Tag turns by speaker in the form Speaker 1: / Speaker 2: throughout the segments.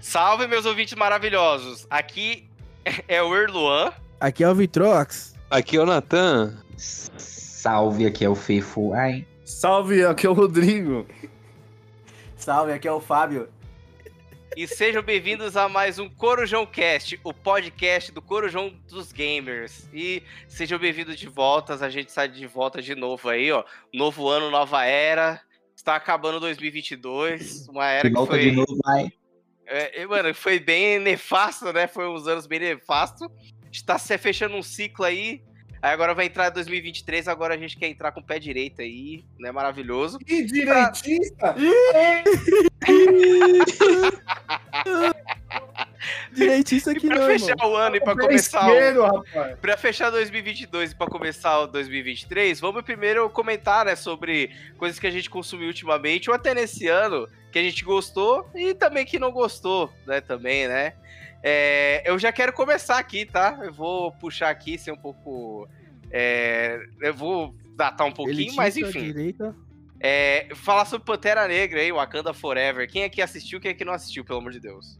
Speaker 1: Salve, meus ouvintes maravilhosos. Aqui é o Erluan.
Speaker 2: Aqui é o Vitrox.
Speaker 3: Aqui é o Natan.
Speaker 4: Salve, aqui é o Fefo. Ai.
Speaker 5: Salve, aqui é o Rodrigo.
Speaker 6: Salve, aqui é o Fábio.
Speaker 1: E sejam bem-vindos a mais um Corujão Cast, o podcast do Corujão dos Gamers. E sejam bem-vindos de volta, a gente sai de volta de novo aí, ó. Novo ano, nova era. Está acabando 2022, uma era que
Speaker 4: Volta
Speaker 1: foi...
Speaker 4: de novo, vai.
Speaker 1: É, e, mano, foi bem nefasto, né? Foi uns anos bem nefasto. A gente tá se fechando um ciclo aí. Aí agora vai entrar 2023, agora a gente quer entrar com o pé direito aí, né? Maravilhoso.
Speaker 5: Que direitista!
Speaker 2: Direitista
Speaker 1: E
Speaker 2: que
Speaker 1: pra
Speaker 2: não,
Speaker 1: fechar
Speaker 2: irmão.
Speaker 1: o ano e pra
Speaker 5: Pé
Speaker 1: começar um o...
Speaker 5: esquerdo, rapaz.
Speaker 1: Pra fechar 2022 e pra começar o 2023, vamos primeiro comentar, né, sobre coisas que a gente consumiu ultimamente, ou até nesse ano, que a gente gostou e também que não gostou, né, também, né. É, eu já quero começar aqui, tá? Eu vou puxar aqui, ser um pouco... é, eu vou datar um pouquinho,
Speaker 2: Elitista,
Speaker 1: mas enfim.
Speaker 2: Direita.
Speaker 1: É, falar sobre Pantera Negra aí, Wakanda Forever. Quem é que assistiu, quem é que não assistiu, pelo amor de Deus?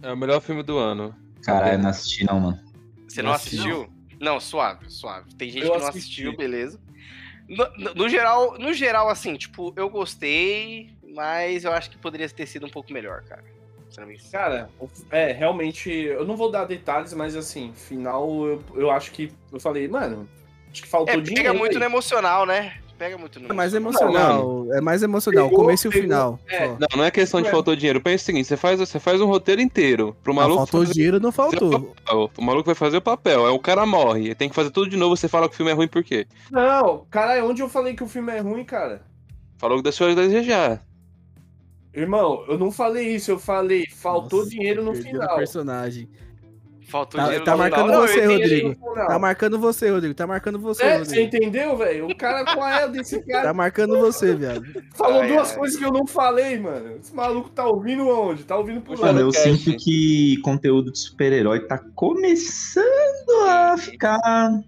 Speaker 3: É o melhor filme do ano.
Speaker 4: Caralho, não assisti não, mano.
Speaker 1: Você
Speaker 3: Não
Speaker 1: não
Speaker 3: assisti,
Speaker 1: assistiu? Não, suave, suave. Tem gente
Speaker 5: Eu
Speaker 1: que não
Speaker 5: assisti.
Speaker 1: assistiu, beleza. No, no- no geral, no geral, assim, tipo, eu gostei, mas eu acho que poderia ter sido um pouco melhor, cara. Sendo bem sincero.
Speaker 5: Cara, é, realmente, eu não vou dar detalhes, mas assim, final eu, eu acho que. Eu falei, mano, acho que faltou
Speaker 1: É,
Speaker 5: dinheiro.
Speaker 1: pega muito
Speaker 5: aí.
Speaker 1: no emocional, né? Pega muito no
Speaker 2: É mais
Speaker 1: emocional.
Speaker 2: emocional. É mais emocional. O
Speaker 5: Pegou,
Speaker 2: começo e o
Speaker 5: pegou.
Speaker 2: final.
Speaker 5: É,
Speaker 2: só.
Speaker 3: Não, não é questão de
Speaker 5: Ué.
Speaker 3: faltou dinheiro. Pensa o seguinte, você faz, você faz um roteiro inteiro. Pro
Speaker 2: Não,
Speaker 3: maluco
Speaker 2: faltou
Speaker 3: fazer
Speaker 2: dinheiro, não
Speaker 3: o
Speaker 2: faltou.
Speaker 3: papel. O maluco vai fazer o papel. Aí o cara morre. Ele tem que fazer tudo de novo. Você fala que o filme é ruim por quê?
Speaker 5: Não, cara, é onde eu falei que o filme é ruim, cara?
Speaker 3: Falou que deixou a desejar.
Speaker 5: Irmão, eu não falei isso, eu falei, faltou
Speaker 2: Nossa,
Speaker 5: dinheiro no
Speaker 2: perdeu
Speaker 5: final.
Speaker 2: personagem.
Speaker 1: Faltou
Speaker 2: Tá-
Speaker 1: dinheiro
Speaker 2: tá
Speaker 1: no
Speaker 2: marcando
Speaker 1: final. Não,
Speaker 2: você,
Speaker 1: eu entendi.
Speaker 2: Rodrigo.
Speaker 5: No final.
Speaker 2: Tá marcando você, Rodrigo. Tá marcando você,
Speaker 5: É, você
Speaker 2: Rodrigo.
Speaker 5: entendeu, velho? O cara, qual é desse cara?
Speaker 2: Tá marcando você, viado.
Speaker 5: Falou
Speaker 1: Ai,
Speaker 5: duas
Speaker 1: ai.
Speaker 5: coisas que eu não falei, mano. Esse maluco tá ouvindo onde? Tá ouvindo por
Speaker 3: Puxa,
Speaker 5: onde?
Speaker 3: Mano,
Speaker 4: Mano, eu
Speaker 3: cast.
Speaker 4: sinto que conteúdo de super-herói tá começando a ficar,
Speaker 2: tá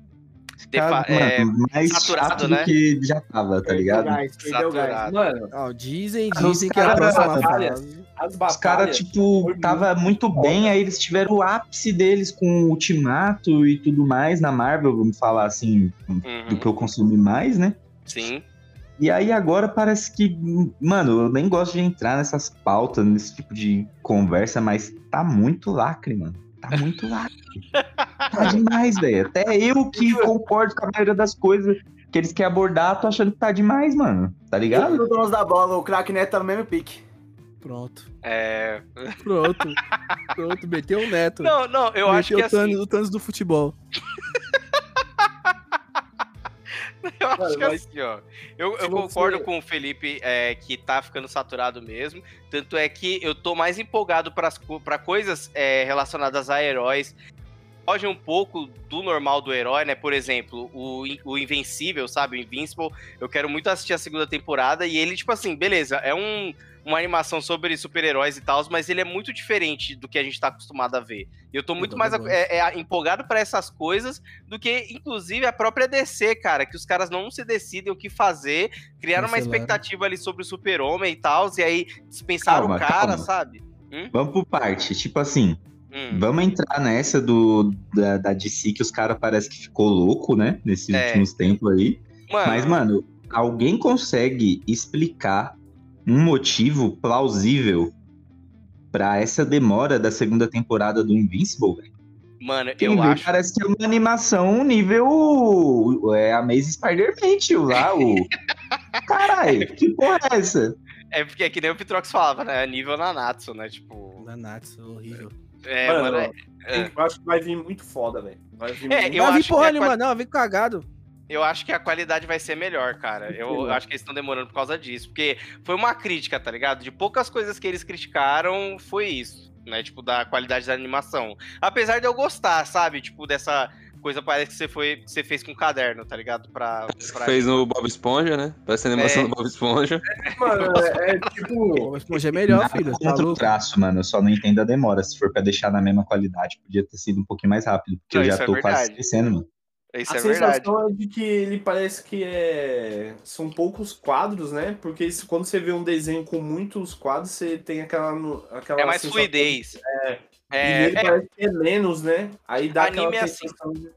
Speaker 4: ficar,
Speaker 1: Defa- é,
Speaker 4: mano, mais
Speaker 1: saturado,
Speaker 4: chato
Speaker 1: né?
Speaker 4: do que já tava, tá ligado?
Speaker 1: perdeu o gás. Saturado.
Speaker 5: Mano,
Speaker 2: Ó, dizem,
Speaker 4: Ah,
Speaker 2: dizem
Speaker 4: os
Speaker 2: que é a
Speaker 4: caras-
Speaker 2: próxima
Speaker 5: batalhas.
Speaker 2: fase.
Speaker 5: as
Speaker 4: Os caras,
Speaker 5: batalhas.
Speaker 4: tipo,
Speaker 5: foi
Speaker 4: tava muito bem, aí eles tiveram o ápice deles com o Ultimato e tudo mais na Marvel, vamos falar assim, do
Speaker 1: uhum,
Speaker 4: que eu consumi mais, né?
Speaker 1: Sim.
Speaker 4: E aí agora parece que, mano, eu nem gosto de entrar nessas pautas, nesse tipo de conversa, mas tá muito lacre, mano. Tá muito lacre. tá demais, velho. Até eu que concordo com a maioria das coisas que eles querem abordar, tô achando que tá demais, mano. Tá ligado?
Speaker 6: Os donos da bola, o craque Neto tá no mesmo pique.
Speaker 2: Pronto.
Speaker 1: É...
Speaker 2: Pronto. Pronto, meteu o neto.
Speaker 1: Não, não, eu acho
Speaker 2: Meteu
Speaker 1: que
Speaker 2: o Thanos,
Speaker 1: assim.
Speaker 2: o Thanos do futebol.
Speaker 1: Eu acho
Speaker 5: Mano,
Speaker 1: que
Speaker 5: mas-
Speaker 1: assim, ó. Eu, eu
Speaker 5: Se você-
Speaker 1: concordo com o Felipe é, que tá ficando saturado mesmo. Tanto é que eu tô mais empolgado pras co- pra coisas é, relacionadas a heróis. Foge um pouco do normal do herói, né? Por exemplo, o, In- o Invencível, sabe? O Invincible. Eu quero muito assistir a segunda temporada. E ele, tipo assim, beleza, é um, uma animação sobre super-heróis e tal, mas ele é muito diferente do que a gente tá acostumado a ver. E eu tô muito mais
Speaker 2: Exatamente.
Speaker 1: é, é, empolgado pra essas coisas do que, inclusive, a própria DC, cara, que os caras não se decidem o que fazer, criaram uma
Speaker 2: Cancelaram.
Speaker 4: né?
Speaker 1: expectativa ali sobre o super-homem e tal, e aí dispensaram
Speaker 4: Calma,
Speaker 1: o cara,
Speaker 4: calma.
Speaker 1: sabe?
Speaker 4: Vamos por parte. Tipo assim,
Speaker 1: Hum,
Speaker 4: vamos entrar nessa do da, da DC que os caras parece que ficou louco, né? Nesses
Speaker 1: É.
Speaker 4: últimos tempos aí.
Speaker 1: Mano,
Speaker 4: Mas, mano, alguém consegue explicar um motivo plausível pra essa demora da segunda temporada do Invincible? velho?
Speaker 1: mano,
Speaker 4: Quem
Speaker 1: eu
Speaker 4: viu,
Speaker 1: acho.
Speaker 4: Parece que é uma animação nível é, Amazing Spider-Man, tio, lá, o... Caralho, que porra é essa?
Speaker 1: É porque é que nem o Pitrox falava, né? É Nível Nanatsu, né? Tipo.
Speaker 2: Nanatsu, horrível.
Speaker 1: É,
Speaker 5: Mano,
Speaker 1: mano, é-
Speaker 5: tem- Eu acho que vai vir muito foda, velho. Vai vir
Speaker 1: É,
Speaker 5: muito...
Speaker 1: eu
Speaker 2: Eu
Speaker 1: acho
Speaker 2: vi
Speaker 1: que
Speaker 2: porra
Speaker 1: a
Speaker 2: nenhuma,
Speaker 1: quali-
Speaker 2: não. Eu vi cagado.
Speaker 1: Eu acho que a qualidade vai ser melhor, cara. Eu, eu acho que eles estão demorando por causa disso. Porque foi uma crítica, tá ligado? De poucas coisas que eles criticaram, foi isso. Né? Tipo, da qualidade da animação. Apesar de eu gostar, sabe? Tipo, dessa coisa parece que você, foi, que você fez com caderno, tá ligado? Pra,
Speaker 3: Isso que
Speaker 1: pra-
Speaker 3: fez no Bob Esponja, né? Parece a animação
Speaker 1: É.
Speaker 3: do Bob Esponja.
Speaker 5: Mano, é, é tipo.
Speaker 2: Mas, poxa, é melhor,
Speaker 4: Nada
Speaker 2: filho. Tá
Speaker 4: contra o
Speaker 2: louco?
Speaker 4: traço, mano. Eu só não entendo a demora. Se for pra deixar na mesma qualidade, podia ter sido um pouquinho mais rápido. Porque
Speaker 1: Não,
Speaker 4: eu
Speaker 1: isso
Speaker 4: já
Speaker 1: é
Speaker 4: tô quase
Speaker 1: verdade.
Speaker 4: esquecendo, mano.
Speaker 1: Isso
Speaker 5: a
Speaker 1: é verdade.
Speaker 5: sensação é de que ele parece que é. São poucos quadros, né? Porque isso- quando você vê um desenho com muitos quadros, você tem aquela. no- aquela
Speaker 1: É mais
Speaker 5: sensação-
Speaker 1: fluidez.
Speaker 5: e
Speaker 1: É,
Speaker 5: ele parece que é menos, né? Aí dá
Speaker 1: Anime é
Speaker 5: aquela
Speaker 1: assim.
Speaker 5: sensação de-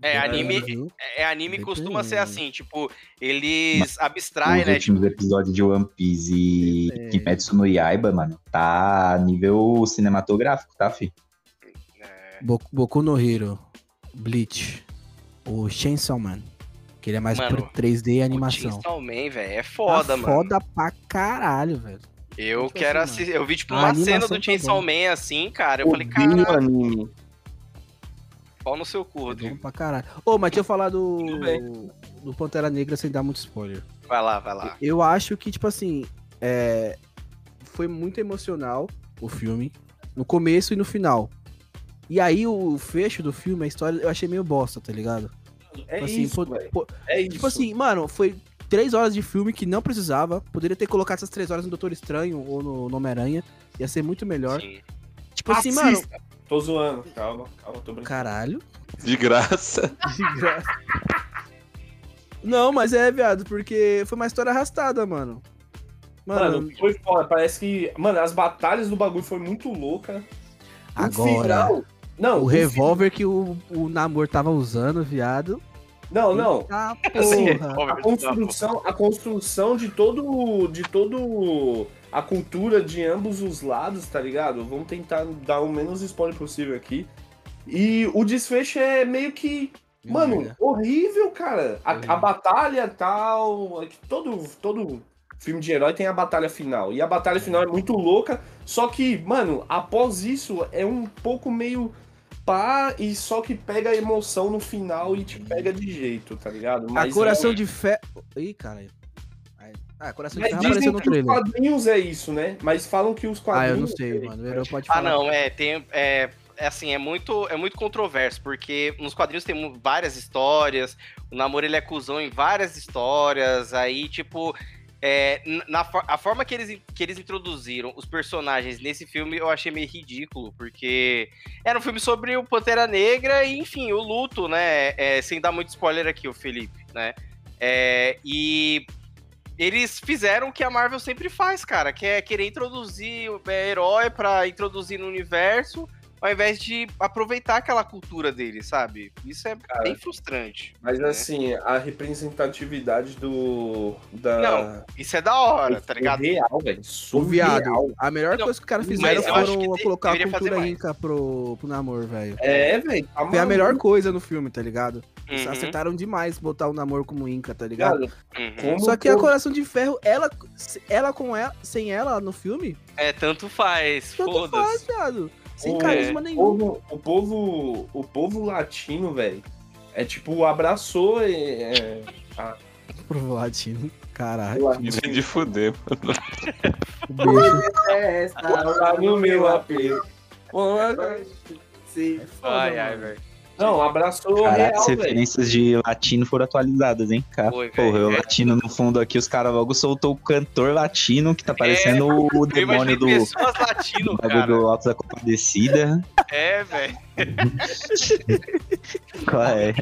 Speaker 1: é, é, anime,
Speaker 2: Brasil.
Speaker 1: é, anime costuma ser
Speaker 2: Depende.
Speaker 1: assim, tipo, eles abstraem,
Speaker 4: Os
Speaker 1: né?
Speaker 4: últimos episódios de One Piece e
Speaker 2: É.
Speaker 4: Kimetsu no Yaiba, mano, tá nível cinematográfico, tá, fi?
Speaker 2: Boku, É. Boku no Hero, Bleach, o Chainsaw Man, que ele é mais
Speaker 1: Mano,
Speaker 2: por 3D e
Speaker 1: Animação.
Speaker 2: animação.
Speaker 1: Chainsaw Man, Tipo, velho, é
Speaker 2: Tá
Speaker 1: foda, mano.
Speaker 2: Foda pra caralho, velho.
Speaker 1: Eu
Speaker 2: Tipo
Speaker 1: quero
Speaker 2: assim, mano.
Speaker 1: assistir. Eu vi, tipo,
Speaker 2: A
Speaker 1: uma
Speaker 2: animação
Speaker 1: cena do
Speaker 2: tá
Speaker 1: Chainsaw
Speaker 2: bom.
Speaker 1: Man assim, cara. Eu falei,
Speaker 5: Odeio
Speaker 1: cara,
Speaker 5: anime.
Speaker 1: pau no seu cu,
Speaker 2: É bom
Speaker 1: Rodrigo.
Speaker 2: pra caralho. Ô, mas deixa eu falar do,
Speaker 5: Tudo bem.
Speaker 2: do Pantera Negra sem dar muito spoiler.
Speaker 1: Vai lá, vai lá.
Speaker 2: Eu acho que, tipo assim, é, foi muito emocional o filme, no começo e no final. E aí o fecho do filme, a história, eu achei meio bosta, tá ligado?
Speaker 5: É
Speaker 2: Tipo
Speaker 5: isso,
Speaker 2: pô-
Speaker 5: velho.
Speaker 2: pô-
Speaker 5: É isso.
Speaker 2: Tipo assim, mano, foi três horas de filme que não precisava. Poderia ter colocado essas três horas no Doutor Estranho ou no, no Homem-Aranha. Ia ser muito melhor.
Speaker 1: Sim.
Speaker 2: Tipo assim, mano.
Speaker 5: Tô zoando. Calma, calma, tô brincando.
Speaker 2: Caralho.
Speaker 3: De graça.
Speaker 2: De graça. não, mas é, viado, porque foi uma história arrastada, mano. Mano,
Speaker 5: Mano, foi foda. Parece que. Mano, as batalhas do bagulho foi muito louca. O
Speaker 2: agora.
Speaker 5: final- Não,
Speaker 2: O
Speaker 5: fi-
Speaker 2: revólver que o, o Namor tava usando, viado.
Speaker 5: Não, não.
Speaker 2: Eita
Speaker 5: Assim,
Speaker 2: porra.
Speaker 5: A
Speaker 1: Óbvio,
Speaker 5: construção, a construção de todo de todo a cultura de ambos os lados, tá ligado? Vamos tentar dar o menos spoiler possível aqui. E o desfecho é meio que, mano, horrível, cara. A, a
Speaker 2: Horrível.
Speaker 5: batalha tal, é que todo todo filme de herói tem a batalha final. E a batalha final é muito louca, só que, mano, após isso é um pouco meio pá e só que pega a emoção no final e te pega de jeito, tá ligado?
Speaker 2: A
Speaker 5: Mas é-
Speaker 2: coração de ferro. Ih, caralho. Aí- Ah, coração de
Speaker 5: mas
Speaker 2: ferro
Speaker 5: dizem
Speaker 2: apareceu no
Speaker 5: que os
Speaker 2: trailer.
Speaker 5: quadrinhos é isso, né? Mas falam que os
Speaker 2: Ah,
Speaker 5: quadrinhos.
Speaker 2: eu não sei, mano. O Herô pode
Speaker 1: Ah,
Speaker 2: falar.
Speaker 1: não, é, tem, é, é assim, é muito, é muito controverso, porque nos quadrinhos tem mu- várias histórias, o namoro ele é cuzão em várias histórias, aí, tipo, é, n- na, for- a forma que eles, que eles introduziram os personagens nesse filme eu achei meio ridículo, porque era um filme sobre o Pantera Negra e, enfim, o luto, né, é, sem dar muito spoiler aqui, o Felipe, né, é, e eles fizeram o que a Marvel sempre faz, cara, que é querer introduzir o é, herói pra introduzir no universo, ao invés de aproveitar aquela cultura dele, sabe? Isso é bem frustrante.
Speaker 5: Mas
Speaker 1: né?
Speaker 5: assim, a representatividade do. Da...
Speaker 1: Não, Isso é da hora, tá ligado?
Speaker 5: Real, velho.
Speaker 2: O
Speaker 5: Surreal.
Speaker 2: viado. A melhor
Speaker 1: Não,
Speaker 2: coisa que o cara
Speaker 5: mas
Speaker 2: fizeram
Speaker 5: eu acho
Speaker 2: foram
Speaker 1: que de-
Speaker 2: colocar a
Speaker 1: deveria fazer
Speaker 2: cultura
Speaker 1: mais.
Speaker 2: inca pro, pro namor, velho.
Speaker 5: É, velho. tá
Speaker 2: Foi a
Speaker 5: maluco,
Speaker 2: melhor coisa no filme, tá ligado? Eles
Speaker 1: Uhum,
Speaker 2: acertaram demais botar o namor como inca, tá ligado?
Speaker 5: cara.
Speaker 1: uhum.
Speaker 5: Como
Speaker 2: Só que a
Speaker 5: pô-
Speaker 2: Coração de Ferro, ela, ela com ela, sem ela no filme,
Speaker 1: É, tanto faz,
Speaker 2: tanto faz,
Speaker 1: foda-se.
Speaker 2: viado. Sem
Speaker 5: É.
Speaker 2: carisma
Speaker 5: o
Speaker 2: nenhum.
Speaker 5: povo, o povo, o povo latino, velho. É tipo, abraçou e. é,
Speaker 2: Pro latino. Caralho.
Speaker 5: lá-
Speaker 3: Isso é de fuder.
Speaker 2: o bicho.
Speaker 6: É, está
Speaker 1: Ah,
Speaker 5: lá no meu apelo.
Speaker 6: Sim.
Speaker 1: Ai, ai, velho.
Speaker 5: Não, abraçou
Speaker 4: Caraca, as
Speaker 5: real, velho.
Speaker 4: referências de latino foram atualizadas, hein, cara?
Speaker 1: Foi, velho.
Speaker 4: Porra, o
Speaker 1: É.
Speaker 4: latino no fundo aqui, os caras logo soltou o cantor latino, que tá parecendo o
Speaker 1: É. Eu imaginei
Speaker 4: demônio do
Speaker 1: pessoas latino,
Speaker 4: bagulho
Speaker 1: cara.
Speaker 4: do Alto da Compadecida.
Speaker 1: É, velho.
Speaker 4: Qual é?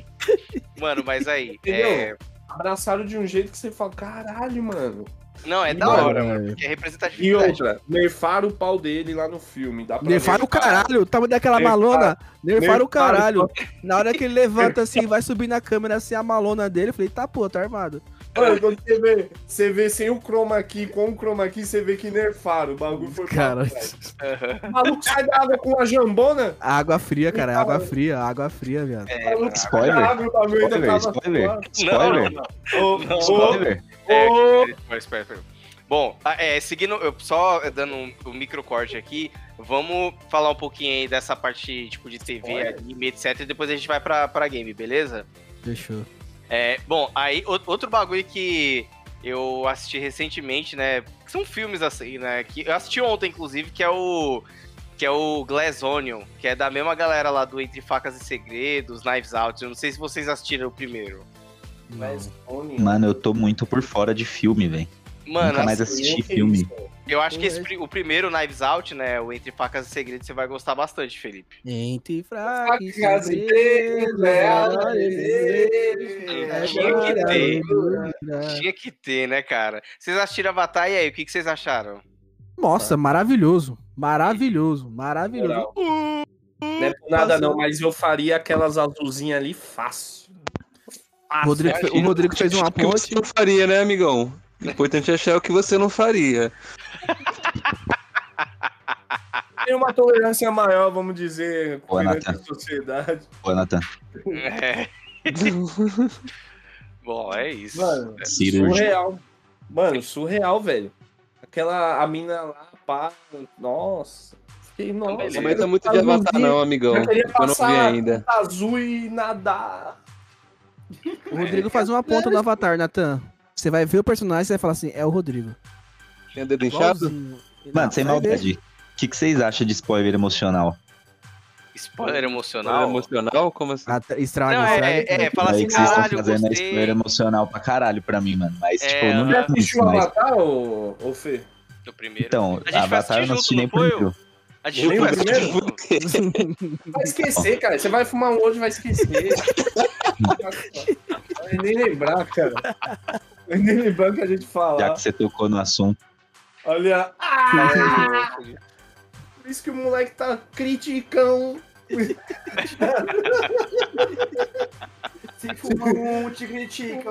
Speaker 1: Mano, mas aí.
Speaker 5: Entendeu?
Speaker 1: É...
Speaker 5: Abraçaram de um jeito que você fala, caralho, mano.
Speaker 1: Não, é
Speaker 5: E
Speaker 1: da
Speaker 5: mano,
Speaker 1: hora,
Speaker 2: velho.
Speaker 1: mano. Porque é
Speaker 5: E
Speaker 1: representatividade.
Speaker 5: outra,
Speaker 4: tipo,
Speaker 5: nerfaram o pau dele lá no filme. Dá pra
Speaker 2: Nerfaram o caralho, o tamanho daquela
Speaker 5: Nerfaram.
Speaker 2: malona. Nerfaram
Speaker 5: Nerfaram.
Speaker 2: o caralho. Na hora que ele levanta assim, vai subir na câmera assim, a malona dele, eu falei, tá, pô, tá armado.
Speaker 5: Mano, quando você vê, você vê sem o chroma aqui, com o chroma aqui, você vê que nerfaram. O bagulho foi.
Speaker 1: Aham.
Speaker 5: O maluco sai da água com uma jambona.
Speaker 2: Água fria, cara, água fria, água fria, viado.
Speaker 1: É,
Speaker 5: maluco
Speaker 1: mano.
Speaker 4: Spoiler?
Speaker 5: sai da água, o bagulho ainda
Speaker 4: Spoiler,
Speaker 5: tava-
Speaker 4: spoiler,
Speaker 1: Não,
Speaker 4: spoiler,
Speaker 1: não.
Speaker 5: Ô,
Speaker 1: Não.
Speaker 5: ô,
Speaker 4: spoiler.
Speaker 1: É,
Speaker 5: ô.
Speaker 1: Espera, espera, espera. Bom, a- é, seguindo, eu só dando um, um microcorte aqui, vamos falar um pouquinho aí dessa parte tipo de TV,
Speaker 5: Olha.
Speaker 1: anime, etc. E depois a gente vai pra, pra game, beleza?
Speaker 2: Fechou.
Speaker 1: É, bom, aí o- outro bagulho que eu assisti recentemente, né? Que são filmes assim, né? Que eu assisti ontem, inclusive, que é o que é o Glass Onion, que é da mesma galera lá do Entre Facas e Segredos, Knives Out. Eu não sei se vocês assistiram o primeiro.
Speaker 5: Mas, Oni,
Speaker 4: Mano, eu tô muito por fora de filme, velho.
Speaker 1: Mano,
Speaker 4: Nunca mais
Speaker 1: assim,
Speaker 4: assisti
Speaker 5: eu que
Speaker 4: filme.
Speaker 5: isso, velho.
Speaker 1: eu acho que esse
Speaker 2: Mas-
Speaker 1: pri- o primeiro Knives Out, né? O Entre Facas e Segredos, você vai gostar bastante, Felipe.
Speaker 2: Entre fracos.
Speaker 5: Facas e segredos,
Speaker 1: É,
Speaker 5: é
Speaker 1: tinha que ter.
Speaker 2: ter.
Speaker 1: Tinha que ter, né, cara? Vocês assistiram Avatar e aí, o que, que vocês acharam?
Speaker 2: Nossa, maravilhoso. Maravilhoso, maravilhoso.
Speaker 5: Moral. Não é por nada não, mas eu faria aquelas azulzinhas ali fácil. Fácil.
Speaker 2: Rodrigo fe- o Rodrigo fez uma
Speaker 3: O
Speaker 5: Tipo,
Speaker 3: que
Speaker 2: ponte.
Speaker 3: você não faria, né, amigão? O importante é achar o que você não faria.
Speaker 5: Tem uma tolerância maior, vamos dizer,
Speaker 4: Boa,
Speaker 5: perante a
Speaker 4: Nathan.
Speaker 5: sociedade.
Speaker 4: Ô, Nathan,
Speaker 1: É. Bom, é isso.
Speaker 5: Mano,
Speaker 4: cirurgia.
Speaker 5: surreal. Mano, surreal, velho. Aquela, a mina lá, pá, nossa. Fiquei, nossa.
Speaker 1: beleza.
Speaker 3: Comenta é muito de Avatar, não, amigão.
Speaker 5: Eu queria
Speaker 3: Eu não vi
Speaker 5: passar
Speaker 3: ainda.
Speaker 5: azul e nadar.
Speaker 2: O Rodrigo faz uma ponta do Avatar, Natan. Você vai ver o personagem e você vai falar assim: é o Rodrigo.
Speaker 3: Tem o dedo inchado?
Speaker 2: Igualzinho.
Speaker 4: Mano, sem
Speaker 2: Vai ver.
Speaker 4: maldade. O que, que vocês acham de spoiler emocional?
Speaker 1: Spoiler
Speaker 3: Não, é
Speaker 1: emocional.
Speaker 3: emocional? Como assim?
Speaker 2: Ah, tá- Estraga,
Speaker 1: Não, é,
Speaker 2: estraga.
Speaker 1: é, é, fala
Speaker 4: Aí
Speaker 1: assim,
Speaker 4: que vocês
Speaker 1: caralho,
Speaker 4: estão
Speaker 1: eu
Speaker 4: fazendo é
Speaker 1: gostei.
Speaker 4: spoiler emocional pra caralho pra mim, mano. Mas,
Speaker 1: É,
Speaker 4: tipo, eu não
Speaker 1: né?
Speaker 5: Já
Speaker 4: vi
Speaker 5: assistiu
Speaker 4: isso,
Speaker 5: o
Speaker 4: mas...
Speaker 5: Avatar, ô, ô Fê?
Speaker 1: Do primeiro.
Speaker 4: Então,
Speaker 1: A gente vai
Speaker 4: Avatar eu não
Speaker 1: assistir junto,
Speaker 4: assisti nem
Speaker 1: não foi,
Speaker 4: primeiro.
Speaker 1: A gente
Speaker 5: Nem o
Speaker 1: vai assistir
Speaker 5: primeiro?
Speaker 1: junto?
Speaker 5: Vai esquecer, cara. Você vai fumar um hoje e vai esquecer. vai nem lembrar, cara. Vai nem lembrar o que a gente
Speaker 4: Já
Speaker 5: fala.
Speaker 4: que você tocou no assunto.
Speaker 5: Olha. Ah! Por isso que o moleque tá criticão.
Speaker 6: Se fuma um, te critica.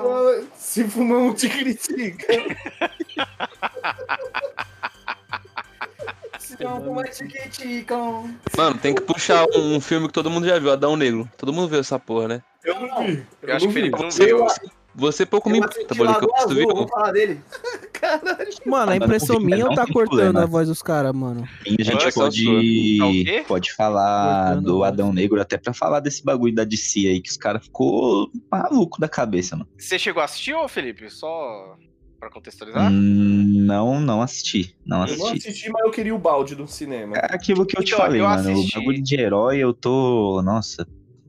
Speaker 5: Se fumar um, te critica.
Speaker 6: Se não fuma, te criticam.
Speaker 3: Mano, tem que puxar um, um filme que todo mundo já viu, Adão Negro. Todo mundo viu essa porra, né?
Speaker 5: Eu não vi.
Speaker 1: Eu acho que o Felipe não
Speaker 3: Você-
Speaker 1: viu.
Speaker 3: Você pouco me
Speaker 6: Eu
Speaker 3: importa,
Speaker 6: assisti
Speaker 3: Bolicão.
Speaker 6: Lagoa
Speaker 3: Tu
Speaker 6: Azul,
Speaker 3: viu?
Speaker 6: vamos falar dele.
Speaker 2: tipo, Mano, a impressão
Speaker 4: Não, não
Speaker 2: minha ou tá
Speaker 4: tem
Speaker 2: cortando
Speaker 4: problema.
Speaker 2: a voz dos caras, mano?
Speaker 4: E a gente
Speaker 3: Vai,
Speaker 4: pode,
Speaker 1: Tá o quê?
Speaker 4: pode falar
Speaker 2: Cortando,
Speaker 4: do
Speaker 2: mano.
Speaker 4: Adão Negro, até pra falar desse bagulho da DC aí, que os caras ficou maluco da cabeça, mano.
Speaker 1: Você chegou a assistir, ô Felipe? Só pra contextualizar?
Speaker 4: Hum, não, não assisti. Não
Speaker 5: Eu não
Speaker 4: assisti.
Speaker 5: assisti, mas eu queria o balde do cinema.
Speaker 4: É aquilo que eu te
Speaker 1: Então,
Speaker 4: falei,
Speaker 1: eu
Speaker 4: mano.
Speaker 1: assisti.
Speaker 4: O bagulho de herói, eu tô. Nossa,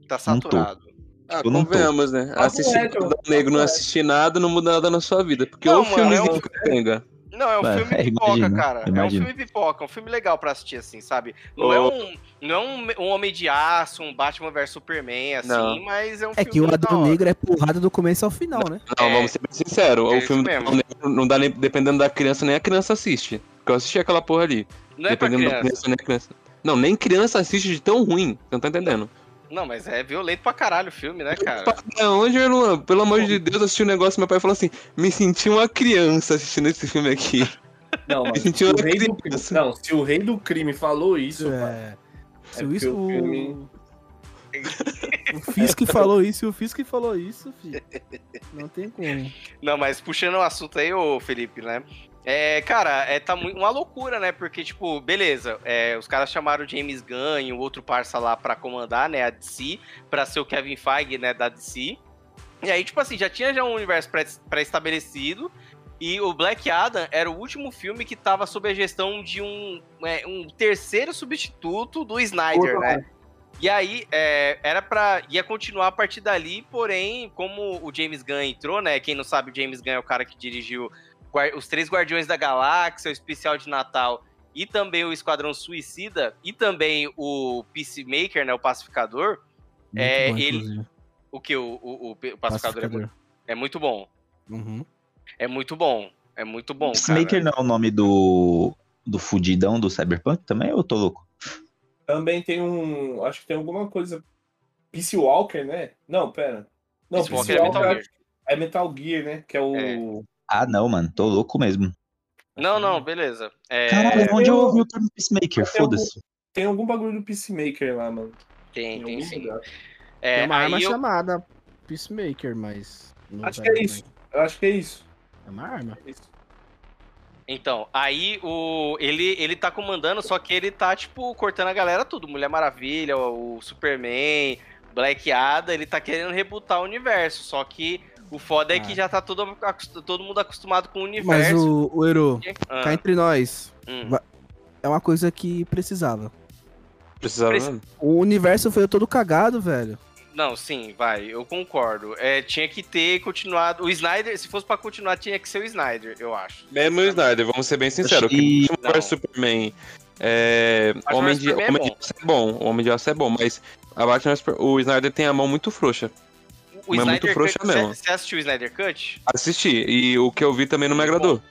Speaker 1: Tá
Speaker 4: não tô.
Speaker 1: saturado.
Speaker 3: Ah,
Speaker 4: Eu não tô.
Speaker 3: convenhamos, né?
Speaker 5: Ah,
Speaker 3: Assistir
Speaker 5: moleque, eu-
Speaker 3: Adão Negro, não assistir nada, não muda nada na sua vida. Porque
Speaker 1: Não,
Speaker 3: o
Speaker 1: mano,
Speaker 3: filmezinho
Speaker 1: é um-
Speaker 3: que pega.
Speaker 1: Não, é um
Speaker 4: É,
Speaker 1: filme
Speaker 4: é,
Speaker 1: pipoca,
Speaker 4: imagino,
Speaker 1: cara. É
Speaker 4: imagino.
Speaker 1: um filme pipoca, é um filme legal pra assistir, assim, sabe? Não é um. Não é um, um Homem de Aço, um Batman vs Superman, assim,
Speaker 3: Não.
Speaker 1: mas é um
Speaker 2: É
Speaker 1: filme.
Speaker 2: que o
Speaker 1: da
Speaker 2: Adão
Speaker 1: hora.
Speaker 2: Negro é porrada do começo ao final, né?
Speaker 3: Não,
Speaker 1: É.
Speaker 3: vamos ser bem sinceros.
Speaker 1: É
Speaker 3: o
Speaker 1: isso
Speaker 3: filme do
Speaker 1: mesmo.
Speaker 3: Adão Negro não dá nem. Dependendo da criança, nem a criança assiste. Porque eu assisti aquela porra ali.
Speaker 1: Não é pra
Speaker 3: dependendo da
Speaker 1: criança.
Speaker 3: criança, nem a criança. Não, nem criança assiste de tão ruim. Você não tá entendendo?
Speaker 1: Não, mas é violento pra caralho o filme, né, cara?
Speaker 3: Pra onde, Luan? Pelo amor de Deus, eu assisti um negócio, meu pai falou assim: me senti uma criança assistindo esse filme aqui.
Speaker 5: Não, mano.
Speaker 3: Gente,
Speaker 5: Se o,
Speaker 3: eu
Speaker 5: rei do crime,
Speaker 3: acredito.
Speaker 5: não, se o rei do crime falou isso, mano,
Speaker 2: É. Se o
Speaker 5: porque
Speaker 2: isso.
Speaker 5: o filme-
Speaker 2: O Fisk falou isso, o Fisk falou isso, filho. Não tem como.
Speaker 1: Não, mas puxando o assunto aí, ô Felipe, né? É, cara, é, tá muito uma loucura, né? Porque, tipo, beleza, é, os caras chamaram o James Gunn e o outro parça lá pra comandar, né? A DC, pra ser o Kevin Feige, né? Da DC. E aí, tipo assim, já tinha já um universo pré- pré-estabelecido. E o Black Adam era o último filme que tava sob a gestão de um, é, um terceiro substituto do Snyder,
Speaker 6: Outro,
Speaker 1: né? E aí, é, era pra. ia continuar a partir dali, porém, como o James Gunn entrou, né? Quem não sabe, o James Gunn é o cara que dirigiu Guar- Os Três Guardiões da Galáxia, o especial de Natal, e também o Esquadrão Suicida, e também o Peacemaker, né? O Pacificador. É, ele-
Speaker 2: inclusive.
Speaker 1: O que? O, o, o P- o Pacificador, é mu- É, muito bom.
Speaker 2: Uhum.
Speaker 1: É muito bom. É muito bom. cara.
Speaker 4: Peacemaker não é o nome do. Do fudidão do Cyberpunk também, eu tô louco?
Speaker 5: também tem um. Acho que tem alguma coisa. Peace Walker, né? Não, pera. Não,
Speaker 1: Peace Walker é
Speaker 5: Peace
Speaker 1: Metal
Speaker 5: Walker é Metal Gear, né? Que é o.
Speaker 4: Ah, não, mano, tô louco mesmo.
Speaker 1: Não, não, beleza. É,
Speaker 4: Caralho, onde eu
Speaker 5: eu-
Speaker 4: ouvi o termo Peacemaker?
Speaker 5: eu tenho-
Speaker 4: Foda-se.
Speaker 5: Tem algum bagulho do Peacemaker lá, mano.
Speaker 1: tem,
Speaker 5: Em
Speaker 1: tem
Speaker 5: algum
Speaker 1: sim.
Speaker 5: lugar.
Speaker 1: É,
Speaker 2: É, uma arma
Speaker 1: aí eu-
Speaker 2: chamada Peacemaker, mas. não
Speaker 5: Acho
Speaker 2: vai
Speaker 5: que é isso. Eu acho que é isso.
Speaker 2: também. É uma arma.
Speaker 5: É isso.
Speaker 1: Então, aí o ele, ele tá comandando, só que ele tá, tipo, cortando a galera tudo. Mulher Maravilha, o o Superman, Black Adam, ele tá querendo rebutar o universo. Só que o foda é que
Speaker 2: Ah.
Speaker 1: já tá todo, acos- todo mundo acostumado com o
Speaker 2: Mas
Speaker 1: universo.
Speaker 2: o, o Hero,
Speaker 1: Ah,
Speaker 2: cá entre nós,
Speaker 1: hum.
Speaker 2: vai- é uma coisa que precisava.
Speaker 3: Precisava
Speaker 1: Preci-
Speaker 3: mesmo?
Speaker 2: O universo foi todo cagado, velho.
Speaker 1: Não, sim, vai, eu concordo. É, tinha que ter continuado. O Snyder, se fosse pra continuar, tinha que ser o Snyder, eu acho.
Speaker 3: Mesmo o Snyder, vamos ser bem sinceros.
Speaker 4: Acho
Speaker 3: E...
Speaker 4: que-
Speaker 3: Batman vs Superman. É...
Speaker 1: Batman
Speaker 3: Homem,
Speaker 1: vs
Speaker 3: de...
Speaker 1: Superman é
Speaker 3: Homem
Speaker 1: bom.
Speaker 3: de Aço é bom. O Homem de Aço é bom, mas a Batman, vs- o Snyder tem a mão muito frouxa.
Speaker 1: O
Speaker 3: Mas é muito frouxa
Speaker 1: Cut,
Speaker 3: mesmo.
Speaker 1: Você, você assistiu o Snyder Cut?
Speaker 3: Assisti, e o que eu vi também não me agradou.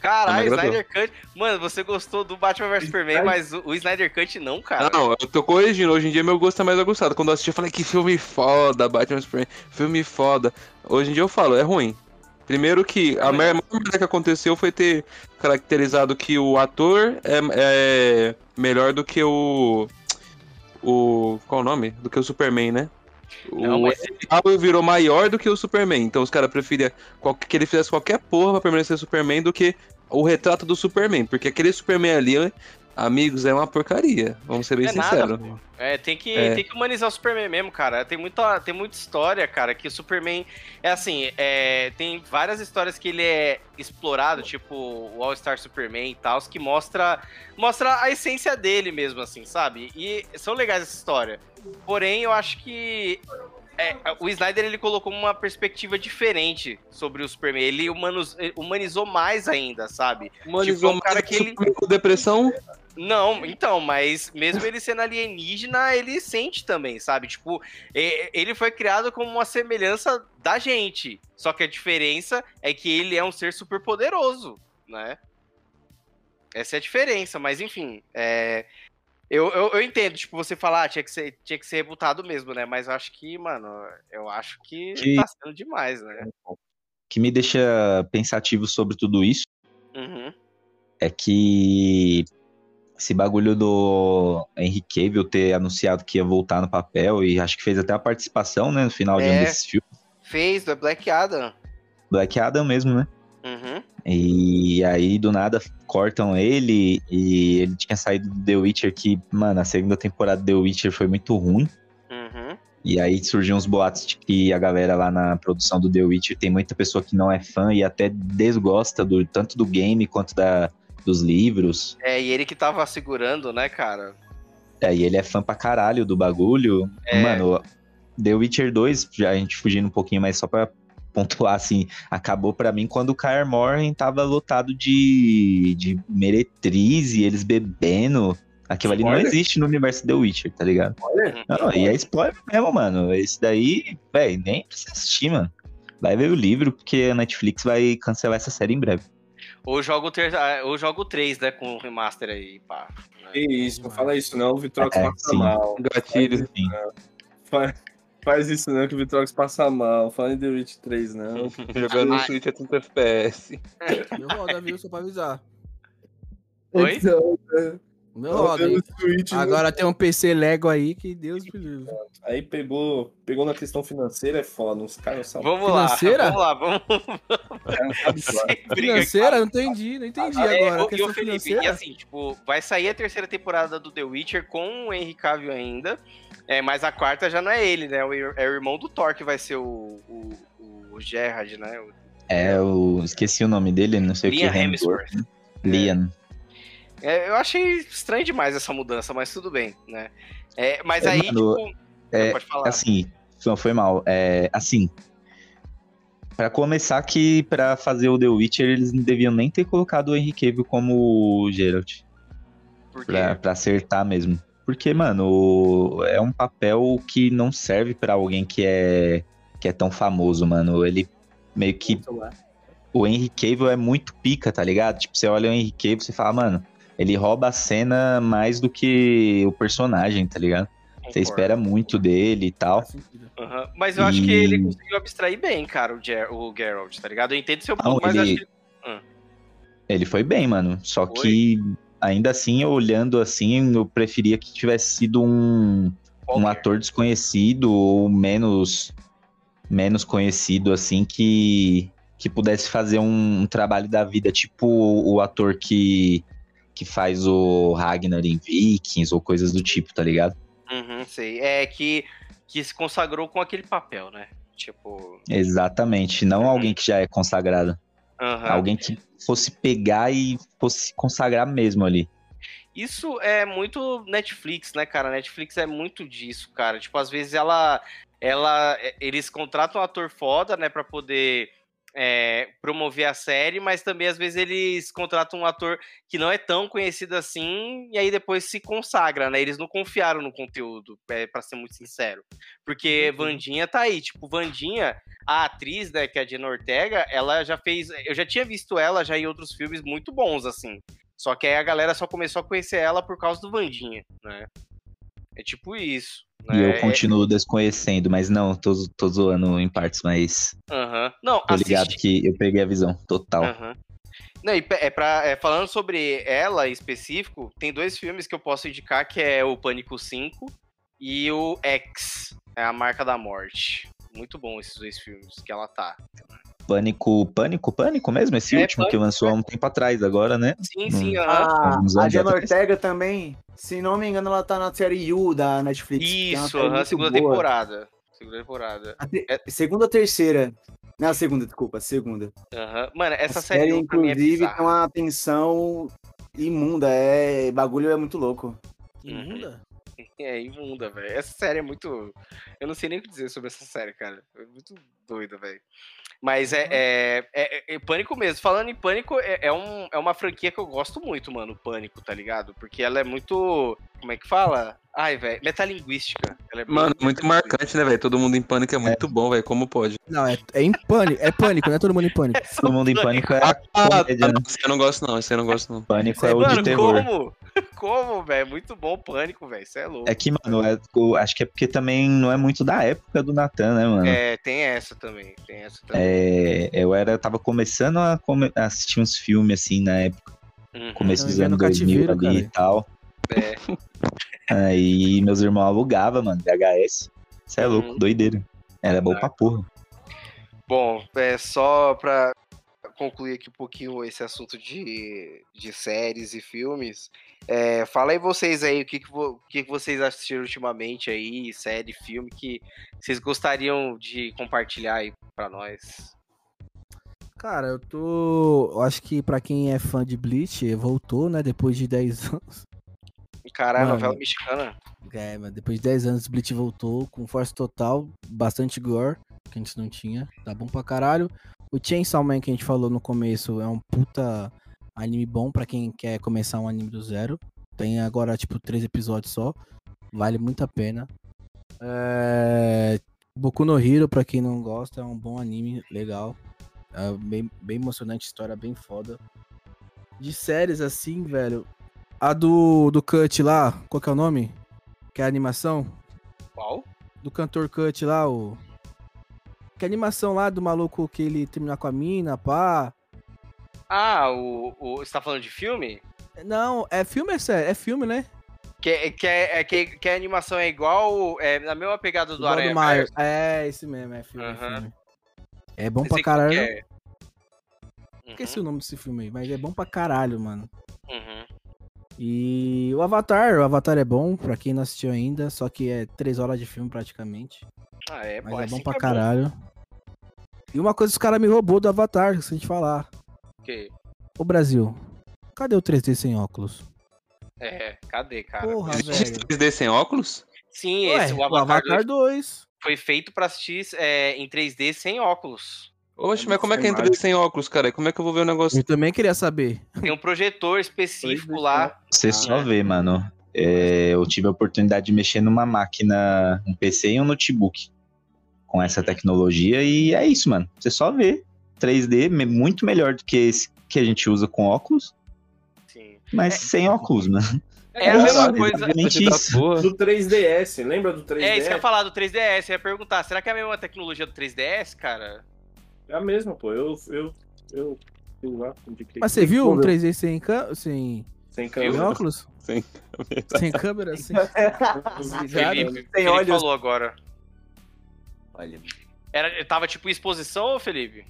Speaker 1: Caralho,
Speaker 3: Não, me
Speaker 1: Snyder Cut. Mano, você gostou do Batman vs Superman, mas o, o Snyder Cut não, cara.
Speaker 3: Não, eu tô corrigindo. Hoje em dia meu gosto é mais aguçado. Quando eu assisti, eu falei que filme foda, Batman vs Superman, filme foda. Hoje em dia eu falo, é ruim. Primeiro que a maior maior merda que aconteceu foi ter caracterizado que o ator é, é melhor do que o. O. Qual o nome? Do que o Superman, né?
Speaker 1: Não,
Speaker 3: o
Speaker 1: mas-
Speaker 3: Henry virou maior do que o Superman. Então os caras preferiam qual- que ele fizesse qualquer porra pra permanecer Superman do que o retrato do Superman. Porque aquele Superman ali, amigos, é uma porcaria. Vamos ser bem
Speaker 1: É nada,
Speaker 3: sinceros.
Speaker 1: É, tem que,
Speaker 3: É.
Speaker 1: tem que humanizar o Superman mesmo, cara. Tem muita, tem muita história, cara, que o Superman. É assim, é, tem várias histórias que ele é explorado, tipo o All-Star Superman e tal, que mostra, mostra a essência dele mesmo, assim, sabe? E são legais essa história. Porém, eu acho que. é, o Snyder ele colocou uma perspectiva diferente sobre o Superman. Ele humanos- humanizou mais ainda, sabe? Tipo, é um cara que ele-
Speaker 3: Superman com depressão.
Speaker 1: Não, então, mas mesmo ele sendo alienígena, ele sente também, sabe? Tipo, e- ele foi criado como uma semelhança da gente. Só que a diferença é que ele é um ser super poderoso, né? Essa é a diferença, mas enfim. é, Eu, eu, eu entendo, tipo, você falar, ah, tinha que, ser, tinha que ser rebutado mesmo, né? Mas eu acho que, mano, eu acho que,
Speaker 4: Que-
Speaker 1: tá sendo demais, né?
Speaker 4: que me deixa pensativo sobre tudo isso
Speaker 1: Uhum.
Speaker 4: é que esse bagulho do Henry Cavill ter anunciado que ia voltar no papel e acho que fez até a participação, né, no final de
Speaker 1: É.
Speaker 4: um desses filmes,
Speaker 1: Fez, do Black Adam.
Speaker 4: Black Adam mesmo, né?
Speaker 1: Uhum.
Speaker 4: E aí do nada cortam ele e ele tinha saído do The Witcher que, mano, a segunda temporada do The Witcher foi muito ruim.
Speaker 1: Uhum.
Speaker 4: E aí surgiu uns boatos de que a galera lá na produção do The Witcher tem muita pessoa que não é fã e até desgosta do tanto do game quanto da, dos livros.
Speaker 1: É, e ele que tava segurando, né, cara?
Speaker 4: É, e ele é fã pra caralho do bagulho.
Speaker 1: É.
Speaker 4: Mano, The Witcher 2, já a gente fugindo um pouquinho, mas só pra pontuar assim, acabou pra mim quando o Kaer Morhen tava lotado de, de meretriz e eles bebendo. Aquilo ali não
Speaker 5: Spoiler?
Speaker 4: existe no universo The Witcher, tá ligado?
Speaker 5: Olha,
Speaker 4: Não, e é spoiler mesmo, mano. Esse daí, velho, nem precisa assistir, mano. Vai ver o livro, porque a Netflix vai cancelar essa série em breve.
Speaker 1: Ou joga o, ter... ah, ou joga o 3, né? Com o remaster aí, pá. né?
Speaker 5: que É isso, não fala isso não, o Vitrox
Speaker 4: É,
Speaker 5: passa
Speaker 4: sim.
Speaker 5: mal.
Speaker 3: Gatilho.
Speaker 4: Enfim,
Speaker 5: Faz, faz isso não, que o Vitrox passa mal. Fala em The Witch 3 não.
Speaker 3: Jogando no Switch é a 30 FPS.
Speaker 2: Meu roda, viu? Só pra avisar.
Speaker 1: Oi?
Speaker 5: Então,
Speaker 2: Meu roda. hein?
Speaker 5: jogando Switch, né?
Speaker 2: Agora tem um PC Lego aí que Deus me livre.
Speaker 5: Aí pegou, pegou na questão financeira, é foda, uns caras são
Speaker 1: Vamos lá,
Speaker 2: Financeira?
Speaker 1: vamos lá, vamos. sem briga aqui.
Speaker 2: Financeira? Não entendi, não entendi
Speaker 1: É,
Speaker 2: agora.
Speaker 1: ô, e
Speaker 2: Questão
Speaker 1: ô, Felipe, e
Speaker 2: financeira?
Speaker 1: assim, tipo, vai sair a terceira temporada do The Witcher com o Henry Cavill ainda, é, mas a quarta já não é ele, né? o ir- É o irmão do Thor que vai ser o, o, o Gerard, né? O
Speaker 4: é, eu esqueci o nome dele, não sei
Speaker 1: Liam
Speaker 4: o que. Hemsworth.
Speaker 1: Hemsworth.
Speaker 4: Liam.
Speaker 1: É, eu achei estranho demais essa mudança, mas tudo bem, né? É, mas
Speaker 4: É,
Speaker 1: aí,
Speaker 4: mano,
Speaker 1: tipo...
Speaker 4: é,
Speaker 1: pode falar.
Speaker 4: Assim, não foi mal. É, assim, pra começar que pra fazer o The Witcher eles não deviam nem ter colocado o Henry Cavill como o Geralt,
Speaker 1: porque...
Speaker 4: pra, pra acertar mesmo. Porque, mano, o- é um papel que não serve pra alguém que é que é tão famoso, mano. Ele meio que o Henry Cavill é muito pica, tá ligado? Tipo, você olha o Henry Cavill, você fala, mano, ele rouba a cena mais do que o personagem, tá ligado? Você
Speaker 1: Concordo.
Speaker 4: espera muito dele e tal.
Speaker 1: Aham, Mas eu acho que
Speaker 4: E-
Speaker 1: ele conseguiu abstrair bem, cara, o, Ger o Geralt, tá ligado? Eu entendo seu ponto,
Speaker 4: Não,
Speaker 1: mas
Speaker 4: Ah, ele-
Speaker 1: acho que.
Speaker 4: Ele foi bem, mano. Só
Speaker 1: Foi.
Speaker 4: que, ainda assim, eu olhando assim, eu preferia que tivesse sido um, um
Speaker 1: Qualquer.
Speaker 4: ator desconhecido ou menos, menos conhecido, assim, que, que pudesse fazer um, um trabalho da vida, tipo o, o ator que, que faz o Ragnar em Vikings ou coisas do tipo, tá ligado?
Speaker 1: Uhum, sei. É que, que se consagrou com aquele papel, né? Tipo.
Speaker 4: Exatamente.
Speaker 1: Uhum.
Speaker 4: Não alguém que já é consagrado.
Speaker 1: aham.
Speaker 4: Alguém que fosse pegar e fosse se consagrar mesmo ali.
Speaker 1: Isso é muito Netflix, né, cara? Netflix é muito disso, cara. Tipo, às vezes ela. ela eles contratam um ator foda, né, pra poder. é, promover a série, mas também às vezes eles contratam um ator que não é tão conhecido assim e aí depois se consagra, né? Eles não confiaram no conteúdo, é, para ser muito sincero. Porque
Speaker 4: Uhum.
Speaker 1: Vandinha tá aí, tipo, Vandinha, a atriz, né, que é a Jenna Ortega, ela já fez. Eu já tinha visto ela já em outros filmes muito bons, assim. Só que aí a galera só começou a conhecer ela por causa do Vandinha, né? É tipo isso.
Speaker 4: E
Speaker 1: né?
Speaker 4: eu continuo desconhecendo, mas não, tô, zo- tô zoando em partes, mas
Speaker 1: É, aham. Não,
Speaker 4: tô ligado então.
Speaker 1: assisti-
Speaker 4: que eu peguei a visão total.
Speaker 1: Aham. Não, e pe- é pra, é, falando sobre ela em específico, tem dois filmes que eu posso indicar, que é o Pânico 5 e o X, é a marca da morte. Muito bom esses dois filmes que ela tá.
Speaker 4: Pânico, pânico, pânico mesmo? Esse
Speaker 1: É,
Speaker 4: último que lançou há um tempo atrás agora, né?
Speaker 1: Sim, sim, aham.
Speaker 4: Ah,
Speaker 6: A,
Speaker 4: uns
Speaker 6: a
Speaker 4: anos
Speaker 6: Jenna
Speaker 4: atrás.
Speaker 6: Ortega também, se não me engano, ela tá na série You da Netflix. que é uma
Speaker 1: Isso,
Speaker 6: série
Speaker 1: aham,
Speaker 6: muito
Speaker 1: segunda
Speaker 6: boa.
Speaker 1: temporada. Segunda temporada.
Speaker 6: A te- Segunda ou terceira? Não, a segunda, desculpa, a segunda.
Speaker 1: Aham. Mano, essa
Speaker 6: a
Speaker 1: série, pra mim, é
Speaker 6: inclusive,
Speaker 1: bizarra.
Speaker 6: tem uma tensão imunda, é. Bagulho é muito louco.
Speaker 2: Imunda?
Speaker 1: É imunda, velho. Essa série é muito. Eu não sei nem o que dizer sobre essa série, cara. É muito doida, velho. Mas é, é, é- é- é Pânico mesmo. Falando em Pânico, é, é um, é uma franquia que eu gosto muito, mano. o Pânico, tá ligado? Porque ela é muito. Como é que fala? Ai, velho. Metalinguística. Ela é bem
Speaker 3: Mano, muito
Speaker 1: metalinguística.
Speaker 3: marcante, né, velho? Todo mundo em pânico é muito bom, velho. Como pode?
Speaker 2: Não, é, é em pânico. É pânico, não é todo mundo em pânico.
Speaker 4: Todo mundo em pânico é
Speaker 3: Ah,
Speaker 4: comédia, né?
Speaker 3: não, esse eu não gosto, não. Esse eu não gosto, não.
Speaker 4: Pânico é o
Speaker 1: Mano,
Speaker 4: de terror.
Speaker 1: como? Como, velho? É Muito bom Pânico, velho. Você é louco.
Speaker 4: É que, mano, é- eu acho que é porque também não é muito da época do Natan, né, mano?
Speaker 1: É, tem essa também. Tem essa também.
Speaker 4: É, eu era, tava começando a, come- a assistir uns filmes assim na época,
Speaker 1: Uhum,
Speaker 4: começo
Speaker 2: Eu
Speaker 4: dos
Speaker 2: ia no
Speaker 4: anos 2000
Speaker 2: cativeiro,
Speaker 4: ali
Speaker 2: cara.
Speaker 4: e tal.
Speaker 1: é.
Speaker 4: Aí meus irmãos alugavam, mano, VHS. Você é louco,
Speaker 1: Uhum. Ah.
Speaker 4: doideira. Era bom pra porra.
Speaker 1: Bom, é só pra concluir aqui um pouquinho esse assunto de, de séries e filmes. É, fala aí vocês aí, o que, que, vo- o que que vocês assistiram ultimamente aí, série, filme, que vocês gostariam de compartilhar aí pra nós.
Speaker 2: Cara, eu tô. Eu acho que pra quem é fã de Bleach, voltou, né? Depois de 10 anos.
Speaker 1: Caralho,
Speaker 2: Mano.
Speaker 1: novela mexicana.
Speaker 2: É, mas depois de 10 anos, Bleach voltou com força total, bastante gore, que antes não tinha. Tá bom pra caralho. O Chainsaw Man que a gente falou no começo é um puta anime bom pra quem quer começar um anime do zero. Tem agora, tipo, três episódios só. Vale muito a pena. É... Boku no Hero, pra quem não gosta, é um bom anime, legal. É bem, bem emocionante, história bem foda. De séries assim, velho. A do, do Cut lá, qual que é o nome? Que é a animação?
Speaker 1: Qual?
Speaker 2: Do cantor Cut lá, o. Que é a animação lá do maluco que ele terminar com a mina, pá.
Speaker 1: Ah, o, o, você tá falando de filme?
Speaker 2: Não, é filme, é sério? É filme, né?
Speaker 1: Que, que, é, que, que a animação é igual, é na mesma pegada do
Speaker 2: Igual
Speaker 1: Aranha
Speaker 2: Mario.
Speaker 1: Verso?
Speaker 2: É, esse mesmo, é filme. É,
Speaker 1: Aham.
Speaker 2: filme. é bom
Speaker 1: Não
Speaker 2: pra
Speaker 1: sei qual
Speaker 2: caralho.
Speaker 1: que é.
Speaker 2: Esqueci o nome desse filme aí, mas é bom pra caralho, mano.
Speaker 1: Uhum, uhum.
Speaker 2: E o Avatar, o Avatar é bom, pra quem não assistiu ainda, só que é três horas de filme praticamente.
Speaker 1: Ah, é,
Speaker 2: Mas
Speaker 1: pô,
Speaker 2: é
Speaker 1: assim
Speaker 2: bom
Speaker 1: que
Speaker 2: pra caralho. E uma coisa que os caras me roubou do Avatar, se a gente falar.
Speaker 1: Ok.
Speaker 2: Ô Brasil, cadê o 3D sem óculos?
Speaker 1: É, cadê, cara?
Speaker 2: Porra,
Speaker 3: Existe
Speaker 2: velho.
Speaker 3: 3D sem óculos?
Speaker 1: Sim,
Speaker 2: Ué,
Speaker 1: esse, o
Speaker 2: o
Speaker 1: Avatar,
Speaker 2: Avatar
Speaker 1: 2
Speaker 2: 2.
Speaker 1: foi feito pra assistir é, em 3D sem óculos.
Speaker 3: Oxe,
Speaker 5: É
Speaker 3: mas como é que é
Speaker 5: muito
Speaker 3: 3D sem óculos, cara? Como é que eu vou ver o negócio?
Speaker 2: Eu também queria saber.
Speaker 1: Tem um projetor específico lá.
Speaker 4: Você
Speaker 1: Ah,
Speaker 4: só vê, mano. É, eu tive a oportunidade de mexer numa máquina, um PC e um notebook com essa tecnologia e é isso, mano. Você só vê 3D me- muito melhor do que esse que a gente usa com óculos,
Speaker 1: Sim.
Speaker 4: mas sem óculos, mano.
Speaker 1: É a
Speaker 4: Porra,
Speaker 1: mesma
Speaker 4: velho.
Speaker 1: coisa.
Speaker 4: exatamente
Speaker 3: Da
Speaker 4: isso.
Speaker 3: porra.
Speaker 5: Do 3DS, lembra do 3DS?
Speaker 1: É isso que eu ia falar do 3DS. Eu ia perguntar, será que é a mesma tecnologia do 3DS, cara?
Speaker 5: É a mesma, pô. Eu. eu, eu... sei lá, indiquei.
Speaker 2: Mas você viu um
Speaker 5: Pô,
Speaker 2: 3D sem, cã- sem...
Speaker 5: Sem
Speaker 2: sem
Speaker 1: Eu-
Speaker 5: câmera.
Speaker 2: óculos?
Speaker 3: Sem
Speaker 2: câmera. Sem câmera, sem... Obrigado.
Speaker 1: Felipe,
Speaker 6: Tem
Speaker 1: Felipe
Speaker 6: olhos.
Speaker 1: falou agora.
Speaker 6: Olha,
Speaker 1: Era, tava tipo exposição, Felipe?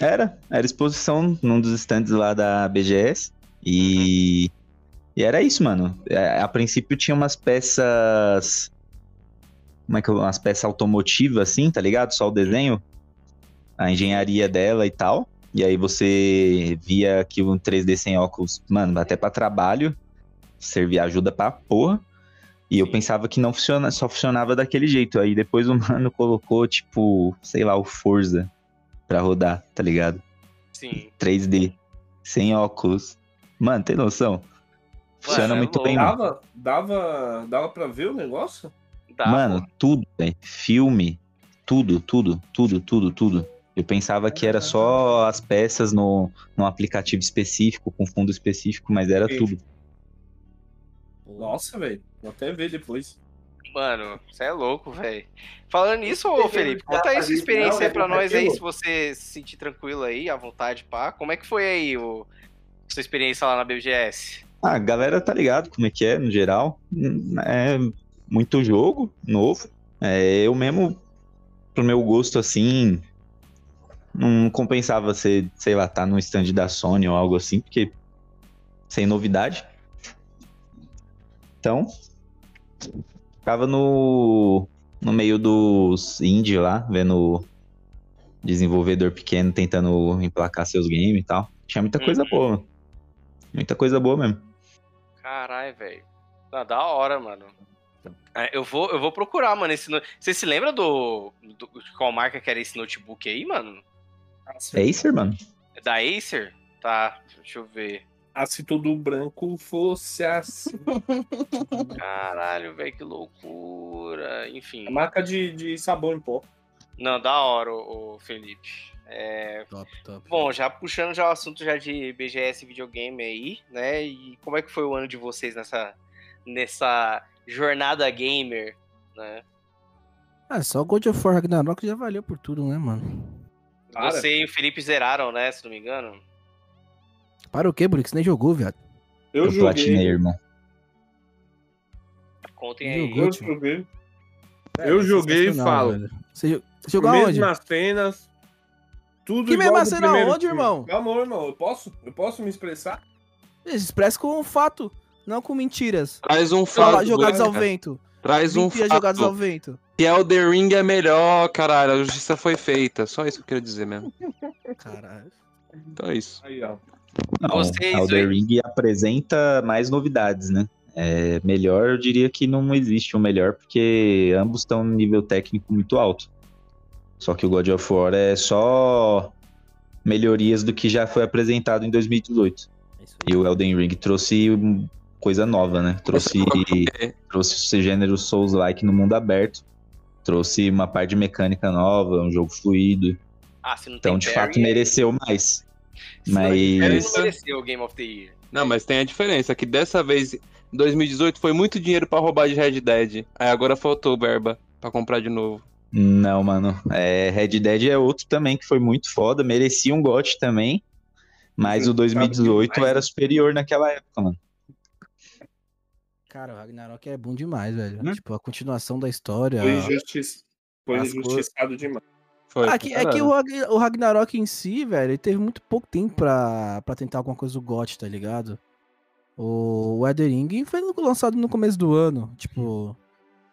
Speaker 4: Era, era exposição num dos stands lá da BGS e, e era isso, mano. É, A princípio tinha umas peças, como é que eu, umas peças automotivas assim, tá ligado? Só o desenho, a engenharia dela e tal. E aí você via aquilo em 3D sem óculos, mano, até pra trabalho, servia ajuda pra porra. E eu pensava que não funciona, só funcionava daquele jeito. Aí depois o mano colocou, tipo, sei lá, o Forza pra rodar, tá ligado?
Speaker 1: Sim.
Speaker 4: 3D, sem óculos. Mano, tem noção? Funciona
Speaker 1: Mano, é
Speaker 4: muito bem,
Speaker 1: louco.
Speaker 4: mano.
Speaker 5: Dava, dava, dava pra ver o negócio?
Speaker 1: Dá,
Speaker 4: Mano, tudo, velho. Filme, tudo, tudo, tudo, tudo, tudo. Eu pensava que era só as peças no, num aplicativo específico, com fundo específico, mas era
Speaker 5: Sim.
Speaker 4: tudo.
Speaker 5: Nossa, velho. Vou até ver depois.
Speaker 1: Mano, você é louco, velho. Falando nisso, ô Felipe, conta aí sua experiência aí pra nós aí, se você se sentir tranquilo aí, à vontade, pá. Como é que foi aí o... sua experiência lá na BGS?
Speaker 4: Ah, a galera tá ligado como é que é, no geral. Hum, É muito jogo novo. É, eu mesmo, pro meu gosto, assim, não compensava ser, sei lá, tá no stand da Sony ou algo assim, porque sem novidade. Então, ficava no, no meio dos indie lá, vendo desenvolvedor pequeno tentando emplacar seus games e tal. Tinha muita coisa
Speaker 1: Uhum.
Speaker 4: boa, mano. Muita coisa boa mesmo.
Speaker 1: Caralho, velho. Tá da hora, mano. É, eu, vou, eu vou procurar, mano, esse... no- Você se lembra do, do- de qual marca que era esse notebook aí, mano?
Speaker 5: Ah,
Speaker 4: É isso, irmão?
Speaker 1: É da Acer? Tá, deixa eu ver.
Speaker 5: Ah, se tudo branco fosse assim.
Speaker 1: Caralho, velho, que loucura. Enfim.
Speaker 5: Marca de, de sabão em pó.
Speaker 1: Não, da hora, ô, ô Felipe. É,
Speaker 2: Top, top.
Speaker 1: Bom, já puxando já o assunto já de BGS videogame aí, né? E como é que foi o ano de vocês nessa, nessa jornada gamer, né?
Speaker 2: Ah, só God of War Ragnarok já valeu por tudo, né, mano?
Speaker 5: Cara.
Speaker 1: Você e o Felipe zeraram, né? Se não me engano.
Speaker 2: Para o quê, Burix? Você nem jogou, viado.
Speaker 5: Eu,
Speaker 4: platinei,
Speaker 5: joguei.
Speaker 4: irmão.
Speaker 1: Contem aí.
Speaker 2: Jogou.
Speaker 5: Eu joguei.
Speaker 2: É,
Speaker 5: eu
Speaker 2: é
Speaker 5: joguei e
Speaker 2: sensacional,
Speaker 5: falo.
Speaker 2: velho. Você, jo- você jogou aonde?
Speaker 5: Mesmas cenas. Tudo
Speaker 2: Que
Speaker 5: igual
Speaker 2: mesma
Speaker 5: do
Speaker 2: cena
Speaker 5: primeiro
Speaker 2: onde,
Speaker 5: filme.
Speaker 2: irmão?
Speaker 5: Calma, irmão. Eu posso? Eu posso me expressar?
Speaker 2: Se expressa com um fato, não com mentiras.
Speaker 3: Traz um
Speaker 2: Fala,
Speaker 3: fato.
Speaker 2: jogados ao
Speaker 3: cara.
Speaker 2: vento.
Speaker 3: Traz um
Speaker 2: Mentira, jogados ao
Speaker 3: fato.
Speaker 2: vento.
Speaker 3: Que Elden Ring é melhor, caralho. A justiça foi feita. Só isso que eu queria dizer mesmo.
Speaker 2: Caralho.
Speaker 3: Então é isso.
Speaker 5: Aí, ó.
Speaker 4: Não,
Speaker 1: Vocês,
Speaker 4: Elden
Speaker 1: hein?
Speaker 4: Ring apresenta mais novidades, né? É, melhor, eu diria que não existe um melhor, porque ambos estão num nível técnico muito alto. Só que o God of War é só melhorias do que já foi apresentado em 2018.
Speaker 2: É isso
Speaker 4: E o Elden Ring trouxe hum, coisa nova, né? Trouxe,
Speaker 3: É,
Speaker 4: trouxe esse gênero Souls-like no mundo aberto. Trouxe uma parte de mecânica nova, um jogo fluido.
Speaker 1: Ah, se não tem
Speaker 4: Então, de
Speaker 1: Barry,
Speaker 4: fato, mereceu mais.
Speaker 1: se não tem Barry,
Speaker 4: Mas.
Speaker 1: não mereceu o Game of the Year.
Speaker 3: Não, mas tem a diferença. Que dessa vez, em 2018, foi muito dinheiro pra roubar de Red Dead. Aí agora faltou verba pra comprar de novo.
Speaker 4: Não, mano. É, Red Dead é outro também que foi muito foda. Merecia um GOT também. Mas o 2018 era superior naquela época, mano.
Speaker 2: Cara, o Ragnarok é bom demais, velho.
Speaker 5: Hum?
Speaker 2: Tipo, a continuação da história.
Speaker 5: Foi injustiça. Foi
Speaker 2: Ah. As
Speaker 5: injustiçado demais.
Speaker 3: Foi.
Speaker 2: Ah, que- é que o, Rag- o Ragnarok em si, velho, ele teve muito pouco tempo pra, pra tentar alguma coisa do GOT, tá ligado? O, o Elden Ring foi lançado no começo do ano. Tipo,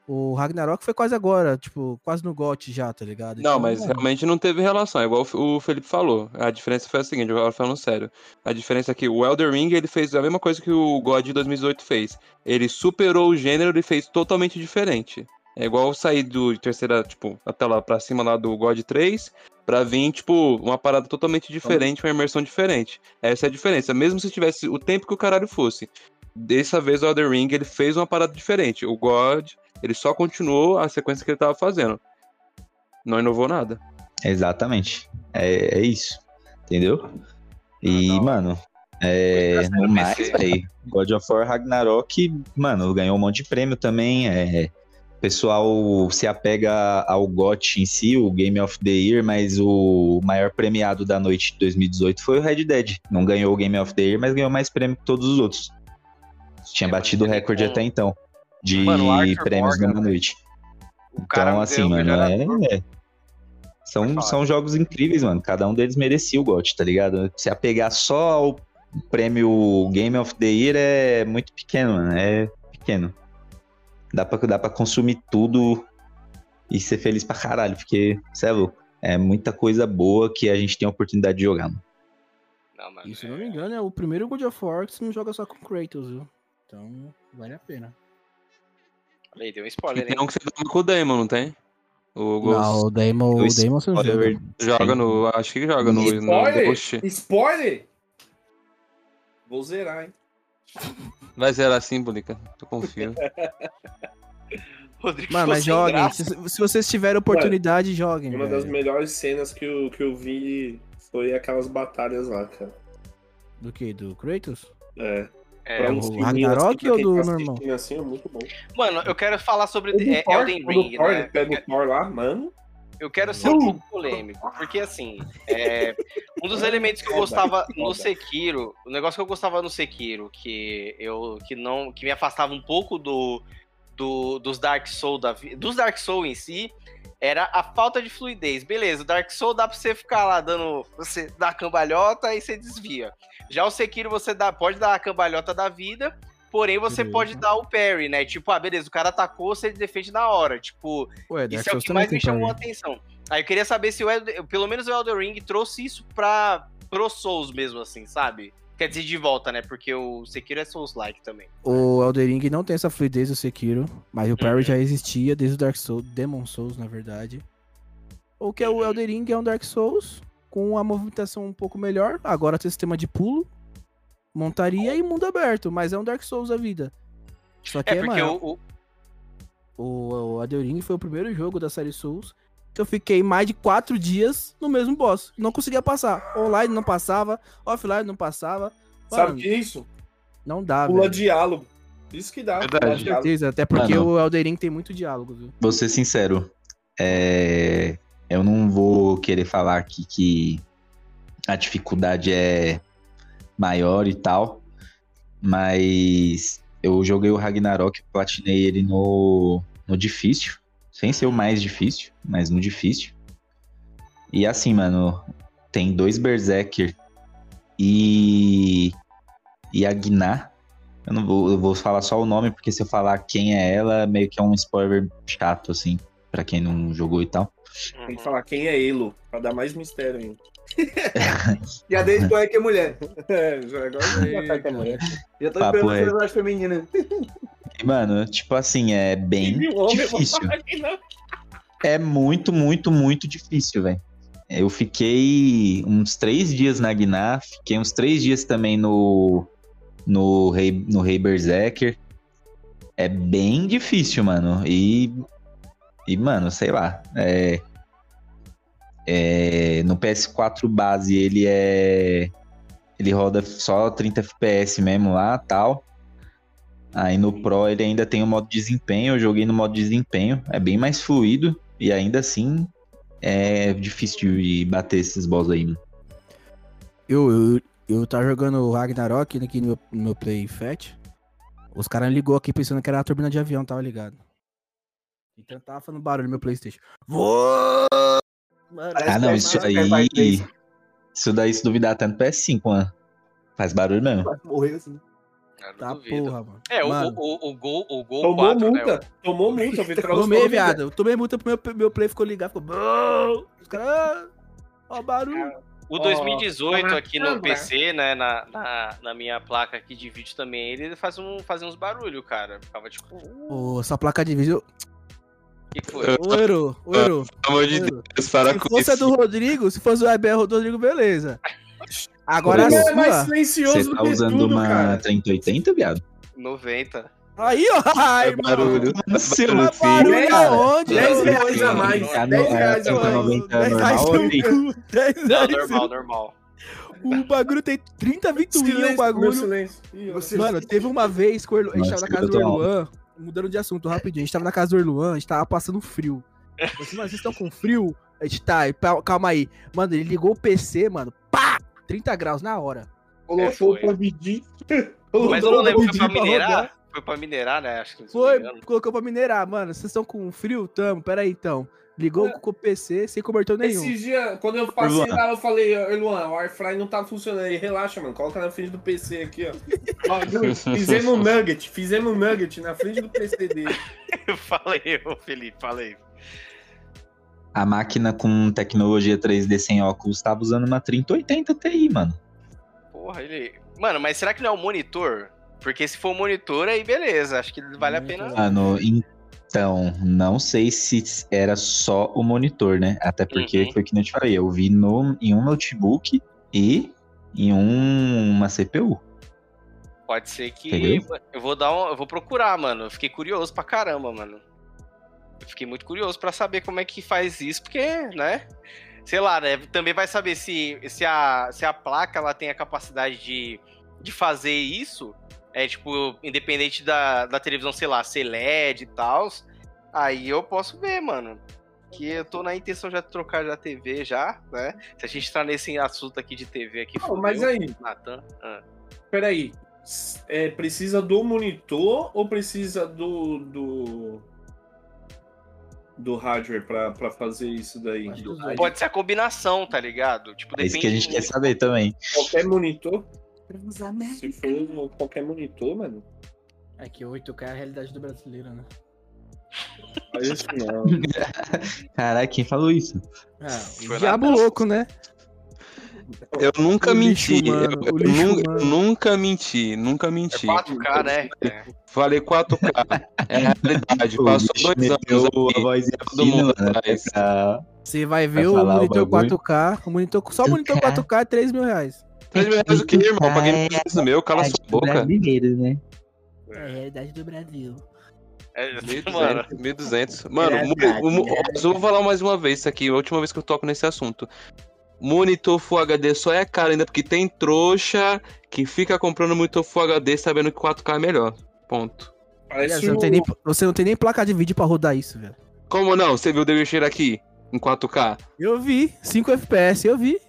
Speaker 2: o Ragnarok foi quase agora, tipo, quase no GOT já, tá ligado?
Speaker 3: Não,
Speaker 2: Então,
Speaker 3: mas
Speaker 2: mano,
Speaker 3: realmente não teve relação, é igual o F- o Felipe falou. A diferença foi a seguinte, agora falando sério. A diferença é que o Elder Ring, ele fez a mesma coisa que o God de 2018 fez. Ele superou o gênero e fez totalmente diferente. É igual sair do de terceira, tipo, a tela pra cima lá do God 3, pra vir, tipo, uma parada totalmente diferente, uma imersão diferente. Essa é a diferença, mesmo se tivesse o tempo que o caralho fosse. Dessa vez o Elder Ring, ele fez uma parada diferente. O God, ele só continuou a sequência que ele tava fazendo. Não inovou nada.
Speaker 4: Exatamente. É, é isso. Entendeu? E,
Speaker 3: Ah, da hora.
Speaker 4: mano, é,
Speaker 3: Mas tá
Speaker 4: no
Speaker 3: saindo
Speaker 4: mais,
Speaker 3: PC.
Speaker 4: velho, God of War Ragnarok, mano, ganhou um monte de prêmio também. é, o pessoal se apega ao GOT em si, o Game of the Year, mas o maior premiado da noite de 2018 foi o Red Dead. Não ganhou o Game of the Year, mas ganhou mais prêmio que todos os outros. Tinha
Speaker 1: É, mas
Speaker 4: batido o
Speaker 1: também
Speaker 4: recorde
Speaker 1: com-
Speaker 4: até então de
Speaker 1: Mano, o Arthur
Speaker 4: prêmios
Speaker 1: Morgan,
Speaker 4: na noite.
Speaker 1: O cara
Speaker 4: Então,
Speaker 1: não
Speaker 4: assim,
Speaker 1: ganhou o
Speaker 4: mano,
Speaker 1: melhor
Speaker 4: é-
Speaker 1: ator.
Speaker 4: é.
Speaker 1: Pode
Speaker 4: São,
Speaker 1: falar.
Speaker 4: são jogos incríveis, mano. Cada um deles merecia o GOT, tá ligado? Se apegar só ao prêmio Game of the Year é muito pequeno, mano. É pequeno. Dá pra, dá pra consumir tudo e ser feliz pra caralho, porque, cê é louco. É muita coisa boa que a gente tem a oportunidade de jogar, mano.
Speaker 1: Não, mano,
Speaker 2: E se
Speaker 1: é-
Speaker 2: eu não me engano, é o primeiro God of War que você não joga só com Kratos, viu? Então, vale a pena.
Speaker 1: Olha aí, deu um
Speaker 3: E
Speaker 1: spoiler, hein?
Speaker 3: Tem um que você joga com o Daemon, não tem? O Ghost
Speaker 2: Não, o Daemon,
Speaker 4: o
Speaker 2: o Daemon você não
Speaker 4: spoiler
Speaker 2: joga.
Speaker 3: joga no. Acho que joga no. no
Speaker 5: Spoiler?
Speaker 3: Ghost.
Speaker 5: Spoiler? Vou zerar, hein?
Speaker 3: Vai zerar simbólica. Eu confio.
Speaker 1: Rodrigo
Speaker 2: Mano,
Speaker 1: ficou
Speaker 2: mas
Speaker 1: sem
Speaker 2: joguem.
Speaker 1: Tipo assim, graça.
Speaker 2: Se, se vocês tiverem oportunidade, joguem.
Speaker 5: Uma das
Speaker 2: velho.
Speaker 5: melhores cenas que eu, que eu vi foi aquelas batalhas lá, cara.
Speaker 2: Do que? Do Kratos?
Speaker 5: É.
Speaker 1: É,
Speaker 5: Pra
Speaker 2: o
Speaker 5: filminho,
Speaker 2: Ragnarok
Speaker 5: pra
Speaker 2: ou
Speaker 5: quem
Speaker 2: do
Speaker 5: tá
Speaker 2: normal?
Speaker 5: assistindo Assim, é muito bom.
Speaker 1: Mano, eu quero falar sobre é,
Speaker 5: Thor,
Speaker 1: Elden
Speaker 5: quando o
Speaker 1: Ring,
Speaker 5: Thor,
Speaker 1: né?
Speaker 5: ele pega o Thor lá, mano.
Speaker 1: Eu quero ser um pouco polêmico, porque assim, é, um dos elementos que eu gostava no Sekiro, o negócio que eu gostava no Sekiro, que eu que não que me afastava um pouco do, do- dos Dark Souls da vi- dos Dark Souls em si, era a falta de fluidez. Beleza, o Dark Souls dá pra você ficar lá dando, você dá a cambalhota e você desvia. Já o Sekiro você dá, pode dar a cambalhota da vida, porém você
Speaker 2: Beleza.
Speaker 1: pode dar o parry, né? Tipo, ah, beleza, o cara atacou, você defende na hora, tipo,
Speaker 2: Ué, Dark
Speaker 1: isso é o
Speaker 2: Souls
Speaker 1: que
Speaker 2: também
Speaker 1: mais
Speaker 2: tem
Speaker 1: me chamou a
Speaker 2: pra
Speaker 1: atenção. Aí eu queria saber se o Elden, pelo menos o Elden Ring trouxe isso pra pro Souls mesmo, assim, sabe? Quer dizer, de volta, né? Porque o Sekiro é Souls-like também.
Speaker 2: O Elden Ring não tem essa fluidez do Sekiro, mas o
Speaker 1: Uhum.
Speaker 2: parry já existia desde o Dark Souls, Demon Souls, na verdade. O que é
Speaker 1: Uhum.
Speaker 2: o Elden Ring é um Dark Souls com a movimentação um pouco melhor, agora tem sistema de pulo, montaria e mundo aberto, mas é um Dark Souls a vida. Só que
Speaker 1: É,
Speaker 2: é,
Speaker 1: porque
Speaker 2: mano,
Speaker 1: o, o-
Speaker 2: o, o Elden Ring foi o primeiro jogo da série Souls que eu fiquei mais de quatro dias no mesmo boss, não conseguia passar. Online não passava, offline não passava.
Speaker 5: Sabe o
Speaker 2: Mano,
Speaker 5: que é isso?
Speaker 2: Não dá,
Speaker 5: Pula
Speaker 2: velho.
Speaker 5: diálogo. Isso que dá.
Speaker 3: Verdade.
Speaker 5: pula
Speaker 2: Com
Speaker 5: diálogo.
Speaker 2: certeza, até porque
Speaker 4: não.
Speaker 2: o Elden Ring tem muito diálogo, viu?
Speaker 4: Vou ser sincero. é, Eu não vou querer falar aqui que a dificuldade é maior e tal. Mas eu joguei o Ragnarok, platinei ele no, no difícil. Sem ser o mais difícil, mas no difícil. E assim, mano, tem dois Berserker e. E a Gná. Eu não vou, eu vou falar só o nome, porque se eu falar quem é ela, meio que é um spoiler chato, assim, pra quem não jogou e tal.
Speaker 5: Tem que falar quem é Elo, pra dar mais mistério ainda.
Speaker 6: Já desde quando é que é mulher.
Speaker 5: É, já- agora já tá com a mulher.
Speaker 6: Já tô
Speaker 4: Papo
Speaker 6: esperando a
Speaker 4: reto.
Speaker 6: personagem feminina.
Speaker 4: E, mano, tipo assim, é bem
Speaker 5: E o homem,
Speaker 4: difícil.
Speaker 5: eu vou falar que não.
Speaker 4: É muito, muito, muito difícil, velho. Eu fiquei uns três dias na Gná, fiquei uns três dias também no no Rei, no Rei Berserker. É bem difícil, mano. E, e mano, sei lá. É, é, no PS4 base ele é. Ele roda só 30 FPS mesmo lá tal. Aí no Pro ele ainda tem o modo desempenho. Eu joguei no modo desempenho. É bem mais fluido. E ainda assim é difícil de bater esses boss aí. né? mano.
Speaker 2: Eu, eu, eu tava jogando o Ragnarok aqui no meu, no meu Play Fat. Os caras ligou aqui pensando que era a turbina de avião, tava ligado. Então tava falando barulho no meu Playstation. Vou! Mano,
Speaker 6: Parece
Speaker 4: Ah, não,
Speaker 6: que é
Speaker 4: isso
Speaker 6: mais-
Speaker 4: aí.
Speaker 6: é mais três.
Speaker 4: Isso daí, se duvidar, tá no PS5, mano. Faz barulho mesmo.
Speaker 6: Morreu assim.
Speaker 1: Cara, não
Speaker 2: tá
Speaker 1: duvido.
Speaker 2: porra, mano.
Speaker 1: É, o,
Speaker 2: Mano,
Speaker 1: o, o, o gol, o gol
Speaker 5: Tomou
Speaker 1: 4, né?
Speaker 5: multa. Tomou multa, Vitor.
Speaker 2: Tomei, viado. Eu tomei multa pro meu, meu Play, ficou ligado, ficou. "Bum". Os caras. Ó, tá o barulho.
Speaker 1: O 2018
Speaker 5: Ó,
Speaker 1: aqui no
Speaker 5: caramba.
Speaker 1: PC, né, na, na, na minha placa aqui de vídeo também, ele faz um, fazia uns barulho, cara. Ficava tipo, o
Speaker 2: Ô, essa placa de vídeo.
Speaker 1: que foi?
Speaker 2: Ô, Eru, ô, Eru.
Speaker 3: Pelo amor de
Speaker 2: ô, Eru.
Speaker 3: Deus, para
Speaker 2: Se
Speaker 3: com
Speaker 2: fosse a
Speaker 3: isso.
Speaker 2: do Rodrigo, se fosse o ABR do Rodrigo, beleza. Agora a
Speaker 4: Rodrigo,
Speaker 5: é mais
Speaker 2: sua.
Speaker 5: silencioso
Speaker 4: Você
Speaker 5: do
Speaker 4: tá
Speaker 5: que
Speaker 4: usando
Speaker 5: tudo,
Speaker 4: uma
Speaker 5: cara.
Speaker 4: 3080, viado?
Speaker 1: 90.
Speaker 2: Aí, ó. Ai,
Speaker 3: É barulho.
Speaker 2: mano.
Speaker 3: É
Speaker 2: Mas
Speaker 3: barulho.
Speaker 2: barulho
Speaker 5: Dez-
Speaker 2: aonde?
Speaker 5: 10
Speaker 2: mano?
Speaker 5: reais a mais.
Speaker 1: Tá
Speaker 5: 10
Speaker 4: no-
Speaker 5: reais a
Speaker 4: tá
Speaker 5: mais.
Speaker 4: no- 90
Speaker 2: Dez reais
Speaker 4: normal, ok.
Speaker 2: no- dez
Speaker 1: Não,
Speaker 2: reais.
Speaker 1: normal, normal.
Speaker 2: O bagulho tem 30 vituinhas
Speaker 5: Silêncio,
Speaker 2: o
Speaker 5: meu
Speaker 2: bagulho.
Speaker 5: silêncio. Ih, ó.
Speaker 6: Você-
Speaker 2: Mano, teve
Speaker 5: um
Speaker 2: uma vez que o Erlu- a gente
Speaker 4: Nossa,
Speaker 2: tava na casa
Speaker 4: eu
Speaker 2: do
Speaker 4: tô alto.
Speaker 2: Erluan, mudando de assunto rapidinho, a gente tava na casa do Erluan, a gente tava passando frio. Eu falei assim, mano, vocês estão com frio? A gente tá, e pa- calma aí. Mano, ele ligou o PC, mano, pá! 30 graus na hora.
Speaker 5: Colocou
Speaker 1: É, foi.
Speaker 5: pra medir.
Speaker 1: Mas eu
Speaker 2: Rodou
Speaker 1: não lembro, foi
Speaker 2: rapidinho
Speaker 1: pra
Speaker 2: pra
Speaker 1: minerar? Foi pra minerar, né? Acho que se não me
Speaker 2: Foi,
Speaker 1: engano.
Speaker 2: colocou pra minerar, mano. Vocês estão com frio? Tamo, pera aí então. Ligou com o PC sem cobertor nenhum.
Speaker 5: Esses dias, quando eu passei
Speaker 4: Luan.
Speaker 5: lá, eu falei, "Ô, Luan, o airfry não tá funcionando. Ele, relaxa, mano, coloca na frente do PC aqui, ó. Bagulho, fizemos um nugget, fizemos um nugget na frente do PC dele.
Speaker 1: Eu falei, ô Felipe, falei.
Speaker 4: A máquina com tecnologia 3D sem óculos tava usando uma 3080 Ti, mano.
Speaker 1: Porra, ele. Mano, mas será que não é o monitor? Porque se for o monitor, aí beleza. Acho que vale a pena.
Speaker 4: Mano, então, não sei se era só o monitor, né? Até porque
Speaker 1: Uhum.
Speaker 4: foi que nem eu te falei, eu vi no, em um notebook e em um- uma CPU.
Speaker 1: Pode ser que.
Speaker 4: Entendeu?
Speaker 1: Eu vou dar um. Eu vou procurar, mano. Eu fiquei curioso pra caramba, mano. Eu fiquei muito curioso pra saber como é que faz isso, porque, né? Sei lá, né? Também vai saber se, se, a, se a placa ela tem a capacidade de, de fazer isso. É tipo, independente da, da televisão, sei lá, ser LED e tal. Aí eu posso ver, mano. Que eu tô na intenção já de trocar da TV já, né? Se a gente tá nesse assunto aqui de TV aqui,
Speaker 5: Não, mas é-
Speaker 1: fudeu,
Speaker 5: aí?
Speaker 1: Natan. Ah.
Speaker 5: Peraí. S- É, precisa do monitor ou precisa do. do, do hardware pra, pra fazer isso daí?
Speaker 2: Acho
Speaker 5: Do
Speaker 2: que
Speaker 5: hardware.
Speaker 1: Pode ser a combinação, tá ligado? Tipo,
Speaker 4: É
Speaker 1: depende.
Speaker 4: isso que a gente quer
Speaker 1: muito.
Speaker 4: saber também.
Speaker 5: Qualquer monitor?
Speaker 6: Transa
Speaker 5: Se for qualquer monitor, mano.
Speaker 2: É que 8K é a realidade do brasileiro, né?
Speaker 5: Faz isso assim, não.
Speaker 4: Caraca, quem falou isso?
Speaker 2: Ah,
Speaker 1: Foi lá
Speaker 7: Diabo
Speaker 1: atrás.
Speaker 7: louco, né?
Speaker 3: Eu nunca
Speaker 7: O lixo
Speaker 3: menti.
Speaker 7: humano,
Speaker 3: eu,
Speaker 7: o lixo
Speaker 3: nunca,
Speaker 7: humano.
Speaker 3: eu nunca menti, nunca
Speaker 1: É
Speaker 3: menti.
Speaker 1: 4K, né? É.
Speaker 3: Falei 4K. é a realidade.
Speaker 4: O
Speaker 3: Passou
Speaker 4: bicho
Speaker 3: dois
Speaker 4: meteu
Speaker 3: anos
Speaker 4: a
Speaker 3: aqui.
Speaker 4: vozinha
Speaker 3: todo
Speaker 4: fina,
Speaker 3: mundo
Speaker 4: mano,
Speaker 3: faz.
Speaker 4: pra-
Speaker 2: você vai
Speaker 4: Vai
Speaker 2: ver o
Speaker 4: falar o
Speaker 2: monitor
Speaker 4: bagulho?
Speaker 2: 4K, o monitor, só o monitor 4K é 3 mil reais.
Speaker 3: 3 mil reais o que, irmão? Eu Paguei mil reais no meu, cala sua boca.
Speaker 4: Brasileiro, né?
Speaker 2: É a realidade do Brasil.
Speaker 1: É, mano,
Speaker 3: 1.200, 1200. Mano,
Speaker 6: Irado,
Speaker 3: mu- mu-
Speaker 6: irado.
Speaker 3: mas eu vou falar mais uma vez isso aqui, a última vez que eu toco nesse assunto. Monitor Full HD só é caro ainda porque tem trouxa que fica comprando monitor Full HD sabendo que 4K é melhor. Ponto.
Speaker 5: Parece
Speaker 2: Aliás, você, não tem
Speaker 5: um-
Speaker 2: nem, você não tem nem placa de vídeo pra rodar isso, velho.
Speaker 3: Como não? Você viu o Devil Cheiro aqui em 4K?
Speaker 2: Eu vi, 5 FPS, eu vi.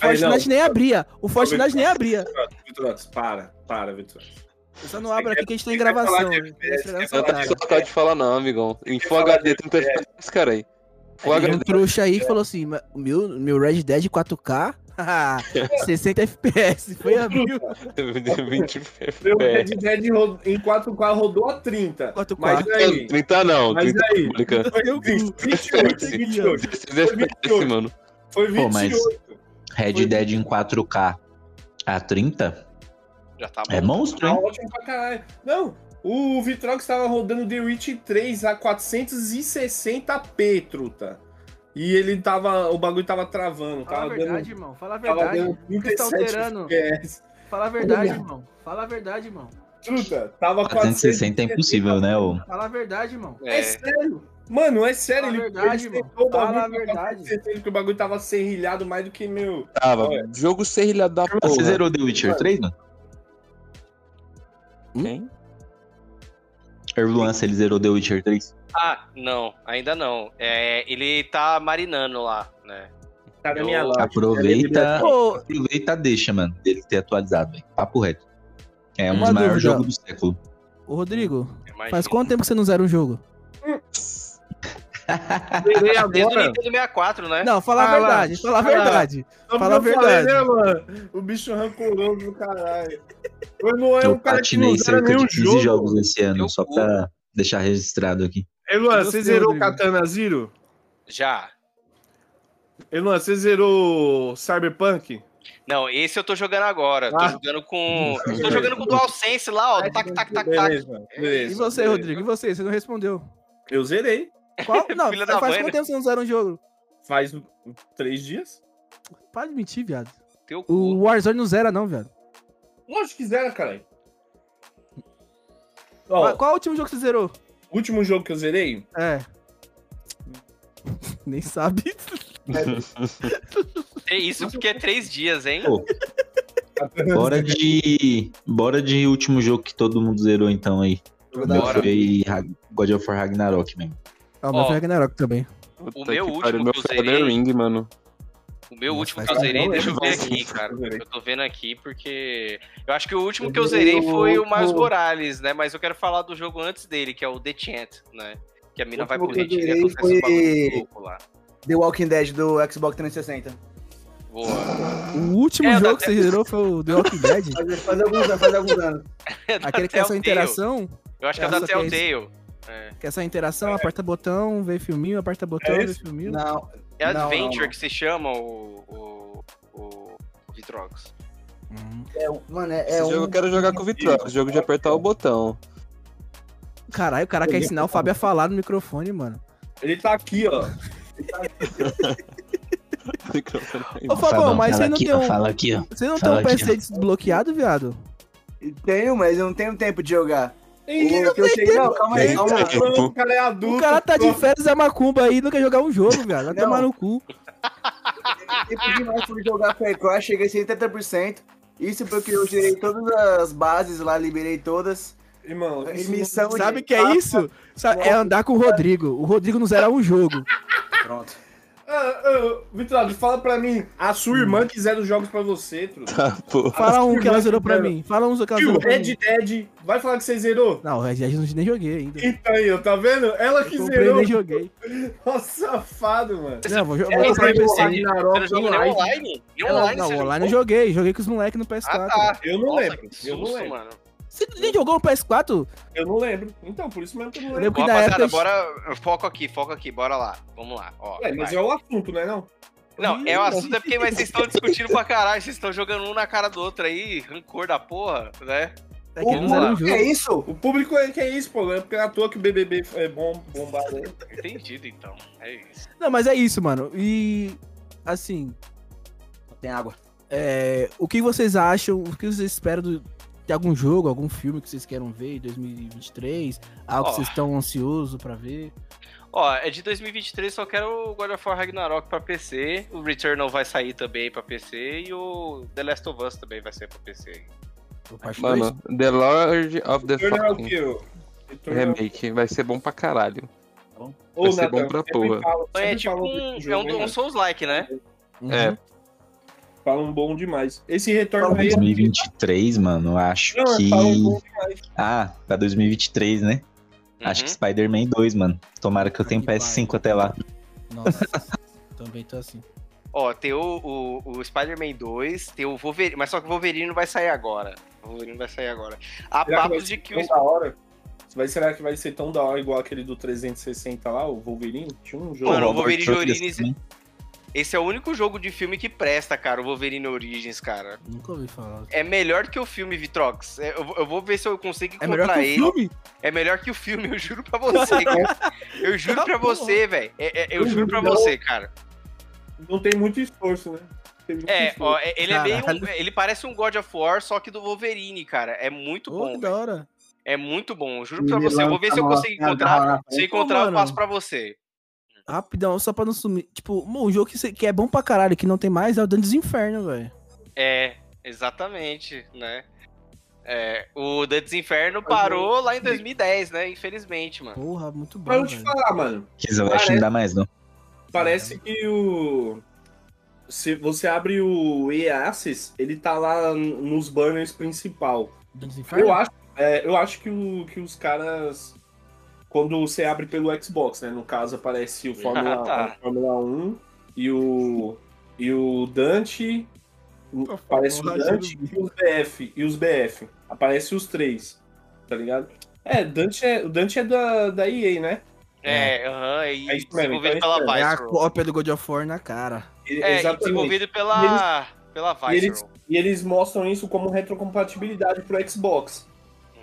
Speaker 5: Aí, não.
Speaker 2: Fortnite nem abria. O Fortnite nem abria.
Speaker 5: Vitrox, para, para, Vitrox.
Speaker 2: Eu só não abro aqui que a gente tem
Speaker 5: quer falar
Speaker 2: gravação. né?
Speaker 5: de
Speaker 2: Tem
Speaker 5: FPS, quer
Speaker 2: gravação,
Speaker 3: Eu
Speaker 5: falar
Speaker 3: não
Speaker 2: cara.
Speaker 3: sou capaz de falar não, amigão. Em Full
Speaker 5: falar
Speaker 3: HD 30 FPS, cara aí. Full
Speaker 2: Tem
Speaker 3: HD
Speaker 2: um trouxa aí que falou assim: "Ma- o meu, meu Red Dead 4K, 60 FPS. Foi a mil.
Speaker 3: 20
Speaker 5: Meu
Speaker 3: FPS.
Speaker 5: um Red Dead ro- em 4K rodou a 30.
Speaker 2: 4K.
Speaker 5: Mas aí,
Speaker 3: 30 não,
Speaker 5: mas
Speaker 3: 30
Speaker 5: aí,
Speaker 3: pública.
Speaker 5: foi 28, 28.
Speaker 3: 16 FPS, mano.
Speaker 5: Foi
Speaker 4: Pô, mas-
Speaker 5: 28.
Speaker 4: Red Dead em 4K a 30
Speaker 1: já tá bom.
Speaker 4: é monstro,
Speaker 5: Tá
Speaker 4: hein?
Speaker 5: ótimo pra caralho. Não, o Vitrox tava rodando The Witch 3 a 460p, truta. E ele tava. O bagulho tava travando.
Speaker 7: Fala a
Speaker 5: Tava
Speaker 7: Ah, verdade,
Speaker 5: dando.
Speaker 7: irmão. Fala a
Speaker 5: Tava
Speaker 7: verdade.
Speaker 5: dando
Speaker 7: Por que você tá
Speaker 5: 37
Speaker 7: alterando?
Speaker 5: FPS.
Speaker 7: Fala a verdade, irmão. Fala a verdade, irmão.
Speaker 5: Truta, tava
Speaker 4: 460 é
Speaker 5: 460p.
Speaker 4: impossível, né? ô?
Speaker 7: Fala a verdade, irmão.
Speaker 5: É,
Speaker 1: É,
Speaker 5: sério. Mano, é sério.
Speaker 7: Fala a
Speaker 5: ele-
Speaker 7: verdade,
Speaker 5: ele
Speaker 7: irmão.
Speaker 5: tentou o
Speaker 7: Fala
Speaker 5: bagulho
Speaker 7: a
Speaker 5: pra
Speaker 7: verdade.
Speaker 5: 460, que o bagulho tava serrilhado mais do que meu.
Speaker 3: Tava. Jogo serrilhado da
Speaker 4: Você
Speaker 3: porra.
Speaker 4: zerou The Witcher 3, mano?
Speaker 3: Quem?
Speaker 4: Erluan, se ele zerou The Witcher 3.
Speaker 1: Ah, não, ainda não. É, ele tá marinando lá, né?
Speaker 5: Tá na
Speaker 1: Eu-
Speaker 5: minha live.
Speaker 4: Aproveita,
Speaker 5: tá
Speaker 2: Ô,
Speaker 4: aproveita, deixa, mano, dele ter atualizado, velho. Papo reto. É um
Speaker 2: Uma
Speaker 4: dos maiores
Speaker 2: dúvida.
Speaker 4: jogos do século.
Speaker 2: ô, Rodrigo,
Speaker 1: Imagina.
Speaker 2: faz quanto tempo que você não zera um jogo?
Speaker 5: Zerei
Speaker 1: Desde o
Speaker 5: agora.
Speaker 1: Nintendo 64, né?
Speaker 2: Não, fala a
Speaker 5: Fala.
Speaker 2: verdade,
Speaker 1: Ah,
Speaker 2: fala a
Speaker 5: Fala.
Speaker 2: verdade.
Speaker 5: Só
Speaker 2: Fala
Speaker 5: porque eu
Speaker 2: a verdade.
Speaker 5: né, mano? O bicho rancoroso do caralho. O Eloan é
Speaker 4: Eu
Speaker 5: um cara que não
Speaker 4: patinei
Speaker 5: zera
Speaker 4: cerca
Speaker 5: nenhum
Speaker 4: de 15
Speaker 5: jogo.
Speaker 4: jogos esse ano,
Speaker 1: Meu
Speaker 4: só
Speaker 1: cu.
Speaker 4: pra deixar registrado aqui.
Speaker 5: Eloan, você
Speaker 7: Gostei,
Speaker 5: zerou o
Speaker 7: Rodrigo.
Speaker 5: Katana Zero?
Speaker 1: Já.
Speaker 5: Eloan, você zerou Cyberpunk?
Speaker 1: Não, esse eu tô jogando agora. Tô
Speaker 5: Ah.
Speaker 1: jogando com.
Speaker 5: Hum.
Speaker 1: Tô jogando com o DualSense lá, ó. Tac, tac, tac, tac.
Speaker 7: É.
Speaker 2: E
Speaker 5: beleza.
Speaker 2: você,
Speaker 5: beleza.
Speaker 2: Rodrigo? E você? Você não respondeu.
Speaker 5: Eu zerei.
Speaker 2: Qual? Não,
Speaker 1: Filha da
Speaker 2: faz
Speaker 1: mãe, né?
Speaker 2: quanto tempo que você não zera um jogo?
Speaker 5: Faz um, três dias.
Speaker 2: Para de mentir, viado.
Speaker 1: Teu cu.
Speaker 2: O Warzone não zera, não, viado.
Speaker 5: Lógico que zera, caralho.
Speaker 2: Mas
Speaker 5: Ó,
Speaker 2: Qual é o último jogo que você zerou?
Speaker 5: o último jogo que eu zerei,
Speaker 2: É. Nem sabe.
Speaker 1: É isso porque é três dias, hein?
Speaker 4: Pô. Bora de. Bora de último jogo que todo mundo zerou, então aí.
Speaker 1: Bora.
Speaker 4: Foi Rag- God of War Ragnarok, mesmo.
Speaker 2: Ah, o meu
Speaker 1: Ó.
Speaker 2: foi Ragnarok também.
Speaker 3: Puta
Speaker 1: meu
Speaker 3: que
Speaker 1: último
Speaker 3: pariu, meu
Speaker 1: que eu
Speaker 3: foi
Speaker 1: zerei-
Speaker 3: Elden Ring, mano.
Speaker 1: O meu
Speaker 2: Nossa,
Speaker 1: último
Speaker 2: mas
Speaker 1: que eu
Speaker 2: tá
Speaker 1: zerei,
Speaker 5: bom,
Speaker 1: deixa eu
Speaker 5: né?
Speaker 1: ver
Speaker 5: Nossa,
Speaker 1: aqui, cara.
Speaker 5: eu zerei.
Speaker 1: Eu tô vendo aqui porque. Eu acho que o último que eu zerei foi o Miles Morales, né? Mas eu quero falar do jogo antes dele, que é o The Chant, né? Que a mina
Speaker 6: O
Speaker 1: vai pro
Speaker 6: último que eu
Speaker 1: retiro e
Speaker 6: zerei
Speaker 1: acontece um bagulho
Speaker 6: foi-
Speaker 1: louco lá.
Speaker 6: um The Walking Dead do Xbox 360.
Speaker 1: Boa.
Speaker 2: O último
Speaker 1: É, eu
Speaker 2: jogo
Speaker 1: tô
Speaker 2: que você zerou foi o The Walking Dead?
Speaker 6: Faz, faz alguns anos, faz alguns anos.
Speaker 2: Aquele que é essa
Speaker 1: Telltale.
Speaker 2: interação,
Speaker 1: Eu acho que é
Speaker 2: É,
Speaker 1: da
Speaker 2: só que é isso.
Speaker 1: Telltale.
Speaker 2: que é essa interação, aperta botão, vê filminho, aperta botão, vê
Speaker 5: É esse?
Speaker 2: filminho.
Speaker 6: Não,
Speaker 1: É
Speaker 6: Não,
Speaker 1: Adventure
Speaker 6: não, não.
Speaker 1: que se chama o. o, o Vitrox.
Speaker 2: Hum.
Speaker 6: É, um- mano, é,
Speaker 3: Esse
Speaker 6: é
Speaker 3: jogo
Speaker 6: um...
Speaker 3: eu quero jogar com o Vitral, esse jogo de apertar o botão.
Speaker 2: Caralho, o cara quer ensinar o Fábio a falar no microfone, mano.
Speaker 5: Ele tá aqui, ó.
Speaker 3: O microfone tá aí.
Speaker 2: Ô, Fabão, mas você não tem um,
Speaker 8: Fala aqui, ó.
Speaker 2: você não tem
Speaker 8: fala
Speaker 2: um
Speaker 8: aqui,
Speaker 2: PC desbloqueado, viado?
Speaker 6: Tenho, mas eu não tenho tempo de jogar.
Speaker 5: Ih,
Speaker 6: O que eu cheguei... Não, calma aí, calma aí.
Speaker 5: mano, o cara é adulto.
Speaker 2: O cara tá de
Speaker 5: pô.
Speaker 2: férias da macumba aí e não quer jogar um jogo, viado. Vai
Speaker 6: Não.
Speaker 2: tomar no cu.
Speaker 6: Tempo demais pra jogar Far Cry, cheguei a 70%. Isso porque eu gerei todas as bases lá, liberei todas.
Speaker 5: Irmão, isso não-
Speaker 6: Missão de-
Speaker 2: Sabe o que é isso? Sa- É andar com o Rodrigo. O Rodrigo não zera um jogo.
Speaker 6: Pronto.
Speaker 5: Ah, ah, Vitor, fala pra mim. A sua irmã que zera os jogos pra você, truta.
Speaker 3: Tá, pô.
Speaker 2: Fala um que ela zerou pra mim. Fala um que ela
Speaker 5: E o
Speaker 2: zerou pra
Speaker 5: Red
Speaker 2: mim.
Speaker 5: Dead, vai falar que você zerou?
Speaker 2: Não, o Red Dead eu não nem joguei ainda.
Speaker 5: Então aí, ó, tá vendo? Ela que
Speaker 2: Comprei
Speaker 5: zerou.
Speaker 2: nem joguei.
Speaker 5: Ó, safado, mano.
Speaker 2: Não, vou jogar.
Speaker 1: Ela
Speaker 2: Não,
Speaker 1: comprou
Speaker 5: comprei
Speaker 1: no
Speaker 5: o
Speaker 1: PC.
Speaker 5: Ragnarok
Speaker 1: Você não jogou nem
Speaker 5: online.
Speaker 1: online? Nem
Speaker 2: É, não,
Speaker 1: é online,
Speaker 2: não,
Speaker 1: você
Speaker 2: online eu
Speaker 1: jogou?
Speaker 2: joguei. Joguei com os moleques no PS4.
Speaker 1: Ah, tá.
Speaker 5: Eu não
Speaker 1: Nossa,
Speaker 5: lembro.
Speaker 1: que
Speaker 5: eu não
Speaker 1: susto,
Speaker 5: lembro.
Speaker 1: mano.
Speaker 2: Você nem jogou o PS4?
Speaker 5: Eu não lembro. Então, por isso mesmo que eu não
Speaker 2: Eu
Speaker 5: lembro.
Speaker 2: lembro que
Speaker 1: Ó,
Speaker 2: na época.
Speaker 1: rapaziada, bora. Foco aqui, foco aqui, bora lá. Vamos lá. Ó,
Speaker 5: Ué, mas
Speaker 1: vai.
Speaker 5: é o assunto, né, não?
Speaker 1: Não, é o assunto é porque mas vocês estão discutindo pra caralho, vocês estão jogando um na cara do outro aí, rancor da porra, né?
Speaker 2: É que não
Speaker 1: Vamos lá.
Speaker 2: zerou um
Speaker 6: O que é
Speaker 2: jogo.
Speaker 6: isso?
Speaker 5: O público é que é isso, pô. É porque à toa que o BBB é bom, bombado. aí.
Speaker 1: Entendido, então. É isso.
Speaker 2: Não, mas é isso, mano. E. Assim,
Speaker 6: Tem água.
Speaker 2: É, o que vocês acham, o que vocês esperam do- de algum jogo, algum filme que vocês queiram ver em 2023? Algo
Speaker 1: Ó.
Speaker 2: que vocês estão ansiosos pra ver?
Speaker 1: Ó, é de 2023, só quero o God of War Ragnarok pra PC, o Returnal vai sair também pra PC e o The Last of Us também vai sair pra PC.
Speaker 2: Eu acho dois.
Speaker 3: Mano, The Lord of the
Speaker 5: Turner é o
Speaker 3: Falcon
Speaker 5: quê? ô? Turner é o-
Speaker 3: Remake vai ser bom pra caralho.
Speaker 5: Ô,
Speaker 3: ser bom pra
Speaker 5: sempre
Speaker 3: porra.
Speaker 5: fala-
Speaker 1: Então é
Speaker 5: sempre
Speaker 1: tipo
Speaker 5: fala
Speaker 1: um,
Speaker 5: desse
Speaker 1: é
Speaker 5: jogo, hein,
Speaker 1: um, um
Speaker 5: mano?
Speaker 1: Souls-like, né?
Speaker 2: Uhum.
Speaker 3: É.
Speaker 5: Falam um bom demais. Esse retorno
Speaker 4: Pra
Speaker 5: aí.
Speaker 4: 2023, mano, eu acho
Speaker 5: Não, um
Speaker 4: que.
Speaker 5: falam bom
Speaker 4: Ah, pra 2023, né? Acho que
Speaker 1: Uhum.
Speaker 4: Spider-Man 2, mano. Tomara que eu
Speaker 2: Ah,
Speaker 4: tenha
Speaker 2: que
Speaker 4: PS5 até lá.
Speaker 2: Nossa, também tô assim.
Speaker 1: Ó, tem o, o, o Spider-Man 2, tem o Wolverine, mas só que o Wolverine não vai sair agora. O Wolverine vai sair agora. Há
Speaker 5: Será que
Speaker 1: papos
Speaker 5: vai
Speaker 1: de
Speaker 5: ser
Speaker 1: que
Speaker 5: tão
Speaker 1: o
Speaker 5: da hora? Vai, será que vai ser tão da hora igual aquele do 360 lá, o Wolverine? Tinha um jogo.
Speaker 1: Mano, o
Speaker 4: Robert
Speaker 1: Wolverine
Speaker 4: Rodriguez
Speaker 1: Origins-
Speaker 4: também.
Speaker 1: Esse é o único jogo de filme que presta, cara, o Wolverine Origins, cara.
Speaker 2: Nunca ouvi falar.
Speaker 1: É melhor que o filme Vitrox. É, eu, vou- eu vou ver se eu consigo
Speaker 2: É melhor
Speaker 1: encontrar
Speaker 2: que o
Speaker 1: ele.
Speaker 2: filme?
Speaker 1: É melhor que o filme, eu juro pra você, cara. Eu juro
Speaker 2: Tá
Speaker 1: pra você, velho. É- é- eu
Speaker 5: Eu
Speaker 1: juro pra
Speaker 5: não.
Speaker 1: você, cara.
Speaker 5: Não tem muito esforço, né? Tem muito
Speaker 1: É,
Speaker 5: esforço.
Speaker 1: ó, é- ele é meio.
Speaker 2: Caralho.
Speaker 1: Ele parece um God of War, só que do Wolverine, cara. É muito
Speaker 2: Ô,
Speaker 1: bom.
Speaker 2: que
Speaker 1: velho.
Speaker 2: da hora.
Speaker 1: É muito bom. eu Juro pra você. Eu vou ver se eu consigo encontrar. Se eu encontrar, eu
Speaker 2: mano.
Speaker 1: passo pra você.
Speaker 2: Rapidão, só pra não sumir. Tipo, mano, um jogo que, cê- que é bom pra caralho, que não tem mais, é o Dantes Inferno, velho.
Speaker 1: É, exatamente, né? É, o Dantes Inferno parou lá em 2010, né? Infelizmente, mano.
Speaker 2: Porra, muito bom.
Speaker 5: Mas eu te
Speaker 2: velho.
Speaker 5: falar, mano.
Speaker 4: Que eu acho que não dá mais, não.
Speaker 5: Parece que o. Se você abre o EA Access, ele tá lá n- nos banners principal.
Speaker 2: Dantes Inferno?
Speaker 5: Eu acho, é, eu acho que, o- que os caras. Quando você abre pelo Xbox, né? No caso, aparece o Fórmula,
Speaker 1: tá.
Speaker 5: o Fórmula 1 e o. E o Dante. o- Aparece o
Speaker 2: porra,
Speaker 5: Dante e os BF. E os BF. Aparece os três. Tá ligado? É, Dante é, o Dante é da, da EA, né?
Speaker 1: É, aham, e
Speaker 5: É isso mesmo,
Speaker 1: desenvolvido
Speaker 5: então é isso
Speaker 1: pela
Speaker 2: É a
Speaker 1: Viceroy.
Speaker 2: cópia do God of War na cara.
Speaker 5: E-
Speaker 1: É, e desenvolvido pela, pela
Speaker 5: E
Speaker 1: Viceroy.
Speaker 5: eles, e eles mostram isso como retrocompatibilidade pro Xbox.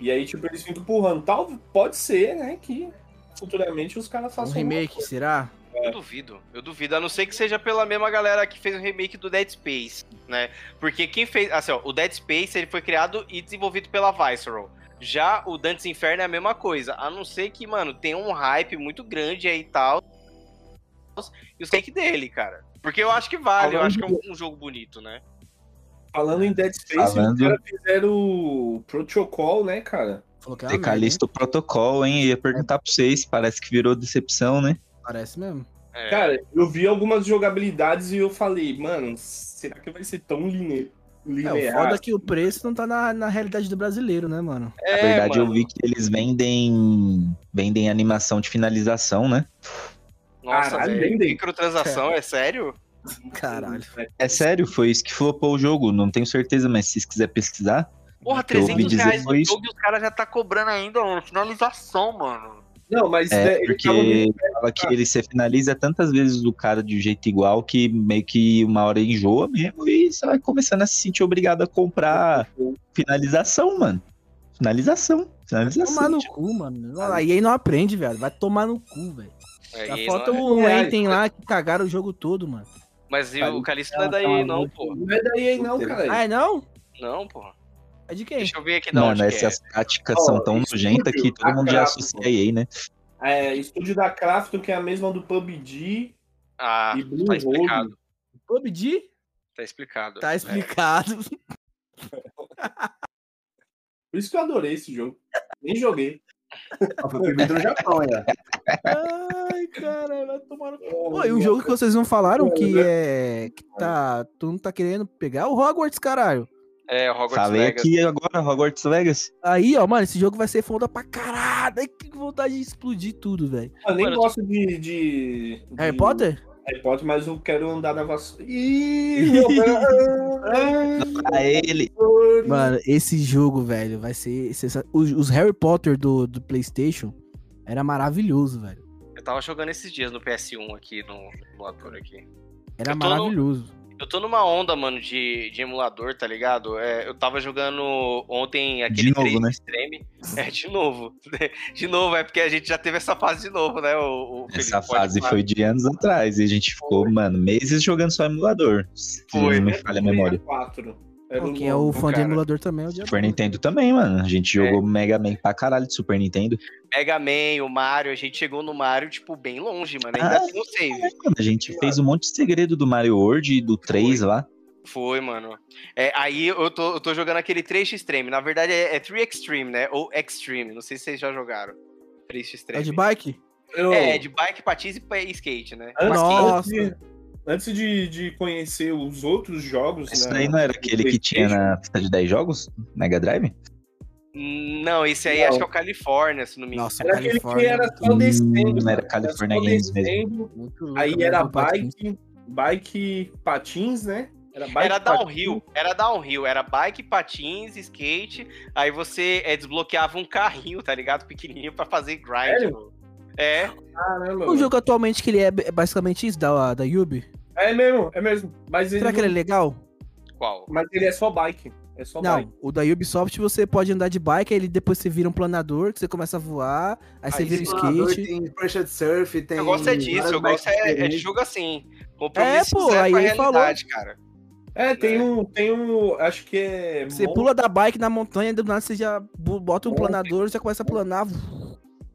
Speaker 5: E aí, tipo, eles ficam empurrando. Tal, pode ser, né, que futuramente os caras
Speaker 2: Um
Speaker 5: façam
Speaker 2: remake, será?
Speaker 1: Eu duvido, eu duvido. A não ser que seja pela mesma galera que fez o remake do Dead Space, né? Porque quem fez. Assim, ó, o Dead Space ele foi criado e desenvolvido pela Viceroy. Já o Dantes Inferno é a mesma coisa. A não ser que, mano, tem um hype muito grande aí e tal. E o fake dele, cara. Porque eu acho que vale, eu acho que é um, um jogo bonito, né?
Speaker 5: Falando em Dead Space,
Speaker 4: Falando-
Speaker 5: os caras fizeram o Protocol, né, cara?
Speaker 2: Falou que é uma
Speaker 4: The
Speaker 2: merda,
Speaker 4: Callisto Protocol, hein? Eu ia perguntar pra vocês. Parece que virou decepção, né?
Speaker 2: né? Parece mesmo.
Speaker 1: É.
Speaker 5: Cara, eu vi algumas jogabilidades e eu falei, mano, será que vai ser tão line-
Speaker 2: É, o
Speaker 5: linear?
Speaker 2: foda é que o preço não tá na, na realidade do brasileiro, né, mano?
Speaker 1: é,
Speaker 4: Na verdade,
Speaker 1: mano.
Speaker 4: eu vi que eles vendem. Vendem animação de finalização, né?
Speaker 1: Nossa,
Speaker 5: Caralho,
Speaker 1: velho,
Speaker 5: vendem.
Speaker 1: microtransação, é sério?
Speaker 2: Caralho.
Speaker 4: É sério, foi isso que flopou o jogo. Não tenho certeza, mas se vocês quiserem pesquisar.
Speaker 1: Porra,
Speaker 4: Eu ouvi
Speaker 1: 300 reais
Speaker 4: dizer
Speaker 1: no
Speaker 4: isso.
Speaker 1: jogo e os caras já tá cobrando ainda, mano. Finalização, mano.
Speaker 5: Não, mas né,
Speaker 4: É,
Speaker 5: ele tava
Speaker 4: porque
Speaker 5: muito-
Speaker 4: fala que ele se finaliza tantas vezes do cara de um jeito igual que meio que uma hora enjoa mesmo e você vai começando a se sentir obrigado a comprar finalização, mano. Finalização,
Speaker 5: assim,
Speaker 4: finalização.
Speaker 2: Tomar no
Speaker 5: tipo,
Speaker 2: cu, mano. E aí não aprende, velho. Vai tomar no cu, velho.
Speaker 1: É,
Speaker 2: Já
Speaker 1: e
Speaker 2: falta
Speaker 1: não-
Speaker 2: um
Speaker 5: é,
Speaker 2: item lá que cagaram o jogo todo, mano.
Speaker 1: Mas e o Calixto não é
Speaker 4: Ela
Speaker 1: daí,
Speaker 4: tava
Speaker 1: não,
Speaker 4: muito-
Speaker 1: pô.
Speaker 5: Não é daí aí, não, cara.
Speaker 2: Ah, é não?
Speaker 1: Não, pô.
Speaker 2: É de quem?
Speaker 1: Deixa eu ver aqui da
Speaker 4: Mano,
Speaker 1: onde que é.
Speaker 4: essas práticas
Speaker 5: Ó,
Speaker 4: são tão
Speaker 5: estúdio,
Speaker 4: nojentas que todo mundo já
Speaker 5: acabou.
Speaker 4: associa aí, né?
Speaker 5: É, estúdio da Crafton, que é a mesma do PUBG
Speaker 1: Ah,
Speaker 5: e Blue
Speaker 1: tá
Speaker 5: Hole.
Speaker 1: explicado.
Speaker 2: PUBG?
Speaker 1: Tá explicado.
Speaker 2: Tá
Speaker 1: É.
Speaker 2: explicado.
Speaker 5: Por isso que eu adorei esse jogo. Nem joguei.
Speaker 2: Ah,
Speaker 6: Ó, Foi proibido no Japão, ainda.
Speaker 2: Ai, caralho, vai tomar no cu. Pô, e um jogo que vocês não falaram que
Speaker 5: né?
Speaker 2: é. que tá. Tu não tá querendo pegar o Hogwarts, caralho.
Speaker 1: É, Hogwarts
Speaker 4: Falei
Speaker 1: Legacy.
Speaker 4: aqui agora, Hogwarts Legacy.
Speaker 2: Aí, ó, mano, esse jogo vai ser foda pra caralho. Ai, Que vontade de explodir tudo, velho.
Speaker 5: Eu nem
Speaker 1: Mano,
Speaker 5: gosto de, de-
Speaker 2: Harry
Speaker 5: de
Speaker 2: Potter?
Speaker 5: Harry Potter, mas eu quero andar na vassoura. Ih, meu Deus.
Speaker 4: Pra ele.
Speaker 2: Mano, esse jogo, velho, vai ser. sensa- Os, os Harry Potter do, do PlayStation era maravilhoso, velho.
Speaker 1: Eu tava jogando esses dias no PS1 aqui, no emulador aqui.
Speaker 2: Era
Speaker 1: Eu tô no-
Speaker 2: maravilhoso.
Speaker 1: Eu tô numa onda, mano, de, de emulador, tá ligado? É, eu tava jogando ontem aquele
Speaker 4: novo,
Speaker 1: 3
Speaker 4: né?
Speaker 1: Extreme. É, de novo. De novo, é porque a gente já teve essa fase de novo, né? O, o
Speaker 4: Essa
Speaker 1: Felipe pode
Speaker 4: fase
Speaker 1: falar.
Speaker 4: foi de anos atrás e a gente ficou, mano, meses jogando só emulador. Se
Speaker 1: Foi. né?
Speaker 4: não me falha a memória.
Speaker 5: 64. Era
Speaker 2: Pô,
Speaker 5: um
Speaker 2: Quem é
Speaker 5: jogo.
Speaker 2: o fã de
Speaker 1: cara.
Speaker 2: emulador também é o Diabo.
Speaker 4: Super Nintendo também, mano. A gente
Speaker 1: É.
Speaker 4: jogou Mega Man pra caralho de Super Nintendo.
Speaker 1: Mega Man, o Mario, a gente chegou no Mario, tipo, bem longe, mano. Ainda
Speaker 4: Ah.
Speaker 1: tem um save.
Speaker 4: Mano, a gente fez um monte de segredo do Mario World e do 3 lá.
Speaker 1: Foi, mano. É, aí eu tô, eu tô jogando aquele 3 Extreme. Na verdade é, é 3 Extreme, né? Ou Extreme. Não sei se vocês já jogaram. 3
Speaker 2: É o de
Speaker 1: Extreme.
Speaker 2: bike?
Speaker 5: Eu-
Speaker 1: É, de bike, patins e pa- e skate, né?
Speaker 5: Antes,
Speaker 2: Nossa.
Speaker 5: antes de- Antes de, de conhecer os outros jogos.
Speaker 4: Isso
Speaker 5: né,
Speaker 4: daí não era aquele que tinha na pista de 10 jogos? Mega Drive?
Speaker 1: Não, esse aí
Speaker 5: Não.
Speaker 1: acho que é o Califórnia, se não me engano.
Speaker 2: Nossa,
Speaker 5: Era aquele que
Speaker 2: Califórnia.
Speaker 5: era só descendo.
Speaker 4: Hum, era
Speaker 5: cara,
Speaker 4: California
Speaker 5: só
Speaker 4: Games mesmo.
Speaker 5: descendo,
Speaker 2: Muito louco,
Speaker 5: Aí
Speaker 2: né?
Speaker 5: era
Speaker 2: Do patins.
Speaker 5: bike, bike, patins, né? Era bike.
Speaker 1: Era
Speaker 5: patins.
Speaker 1: downhill, era downhill, era bike, patins, skate, aí você é, desbloqueava um carrinho, tá ligado? Pequenininho pra fazer grind.
Speaker 5: Sério?
Speaker 1: mano. É,
Speaker 5: Caramba.
Speaker 2: O
Speaker 5: mano.
Speaker 2: jogo atualmente que ele é é basicamente isso, da, da Yubi.
Speaker 5: É mesmo, é mesmo. Mas ele,
Speaker 2: Será que ele é
Speaker 5: não-
Speaker 2: legal?
Speaker 1: qual?
Speaker 5: mas ele é só bike. É só bike.
Speaker 2: Não, o da Ubisoft você pode andar de bike, aí ele depois você vira um planador, que você começa a voar, aí você
Speaker 1: Aí
Speaker 2: vira o
Speaker 6: Simulador,
Speaker 2: skate.
Speaker 6: Tem prancha de surf, tem.
Speaker 1: Eu gosto é disso, eu gosto é, é de jogo assim. Compromisso
Speaker 2: pô,
Speaker 1: zero
Speaker 2: aí
Speaker 1: com a
Speaker 2: ele falou.
Speaker 1: realidade, cara.
Speaker 5: É, tem um, tem um, acho que é...
Speaker 2: Você
Speaker 5: Mon-
Speaker 2: pula da bike na montanha, do nada você já bu- bota um planador, já começa a planar,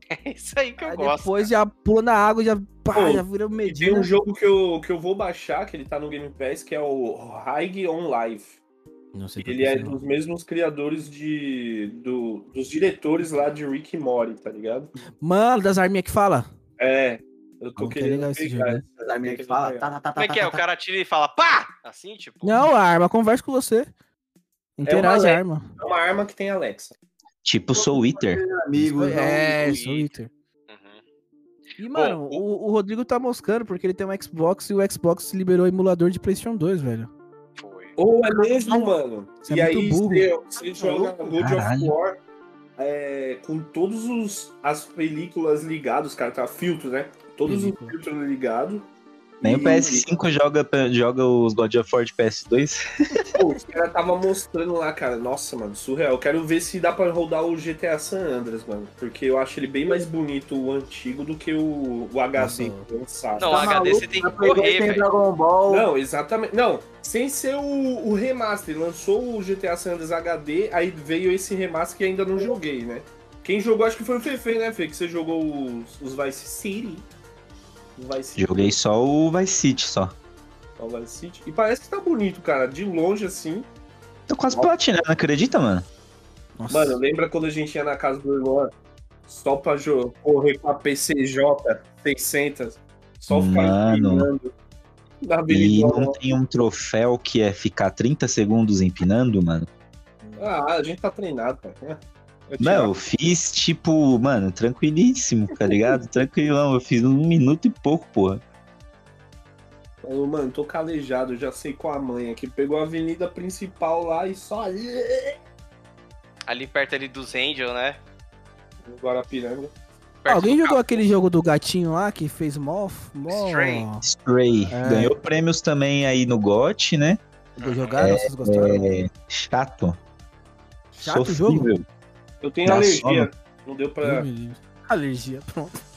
Speaker 1: É isso aí que eu
Speaker 2: aí
Speaker 1: gosto.
Speaker 2: depois já pula na água, já, pá,
Speaker 5: Pô,
Speaker 2: já vira o
Speaker 5: E tem um
Speaker 2: Medina.
Speaker 5: jogo que eu, que eu vou baixar, que ele tá no Game Pass, que é o High on Life.
Speaker 2: Não sei o que
Speaker 5: Ele
Speaker 2: eu
Speaker 5: é
Speaker 2: tô
Speaker 5: dos mesmos criadores de... Do, dos diretores lá de Rick and Morty, tá ligado?
Speaker 2: pensando. Mano, das arminhas que fala.
Speaker 5: É, eu tô
Speaker 2: Não, que
Speaker 5: querendo
Speaker 2: legal
Speaker 5: pegar.
Speaker 2: esse jogo, né?
Speaker 5: essa-
Speaker 6: A minha que fala. Tá, tá, tá,
Speaker 1: Como é
Speaker 6: tá,
Speaker 1: que é?
Speaker 6: tá,
Speaker 1: O cara tira e fala pá! Assim, tipo.
Speaker 2: Não, a arma conversa com você. Interage a
Speaker 5: leve.
Speaker 2: arma.
Speaker 5: É uma arma que tem Alexa.
Speaker 4: Tipo Soul Eater.
Speaker 6: tá, Amigo, né?
Speaker 2: é,
Speaker 1: não,
Speaker 2: isso,
Speaker 1: e-
Speaker 2: Twitter.
Speaker 1: Uhum.
Speaker 2: E, mano,
Speaker 1: Bom,
Speaker 2: o, o Rodrigo tá moscando porque ele tem um Xbox e o Xbox liberou o emulador de PlayStation 2, velho.
Speaker 1: Foi.
Speaker 5: Ou é mesmo, mano.
Speaker 2: Você
Speaker 5: e
Speaker 2: é muito
Speaker 5: aí
Speaker 2: burro. Tá
Speaker 5: você, você joga God of
Speaker 4: Caralho.
Speaker 5: War é, com todos os as películas ligados, cara, tá filtro, né? Todos
Speaker 2: Película.
Speaker 5: os filtros ligados.
Speaker 4: Nem o
Speaker 5: E,
Speaker 4: PS5 joga, joga os God of War de PS2.
Speaker 5: Pô, os caras tava mostrando lá, cara. Nossa, mano, surreal. Eu quero ver se dá pra rodar o GTA San Andreas, mano. Porque eu acho ele bem mais bonito o antigo do que o, o HD
Speaker 2: Nossa.
Speaker 5: lançado.
Speaker 6: Tá
Speaker 1: Não, HD você tem que correr,
Speaker 6: tem
Speaker 1: velho.
Speaker 6: Dragon Ball.
Speaker 5: Não, exatamente. Não, sem ser o, o remaster. Lançou o GTA San Andreas HD, aí veio esse remaster que ainda não joguei, né? Quem jogou acho que foi o Fefe, né, Fê? Que você jogou os, os Vice City. Os Vice City.
Speaker 4: Joguei só o Vice City só.
Speaker 5: Não, Vice City. E parece que tá bonito, cara. De longe, assim.
Speaker 4: Tô quase platinando, acredita, mano?
Speaker 2: Nossa.
Speaker 5: Mano, lembra quando a gente ia na casa do irmão só pra jo- correr com a PCJ 600? Só ficar
Speaker 4: Mano.
Speaker 5: empinando na
Speaker 4: E
Speaker 5: Avenida
Speaker 4: não
Speaker 5: Europa.
Speaker 4: tem um troféu que é ficar 30 segundos empinando, mano?
Speaker 5: Ah, a gente tá treinado, cara. Eu
Speaker 4: Não, eu fiz tipo, mano, tranquilíssimo, tá ligado? Tranquilão, eu fiz um minuto e pouco, porra.
Speaker 5: Falou, mano, tô calejado, já sei com a mãe aqui. Pegou a avenida principal lá e só ali.
Speaker 1: Ali perto ali dos Angel, né?
Speaker 5: no Guarapiranga.
Speaker 1: perto
Speaker 2: Alguém
Speaker 1: do
Speaker 2: jogou
Speaker 1: carro.
Speaker 2: aquele jogo do gatinho lá que fez mó. mó...
Speaker 1: Stray.
Speaker 4: Stray.
Speaker 2: É.
Speaker 4: Ganhou prêmios também aí no GOT, né?
Speaker 2: Jogaram? Vocês gostaram?
Speaker 4: É, chato.
Speaker 2: Chato o jogo?
Speaker 5: Eu tenho
Speaker 4: Dá Hum.
Speaker 5: alergia. Não deu pra.
Speaker 2: Deus me livre. Alergia, pronto.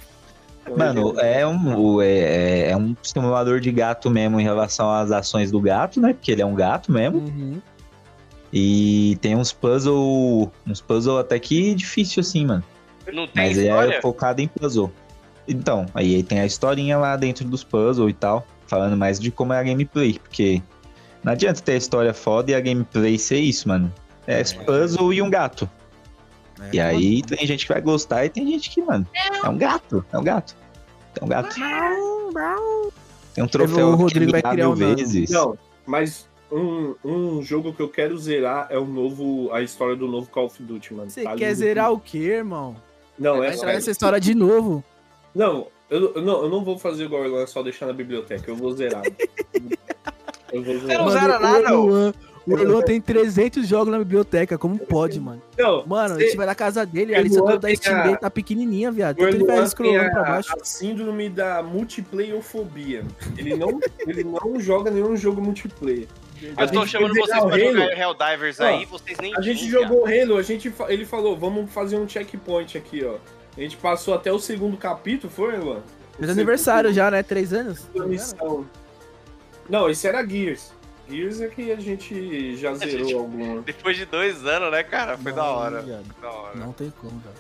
Speaker 4: Mano, é um, é, é um simulador de gato mesmo em relação às ações do gato, né? Porque ele é um gato mesmo.
Speaker 2: Uhum.
Speaker 4: E tem uns puzzle. Uns puzzle até que difícil, assim, mano.
Speaker 1: Não tem
Speaker 4: Mas ele
Speaker 1: história?
Speaker 4: é focado em puzzle. Então, aí aí tem a historinha lá dentro dos puzzles e tal. Falando mais de como é a gameplay, porque não adianta ter a história foda e a gameplay ser isso, mano. É puzzle e um gato.
Speaker 2: É,
Speaker 4: E aí tem gente que vai gostar e tem gente que, mano, é um gato, é um gato. É um gato. Tem um troféu
Speaker 2: O Rodrigo vai
Speaker 4: quebrado
Speaker 2: criar um nano.
Speaker 4: vezes.
Speaker 5: Não, mas um, um jogo que eu quero zerar é o novo. A história do novo Call of Duty, mano.
Speaker 2: Você
Speaker 5: Tá
Speaker 2: quer
Speaker 5: lindo.
Speaker 2: zerar o quê, irmão?
Speaker 5: Não, é
Speaker 2: Vai entrar
Speaker 5: sério.
Speaker 2: nessa história de novo.
Speaker 5: Não, eu, eu não, eu não vou fazer igual o Erlan, só deixar na biblioteca. Eu vou zerar. eu vou
Speaker 1: Não
Speaker 5: zerar.
Speaker 2: Mano,
Speaker 1: zera
Speaker 2: o
Speaker 1: nada,
Speaker 2: Erluan- O Erluan tem 300 jogos na biblioteca, como pode, mano?
Speaker 5: Não,
Speaker 2: Mano, a
Speaker 5: Cê-
Speaker 2: gente vai na casa dele, a
Speaker 5: Erluan
Speaker 2: lista da
Speaker 5: tem
Speaker 2: Steam
Speaker 5: a-
Speaker 2: dele tá pequenininha, viado.
Speaker 5: o
Speaker 2: Tanto ele vai
Speaker 5: Erlan tem
Speaker 2: scrollando pra
Speaker 5: a,
Speaker 2: baixo.
Speaker 5: a síndrome da multiplayerfobia. Ele não, ele não joga nenhum jogo multiplayer. a
Speaker 1: Eu tô
Speaker 5: gente
Speaker 1: chamando
Speaker 5: quer
Speaker 1: vocês
Speaker 5: zerar o
Speaker 1: pra jogar
Speaker 5: Halo.
Speaker 1: Helldivers
Speaker 5: Ó,
Speaker 1: aí, vocês nem
Speaker 5: A gente
Speaker 1: viram,
Speaker 5: jogou Halo, a gente, fa- ele falou, vamos fazer um checkpoint aqui, ó. A gente passou até o segundo capítulo, foi, Erlan?
Speaker 2: Mas aniversário já, né? Três anos?
Speaker 5: Segunda missão. Não, esse era Gears. Gears é que a gente já zerou
Speaker 1: gente-
Speaker 5: alguma.
Speaker 1: Depois de dois anos, né, cara? Foi da
Speaker 2: Não,
Speaker 1: hora.
Speaker 2: viado.
Speaker 1: Da hora.
Speaker 2: Não tem como, velho.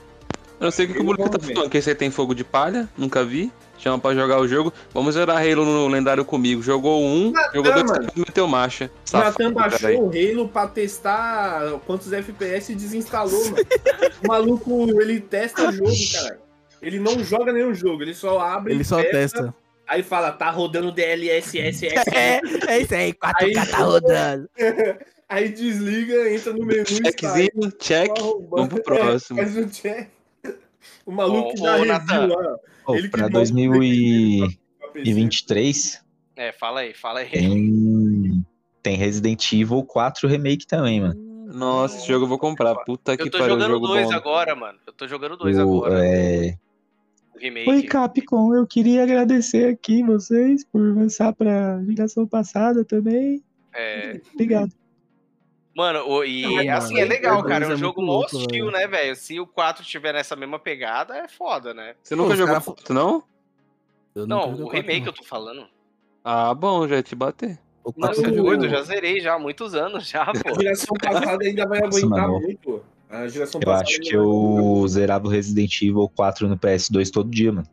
Speaker 3: Eu não sei o que, que o Buluca tá
Speaker 5: Vamos ver.
Speaker 3: falando, que esse aí tem fogo de palha, nunca vi. Chama pra jogar o jogo. Vamos zerar Halo no lendário comigo. Jogou um, jogou dois,
Speaker 5: mano.
Speaker 3: meteu marcha.
Speaker 5: Natan
Speaker 3: Safado,
Speaker 5: baixou
Speaker 3: velho.
Speaker 5: o Halo pra testar quantos FPS e desinstalou, mano. O maluco, ele testa o jogo, caralho. Ele não joga nenhum jogo, ele só abre.
Speaker 2: Ele
Speaker 5: e
Speaker 2: só testa.
Speaker 5: Aí fala, tá rodando DLSS.
Speaker 2: É, é isso aí, 4K tá rodando.
Speaker 5: aí desliga, entra no menu e sai.
Speaker 3: Checkzinho, check.
Speaker 5: Só roubando.
Speaker 3: Vamos pro próximo.
Speaker 5: É, faz um check. O maluco
Speaker 1: Ô,
Speaker 5: que
Speaker 1: ô,
Speaker 5: dá
Speaker 1: Natan.
Speaker 5: review lá.
Speaker 4: Pô,
Speaker 5: Ele que
Speaker 4: pra
Speaker 5: manda
Speaker 4: 2023
Speaker 5: pra PC.
Speaker 1: É, fala aí, fala
Speaker 4: um
Speaker 1: aí.
Speaker 4: tem, tem Resident Evil 4 Remake também, mano.
Speaker 3: Nossa, esse jogo eu vou comprar. Puta
Speaker 1: Eu
Speaker 3: que
Speaker 1: tô
Speaker 3: pariu,
Speaker 1: jogando
Speaker 3: jogo
Speaker 1: dois
Speaker 3: bom.
Speaker 1: agora, mano. Eu tô jogando dois
Speaker 4: O-
Speaker 1: agora. né?
Speaker 4: é,
Speaker 1: O remake.
Speaker 8: Oi, Capcom, eu queria agradecer aqui vocês por avançar pra geração passada também.
Speaker 1: É,
Speaker 8: Obrigado.
Speaker 1: Mano, o- e
Speaker 2: Caralho,
Speaker 1: assim, é
Speaker 2: mano,
Speaker 1: legal,
Speaker 2: o
Speaker 1: cara. É um
Speaker 2: dois é
Speaker 1: jogo
Speaker 2: muito
Speaker 1: mó
Speaker 2: louco,
Speaker 1: hostil,
Speaker 2: velho.
Speaker 1: né, velho? Se o 4 tiver nessa mesma pegada, é foda, né?
Speaker 3: Você
Speaker 2: Pô,
Speaker 3: nunca
Speaker 2: os
Speaker 3: jogou
Speaker 2: cara-
Speaker 3: foto, não?
Speaker 2: Eu nunca
Speaker 1: Não,
Speaker 2: joguei
Speaker 1: o
Speaker 2: quatro,
Speaker 1: remake
Speaker 2: não.
Speaker 1: eu tô falando.
Speaker 3: Ah, bom, já ia te bater.
Speaker 2: O
Speaker 5: Não,
Speaker 1: Não,
Speaker 2: quatro eu
Speaker 5: o-
Speaker 1: doido,
Speaker 2: joguei.
Speaker 1: eu já zerei já há muitos anos já,
Speaker 5: A
Speaker 1: pô.
Speaker 5: geração passada ainda vai
Speaker 4: Nossa,
Speaker 5: aguentar
Speaker 4: mano.
Speaker 5: muito. A geração
Speaker 4: Eu
Speaker 5: passada
Speaker 4: acho que
Speaker 5: ainda vai aguentar.
Speaker 4: eu zerava o Resident Evil 4 no PS2 todo dia, mano.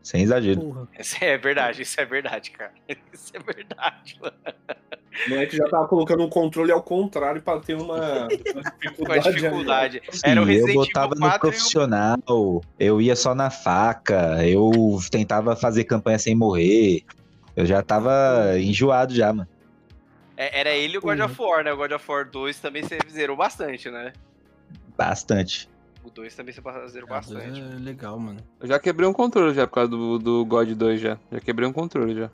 Speaker 4: Sem exagero.
Speaker 2: Porra.
Speaker 1: Isso é verdade, isso é verdade, cara. Isso é verdade, mano.
Speaker 5: O moleque já tava colocando o controle ao contrário pra ter uma, uma
Speaker 1: Com a
Speaker 5: dificuldade.
Speaker 1: dificuldade. Era o
Speaker 4: Sim, eu
Speaker 1: Resident Evil
Speaker 4: botava no
Speaker 1: 4 e o
Speaker 4: profissional, eu ia só na faca, eu tentava fazer campanha sem morrer. Eu já tava enjoado já, mano.
Speaker 1: É, era ele e o God of War, né? O God of War 2 também você zerou bastante, né?
Speaker 4: Bastante.
Speaker 1: O 2 também você zerou
Speaker 2: Ah, dois
Speaker 1: bastante.
Speaker 2: É legal, mano.
Speaker 3: Eu já quebrei um controle já por causa do, do God 2 já. Já quebrei um controle já.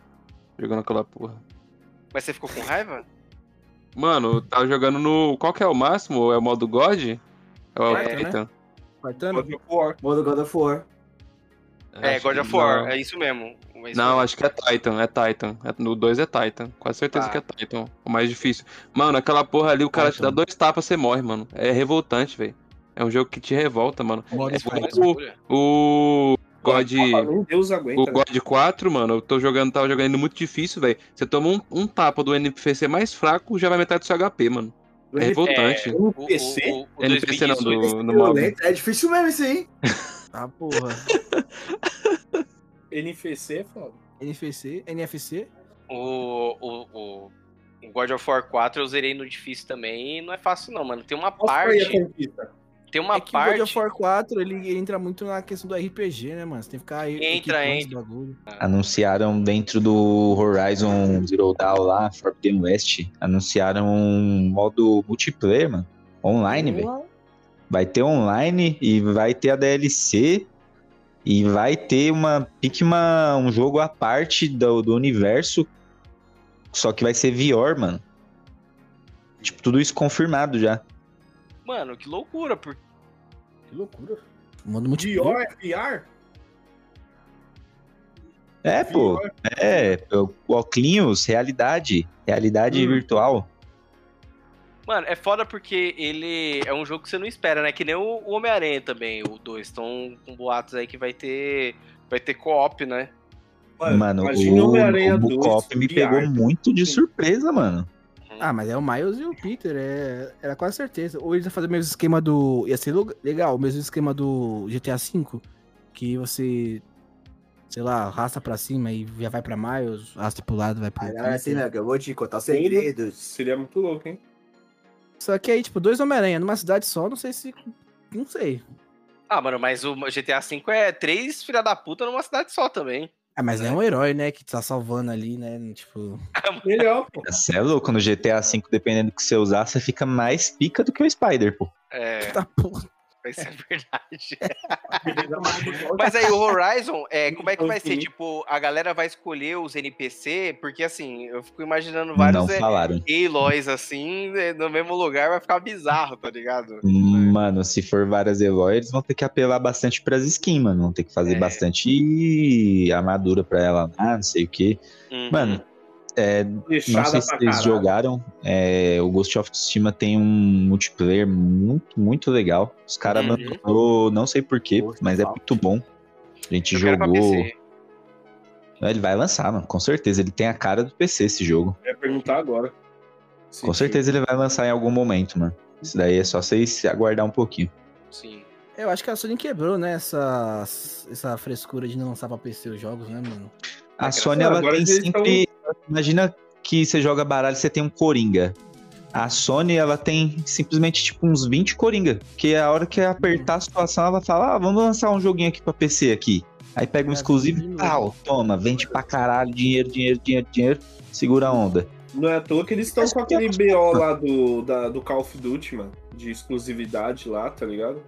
Speaker 3: Jogando aquela porra.
Speaker 1: Mas você ficou com raiva?
Speaker 3: Mano, eu tava jogando no. Qual que é o máximo? É o modo God? É o
Speaker 1: É,
Speaker 3: Titan.
Speaker 2: Quartano?
Speaker 6: Modo God of War.
Speaker 1: É,
Speaker 3: Acho
Speaker 1: God
Speaker 3: que-
Speaker 1: of War,
Speaker 3: não.
Speaker 1: é isso mesmo. É isso
Speaker 3: Não,
Speaker 1: mesmo.
Speaker 3: acho que é Titan, é Titan. É- No 2 é Titan. Quase certeza
Speaker 1: Tá.
Speaker 3: que é Titan. O mais difícil. Mano, aquela porra ali, o cara te dá dois tapas, você morre, mano. É revoltante, velho. É um jogo que te revolta, mano.
Speaker 2: Modo
Speaker 3: É
Speaker 2: Spider.
Speaker 3: bom. O God.
Speaker 5: Deus
Speaker 3: O
Speaker 5: aguenta. né?
Speaker 3: God 4, mano, eu tô jogando, tava jogando ele muito difícil, velho. Você toma um, um tapa do NPC mais fraco, já vai metade do seu HP, mano.
Speaker 5: Do
Speaker 3: É revoltante.
Speaker 1: O, o,
Speaker 5: PC?
Speaker 1: o, o
Speaker 3: NPC não,
Speaker 1: 2018.
Speaker 3: do, do
Speaker 2: né?
Speaker 3: mob.
Speaker 6: Violento. É difícil mesmo isso aí.
Speaker 2: Ah, porra.
Speaker 5: NFC é foda.
Speaker 2: NFC? NFC?
Speaker 1: O, o, o, o God of War 4 eu zerei no difícil também e não é fácil não, mano. Tem uma
Speaker 5: Mostra aí a
Speaker 1: parte,
Speaker 5: conquista.
Speaker 1: tem uma
Speaker 2: é que o
Speaker 1: parte...
Speaker 2: God of War 4, ele entra muito na questão do RPG, né, mano? Você tem que ficar...
Speaker 1: Entra,
Speaker 2: equipando os bagulho.
Speaker 4: Anunciaram dentro do Horizon Zero Dawn lá, Forbidden West, anunciaram um modo multiplayer, mano. Online, velho. Vai ter online e vai ter a DLC e vai ter uma pique uma, um jogo à parte do, do universo, só que vai ser VR, mano. Tipo, tudo isso confirmado já.
Speaker 1: Mano, que loucura, porque
Speaker 2: Mano,
Speaker 5: Dior
Speaker 2: multiplayer.
Speaker 5: é VR?
Speaker 4: É, pô. É, o Oclinhos, realidade. Realidade virtual.
Speaker 1: Mano, é foda porque ele é um jogo que você não espera, né? Que nem o o Homem-Aranha também, o 2. Estão com boatos aí que vai ter. Vai ter co-op, né?
Speaker 4: Mano,
Speaker 5: imagina
Speaker 4: o,
Speaker 5: Homem-Aranha
Speaker 4: o
Speaker 5: 2
Speaker 4: Bucop me
Speaker 5: VR.
Speaker 4: pegou muito de
Speaker 5: Sim.
Speaker 4: surpresa, mano.
Speaker 2: Ah, mas é o Miles e o Peter, é... era quase certeza. Ou eles iam fazer o mesmo esquema do. Ia ser lu- legal, o mesmo esquema do GTA V, que você, sei lá, arrasta pra cima e já vai pra Miles, arrasta pro lado, vai pro.
Speaker 6: Caralho, assim, né? Que eu vou te contar os
Speaker 5: Entendo.
Speaker 6: segredos.
Speaker 5: Seria muito louco, hein?
Speaker 2: Só que aí, tipo, dois Homem-Aranha numa cidade só, não sei se. Não sei.
Speaker 1: Ah, mano, mas o GTA V é três filha da puta numa cidade só também.
Speaker 2: Ah, mas é um herói, né? Que tá salvando ali, né? Tipo.
Speaker 5: Melhor, pô.
Speaker 4: Você é louco, no GTA V, dependendo do que você usar, você fica mais pica do que o Spider, pô.
Speaker 1: É,
Speaker 2: Tá porra.
Speaker 1: isso é verdade. Mas aí, o Horizon, é, como é que vai ser? Tipo, a galera vai escolher os NPC, porque assim, eu fico imaginando vários
Speaker 4: Não
Speaker 1: é,
Speaker 4: falaram.
Speaker 1: Aloys assim, né, no mesmo lugar, vai ficar bizarro, tá ligado?
Speaker 4: Mano, se for várias Eloy, eles vão ter que apelar bastante pras skins, mano. Vão ter que fazer
Speaker 1: É.
Speaker 4: bastante armadura pra ela lá, não sei o que.
Speaker 1: Uhum.
Speaker 4: Mano, é, não
Speaker 5: Deixada
Speaker 4: sei se
Speaker 5: pra
Speaker 4: vocês
Speaker 5: caralho.
Speaker 4: jogaram. é, o Ghost of Tsushima tem um multiplayer muito, muito legal. Os caras
Speaker 1: Uhum.
Speaker 4: abandonou, não sei porquê,
Speaker 6: Ghost
Speaker 4: mas é
Speaker 6: of
Speaker 4: muito bom. A gente
Speaker 1: Eu quero pra
Speaker 4: jogou.
Speaker 1: PC.
Speaker 4: Ele vai lançar, mano, com certeza. Ele tem a cara do PC esse jogo.
Speaker 5: Eu ia perguntar agora. Se-
Speaker 4: Com certeza ele vai lançar em algum momento, mano. Isso daí é só vocês aguardar um pouquinho.
Speaker 1: Sim.
Speaker 2: Eu acho que a Sony quebrou, né? Essa, essa frescura de não lançar pra PC os jogos, né, mano?
Speaker 4: A
Speaker 1: Engraçado,
Speaker 4: Sony, ela
Speaker 5: É, agora
Speaker 4: tem
Speaker 5: eles
Speaker 4: sempre. Imagina que você joga baralho e você tem um Coringa. A Sony, ela tem simplesmente, tipo, uns 20 Coringa. Que é a hora que apertar a situação, ela fala, ah, vamos lançar um joguinho aqui pra PC aqui. Aí pega um
Speaker 2: É,
Speaker 4: exclusivo
Speaker 2: de
Speaker 4: e
Speaker 2: novo.
Speaker 4: pau, toma, vende pra caralho, dinheiro, dinheiro, dinheiro, dinheiro. Segura a onda.
Speaker 5: Não é à toa que eles estão com aquele BO lá do, da- do Call of Duty, mano. De exclusividade lá, tá ligado?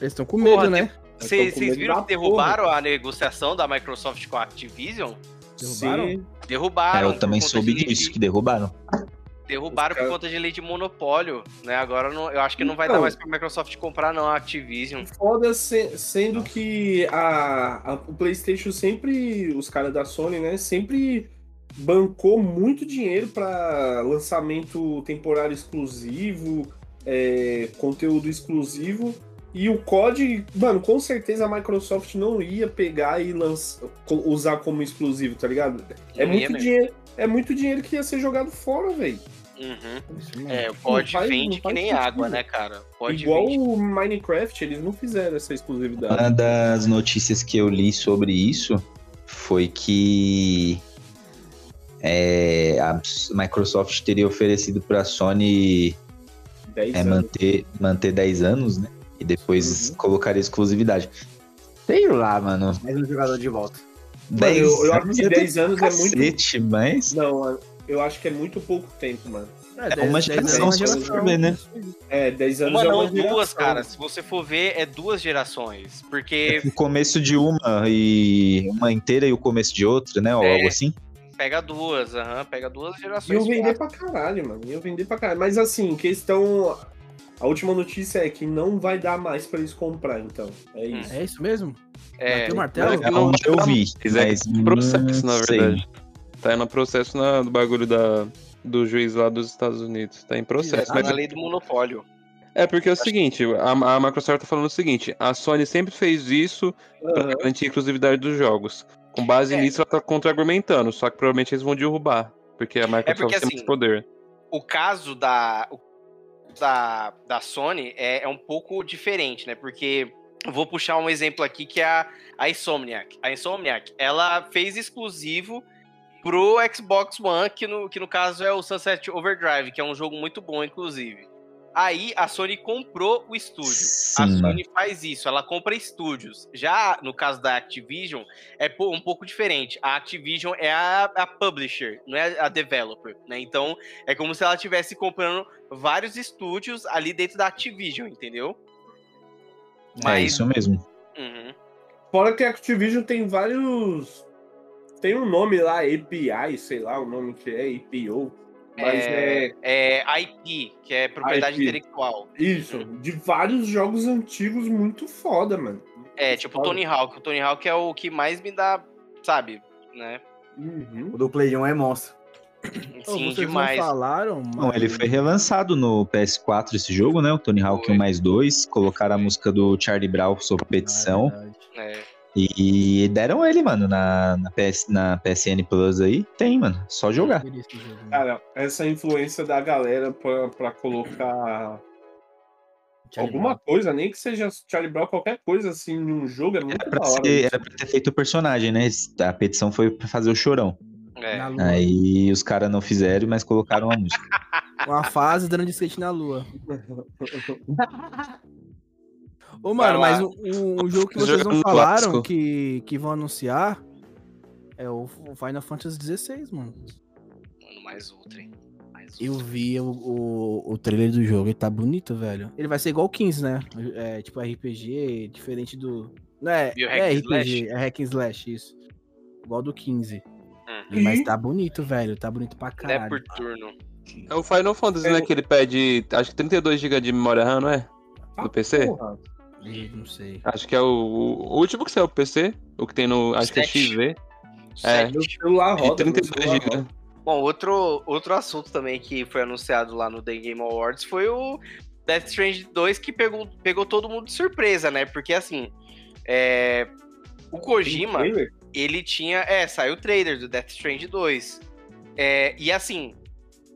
Speaker 2: Eles estão com medo,
Speaker 1: Porra,
Speaker 2: né?
Speaker 5: tô
Speaker 1: Vocês
Speaker 5: com medo
Speaker 1: viram
Speaker 5: da
Speaker 1: que derrubaram a negociação da Microsoft com a Activision?
Speaker 2: Derrubaram?
Speaker 5: Sim.
Speaker 4: É,
Speaker 5: um
Speaker 1: Derrubaram.
Speaker 4: eu também
Speaker 1: por conta
Speaker 4: soube
Speaker 1: de lei
Speaker 4: disso,
Speaker 1: de-
Speaker 4: que derrubaram.
Speaker 1: Derrubaram
Speaker 5: Os cara-
Speaker 1: por conta de lei de monopólio, né? Agora não, eu acho que não vai dar
Speaker 5: Então.
Speaker 1: mais pra Microsoft comprar, não, a Activision.
Speaker 5: Foda se- sendo que a, a- o PlayStation sempre, os caras da Sony, né, sempre bancou muito dinheiro pra lançamento temporário exclusivo, é, conteúdo exclusivo. E o COD, mano, com certeza a Microsoft não ia pegar e lança, co- usar como exclusivo, tá ligado? É
Speaker 1: Não ia
Speaker 5: muito,
Speaker 1: mesmo.
Speaker 5: dinheiro, é muito dinheiro que ia ser jogado fora, velho.
Speaker 1: Uhum.
Speaker 2: Isso mesmo.
Speaker 1: É, o COD
Speaker 5: faz- não
Speaker 1: vende que
Speaker 5: faz
Speaker 1: nem
Speaker 5: sentido.
Speaker 1: água, né, cara? Pode
Speaker 5: Igual
Speaker 1: vende.
Speaker 5: o Minecraft, eles não fizeram essa exclusividade.
Speaker 4: Uma das notícias que eu li sobre isso foi que é, a Microsoft teria oferecido pra Sony
Speaker 5: 10
Speaker 4: é,
Speaker 5: anos.
Speaker 4: manter, manter 10 anos, né? E
Speaker 6: Uhum.
Speaker 4: depois colocaria exclusividade. Sei lá, mano.
Speaker 6: Mais um jogador de volta.
Speaker 5: Mano,
Speaker 4: 10
Speaker 5: eu, eu acho que
Speaker 4: é do
Speaker 5: 10 anos é muito.
Speaker 4: Cacete, mas
Speaker 5: Não, eu acho que é muito pouco tempo, mano.
Speaker 4: é uma geração, se você for ver, né?
Speaker 5: É, 10 anos
Speaker 1: Uma
Speaker 5: é uma
Speaker 1: não, duas,
Speaker 5: geração.
Speaker 1: cara. Se você for ver, é duas gerações. Porque
Speaker 4: O começo de uma e uma inteira e o começo de outra, né? Ou
Speaker 1: É.
Speaker 4: algo assim.
Speaker 1: pega duas, aham, pega duas
Speaker 5: E eu
Speaker 1: gerações.
Speaker 5: vender pra caralho, mano. E eu vender pra caralho. Mas assim, questão. A última notícia é que não vai dar mais pra eles comprar, então. É
Speaker 1: Hum.
Speaker 5: isso.
Speaker 2: É isso mesmo?
Speaker 1: É,
Speaker 2: Bateu o martelo?
Speaker 3: É que não
Speaker 4: Onde eu
Speaker 3: vai dar
Speaker 4: vi.
Speaker 3: mais, é
Speaker 4: mas
Speaker 3: um processo, na
Speaker 4: não sei.
Speaker 3: verdade. Tá no processo na, do bagulho da, do juiz lá dos Estados Unidos. Tá em processo.
Speaker 1: tá
Speaker 3: Mas
Speaker 1: na lei do monopólio.
Speaker 3: é porque é o seguinte, a, a Microsoft tá falando o seguinte, a Sony sempre fez isso pra
Speaker 5: Aham.
Speaker 3: garantir a inclusividade dos jogos. Com base
Speaker 1: É.
Speaker 3: nisso, ela tá contra-argumentando, só que provavelmente eles vão derrubar. É Porque a Microsoft tem
Speaker 1: assim,
Speaker 3: mais poder.
Speaker 1: o caso da, o- da, da Sony é, é um pouco diferente, né? Porque eu vou puxar um exemplo aqui que é a, a Insomniac. A Insomniac, ela fez exclusivo pro Xbox One, que no, que no caso é o Sunset Overdrive, que é um jogo muito bom, inclusive. Aí a Sony comprou o estúdio. A
Speaker 4: Sim, mano.
Speaker 1: Sony faz isso, ela compra estúdios. Já no caso da Activision, é po- um pouco diferente. A Activision é a, a publisher, não é a developer, né? Então, é como se ela estivesse comprando vários estúdios ali dentro da Activision, entendeu?
Speaker 4: É
Speaker 1: Mas-
Speaker 4: isso mesmo.
Speaker 1: Uhum.
Speaker 5: Fora que a Activision tem vários. Tem um nome lá, API, sei lá o nome que é, APO. Mas é.
Speaker 1: É IP, que é propriedade
Speaker 5: IP.
Speaker 1: intelectual.
Speaker 5: isso, de vários jogos antigos muito foda, mano.
Speaker 1: É, tipo o
Speaker 5: Foda.
Speaker 1: Tony Hawk. O Tony Hawk é o que mais me dá, sabe? né?
Speaker 5: Uhum.
Speaker 6: O do Play 1 é monstro.
Speaker 2: Ô,
Speaker 1: Sim,
Speaker 2: vocês
Speaker 1: demais.
Speaker 2: não falaram,
Speaker 4: Não,
Speaker 2: mas-
Speaker 4: ele foi relançado no PS4 esse jogo, né? O Tony Hawk
Speaker 1: Foi.
Speaker 4: 1 mais 2. Colocaram a música do Charlie Brown sob
Speaker 2: Ah,
Speaker 4: petição.
Speaker 2: é verdade.
Speaker 1: É,
Speaker 4: E deram ele, mano, na, na, PS, na PSN Plus aí. Tem, mano. Só jogar. Ah,
Speaker 2: Eu queria esse jogo, né?
Speaker 5: Cara, essa influência da galera pra, pra colocar
Speaker 2: Charlie
Speaker 5: alguma
Speaker 2: Brown.
Speaker 5: coisa, nem que seja Charlie Brown, qualquer coisa assim, num jogo é muito
Speaker 4: Era
Speaker 5: da
Speaker 4: pra,
Speaker 5: hora.
Speaker 4: ser- era pra ter feito o personagem, né? A petição foi pra fazer o chorão.
Speaker 1: é.
Speaker 2: Na lua.
Speaker 4: Aí os caras não fizeram, mas colocaram a música.
Speaker 2: Uma fase dando de skate na lua.
Speaker 1: Vai
Speaker 2: Ô, mano,
Speaker 1: lá.
Speaker 2: mas um, um- um jogo que
Speaker 1: é
Speaker 2: vocês
Speaker 3: Jogando
Speaker 2: não
Speaker 3: no
Speaker 2: falaram
Speaker 3: clássico.
Speaker 2: que, que vão anunciar é o o Final Fantasy XVI, mano.
Speaker 1: Mano, mais outra, hein? Mais outra.
Speaker 2: Eu vi o, o, o trailer do jogo, ele tá bonito, velho. Ele vai ser igual o 15, né? É, tipo RPG, diferente do. Não é,
Speaker 1: E o hack
Speaker 2: é
Speaker 1: and
Speaker 2: RPG, é hack and slash, isso. Igual do 15.
Speaker 1: Hum.
Speaker 2: Mas tá bonito, velho. Tá bonito pra
Speaker 1: Não é
Speaker 2: caralho.
Speaker 1: por turno.
Speaker 3: É o Final Fantasy,
Speaker 5: É
Speaker 3: né?
Speaker 5: o-
Speaker 3: Que ele pede, acho que 32 GB de memória RAM, não é?
Speaker 5: Ah,
Speaker 3: Do PC?
Speaker 5: Porra.
Speaker 2: Eu Hum, Não sei.
Speaker 3: Acho que é o, o último que saiu pro PC, o que tem no, acho que é
Speaker 1: Sete.
Speaker 3: XV,
Speaker 1: Sete.
Speaker 5: Meu celular
Speaker 3: de
Speaker 5: roda. meu
Speaker 3: 32
Speaker 5: celular
Speaker 3: GB.
Speaker 1: Bom, outro, outro assunto também que foi anunciado lá no The Game Awards foi o Death Strange 2, que pegou, pegou todo mundo de surpresa, né? Porque assim, é, o Kojima,
Speaker 5: roda. Trailer?
Speaker 1: ele tinha. É, saiu o trailer do Death Strange 2. É, e assim,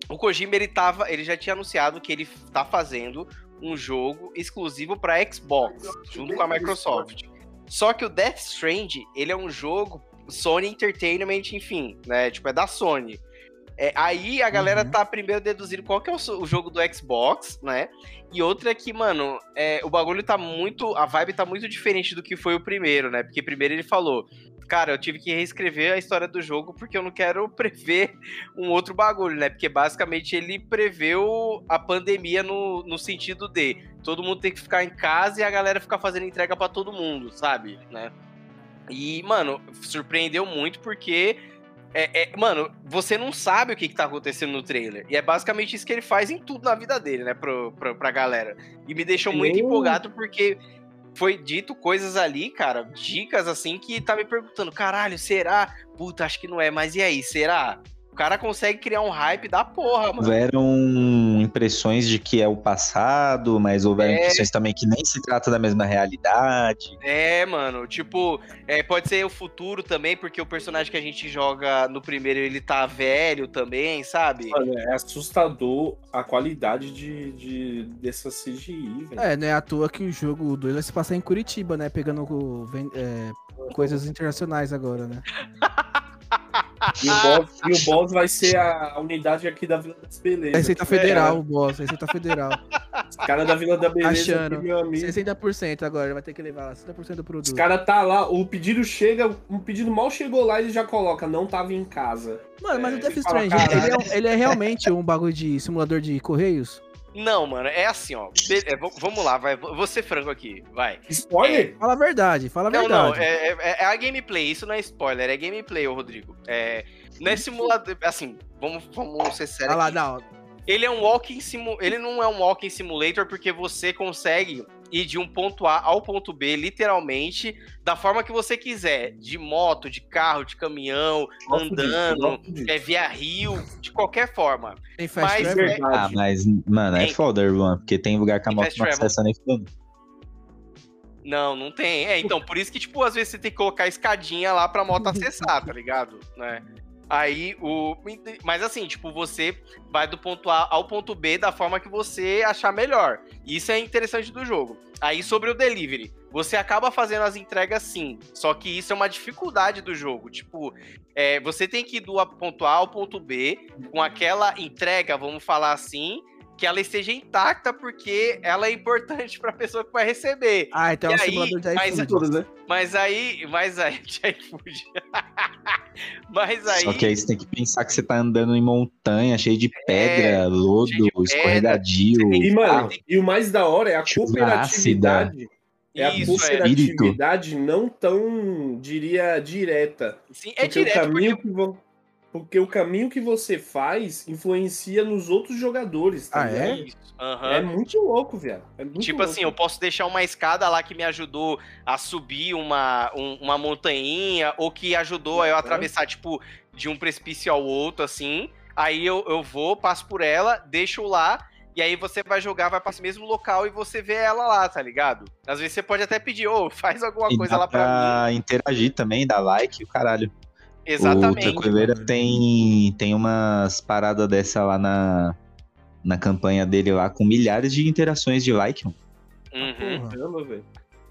Speaker 1: o Kojima ele tava. Ele já tinha anunciado que ele tá fazendo um jogo exclusivo pra Xbox, junto com a Microsoft. Só que o Death Strange, ele é um jogo Sony Entertainment, enfim, né? Tipo, é da Sony. É, aí a galera tá primeiro deduzindo qual que é o, so- o jogo do Xbox, né? E outra é que, mano, é, o bagulho tá muito. A vibe tá muito diferente do que foi o primeiro, né? Porque primeiro ele falou: Cara, eu tive que reescrever a história do jogo porque eu não quero prever um outro bagulho, né? Porque basicamente ele preveu a pandemia no, no sentido de todo mundo ter que ficar em casa e a galera ficar fazendo entrega pra todo mundo, sabe? Né? E, mano, surpreendeu muito porque. é- é- mano, você não sabe o que, que tá acontecendo no trailer. E é basicamente isso que ele faz em tudo na vida dele, né? Pro, pro, pra galera. E me deixou muito
Speaker 5: Nem-
Speaker 1: empolgado porque foi dito coisas ali, cara, dicas assim que tá me perguntando: caralho, será? Puta, acho que não é, mas e aí, será? O cara consegue criar um hype da porra, mano.
Speaker 4: Houveram impressões de que é o passado, mas houveram
Speaker 1: É.
Speaker 4: impressões também que nem se trata da mesma realidade.
Speaker 1: É, mano, tipo, é, pode ser o futuro também, porque o personagem que a gente joga no primeiro, ele tá velho também, sabe?
Speaker 5: Mano, é assustador a qualidade de, de, dessa CGI, velho.
Speaker 2: É, não é à toa que o jogo 2 vai se passar em Curitiba, né? Pegando o- ven- é, coisas internacionais agora, né?
Speaker 5: E, o boss, e o boss vai ser a unidade aqui da Vila das
Speaker 1: É,
Speaker 5: Belezas.
Speaker 2: É
Speaker 5: É,
Speaker 2: Receita Federal, o boss, Receita Federal.
Speaker 5: Os caras da Vila da Beleza,
Speaker 2: Achando.
Speaker 5: aqui, meu amigo.
Speaker 2: 60% agora, vai ter que levar lá, 60% do produto.
Speaker 5: Os caras tá lá, o pedido chega, um pedido mal chegou lá e já coloca, não tava em casa.
Speaker 2: Mano, mas
Speaker 5: É,
Speaker 2: o Death
Speaker 5: ele fala,
Speaker 2: Strange,
Speaker 5: "Caralho."
Speaker 2: ele é, um- ele é realmente um bagulho de simulador de correios?
Speaker 1: Não, mano, é assim, ó. Be- é, v- vamos lá, vai, vou vou ser franco aqui, vai.
Speaker 5: Spoiler?
Speaker 2: Fala a verdade, fala a
Speaker 1: Não,
Speaker 2: verdade.
Speaker 1: não, é, é- é a gameplay, isso não é spoiler, é gameplay, ô Rodrigo. É, não é simulador, assim, vamos, vamos ser sérios.
Speaker 2: Olha lá,
Speaker 1: aqui.
Speaker 2: não.
Speaker 1: Ele é um walking simu... ele não é um walking simulator porque você consegue ir de um ponto A ao ponto B literalmente da forma que você quiser, de moto, de carro, de caminhão,
Speaker 5: Gosto disso,
Speaker 1: andando,
Speaker 5: gosto disso.
Speaker 1: é via rio, de qualquer forma.
Speaker 2: Tem fast
Speaker 1: Mas- é
Speaker 2: travel? é
Speaker 4: Ah,
Speaker 5: Verdade.
Speaker 4: mas, mano, é
Speaker 1: Tem.
Speaker 4: foda, irmão, porque tem lugar que a
Speaker 1: Tem
Speaker 4: moto
Speaker 1: fast
Speaker 4: não
Speaker 1: travel.
Speaker 4: acessa nem fudendo.
Speaker 1: Não, não tem. É, então, por isso que, tipo, às vezes você tem que colocar a escadinha lá pra moto acessar, tá ligado? Né? Aí o. Mas assim, tipo, você vai do ponto A ao ponto B da forma que você achar melhor. Isso é interessante do jogo. Aí sobre o delivery. Você acaba fazendo as entregas sim. Só que isso é uma dificuldade do jogo. Tipo, é, você tem que ir do ponto A ao ponto B com aquela entrega, vamos falar assim, que ela esteja intacta, porque ela é importante pra pessoa que vai receber.
Speaker 2: Ah, então é um
Speaker 1: E aí,
Speaker 2: simulador de
Speaker 1: mas-
Speaker 2: iFood.
Speaker 6: Todas, né?
Speaker 1: Mas aí, mas aí, de iFood. mas aí,
Speaker 4: Só que aí você tem que pensar que você tá andando em montanha, cheio de pedra, lodo,
Speaker 1: É, cheio de pedra.
Speaker 4: escorregadio.
Speaker 5: E, mano,
Speaker 4: carro.
Speaker 5: e o mais da hora é a
Speaker 4: Chuva
Speaker 5: cooperatividade. É a
Speaker 1: isso é,
Speaker 5: cooperatividade não tão, diria, direta.
Speaker 1: sim, é
Speaker 5: Porque o
Speaker 1: direto,
Speaker 5: caminho
Speaker 1: porque
Speaker 5: que vão. Porque o caminho que você faz influencia nos outros jogadores. tá
Speaker 2: Ah, é?
Speaker 5: ligado?
Speaker 1: Isso. Aham.
Speaker 5: É muito louco, velho. É muito
Speaker 1: Tipo
Speaker 5: louco.
Speaker 1: assim, eu posso deixar uma escada lá que me ajudou a subir uma, um- uma montanha, ou que ajudou eu a atravessar, tipo, de um precipício ao outro, assim. Aí eu, eu vou, passo por ela, deixo lá, e aí você vai jogar, vai pra esse mesmo local e você vê ela lá, tá ligado? Às vezes você pode até pedir, ô, faz alguma
Speaker 4: E
Speaker 1: coisa
Speaker 4: dá
Speaker 1: lá pra, mim.
Speaker 4: pra interagir também, dar like, o caralho. O
Speaker 1: Exatamente.
Speaker 4: Tranquileira tem, tem umas paradas dessa lá na, na campanha dele lá, com milhares de interações de like. mano.
Speaker 1: Uhum.
Speaker 5: Caramba, velho.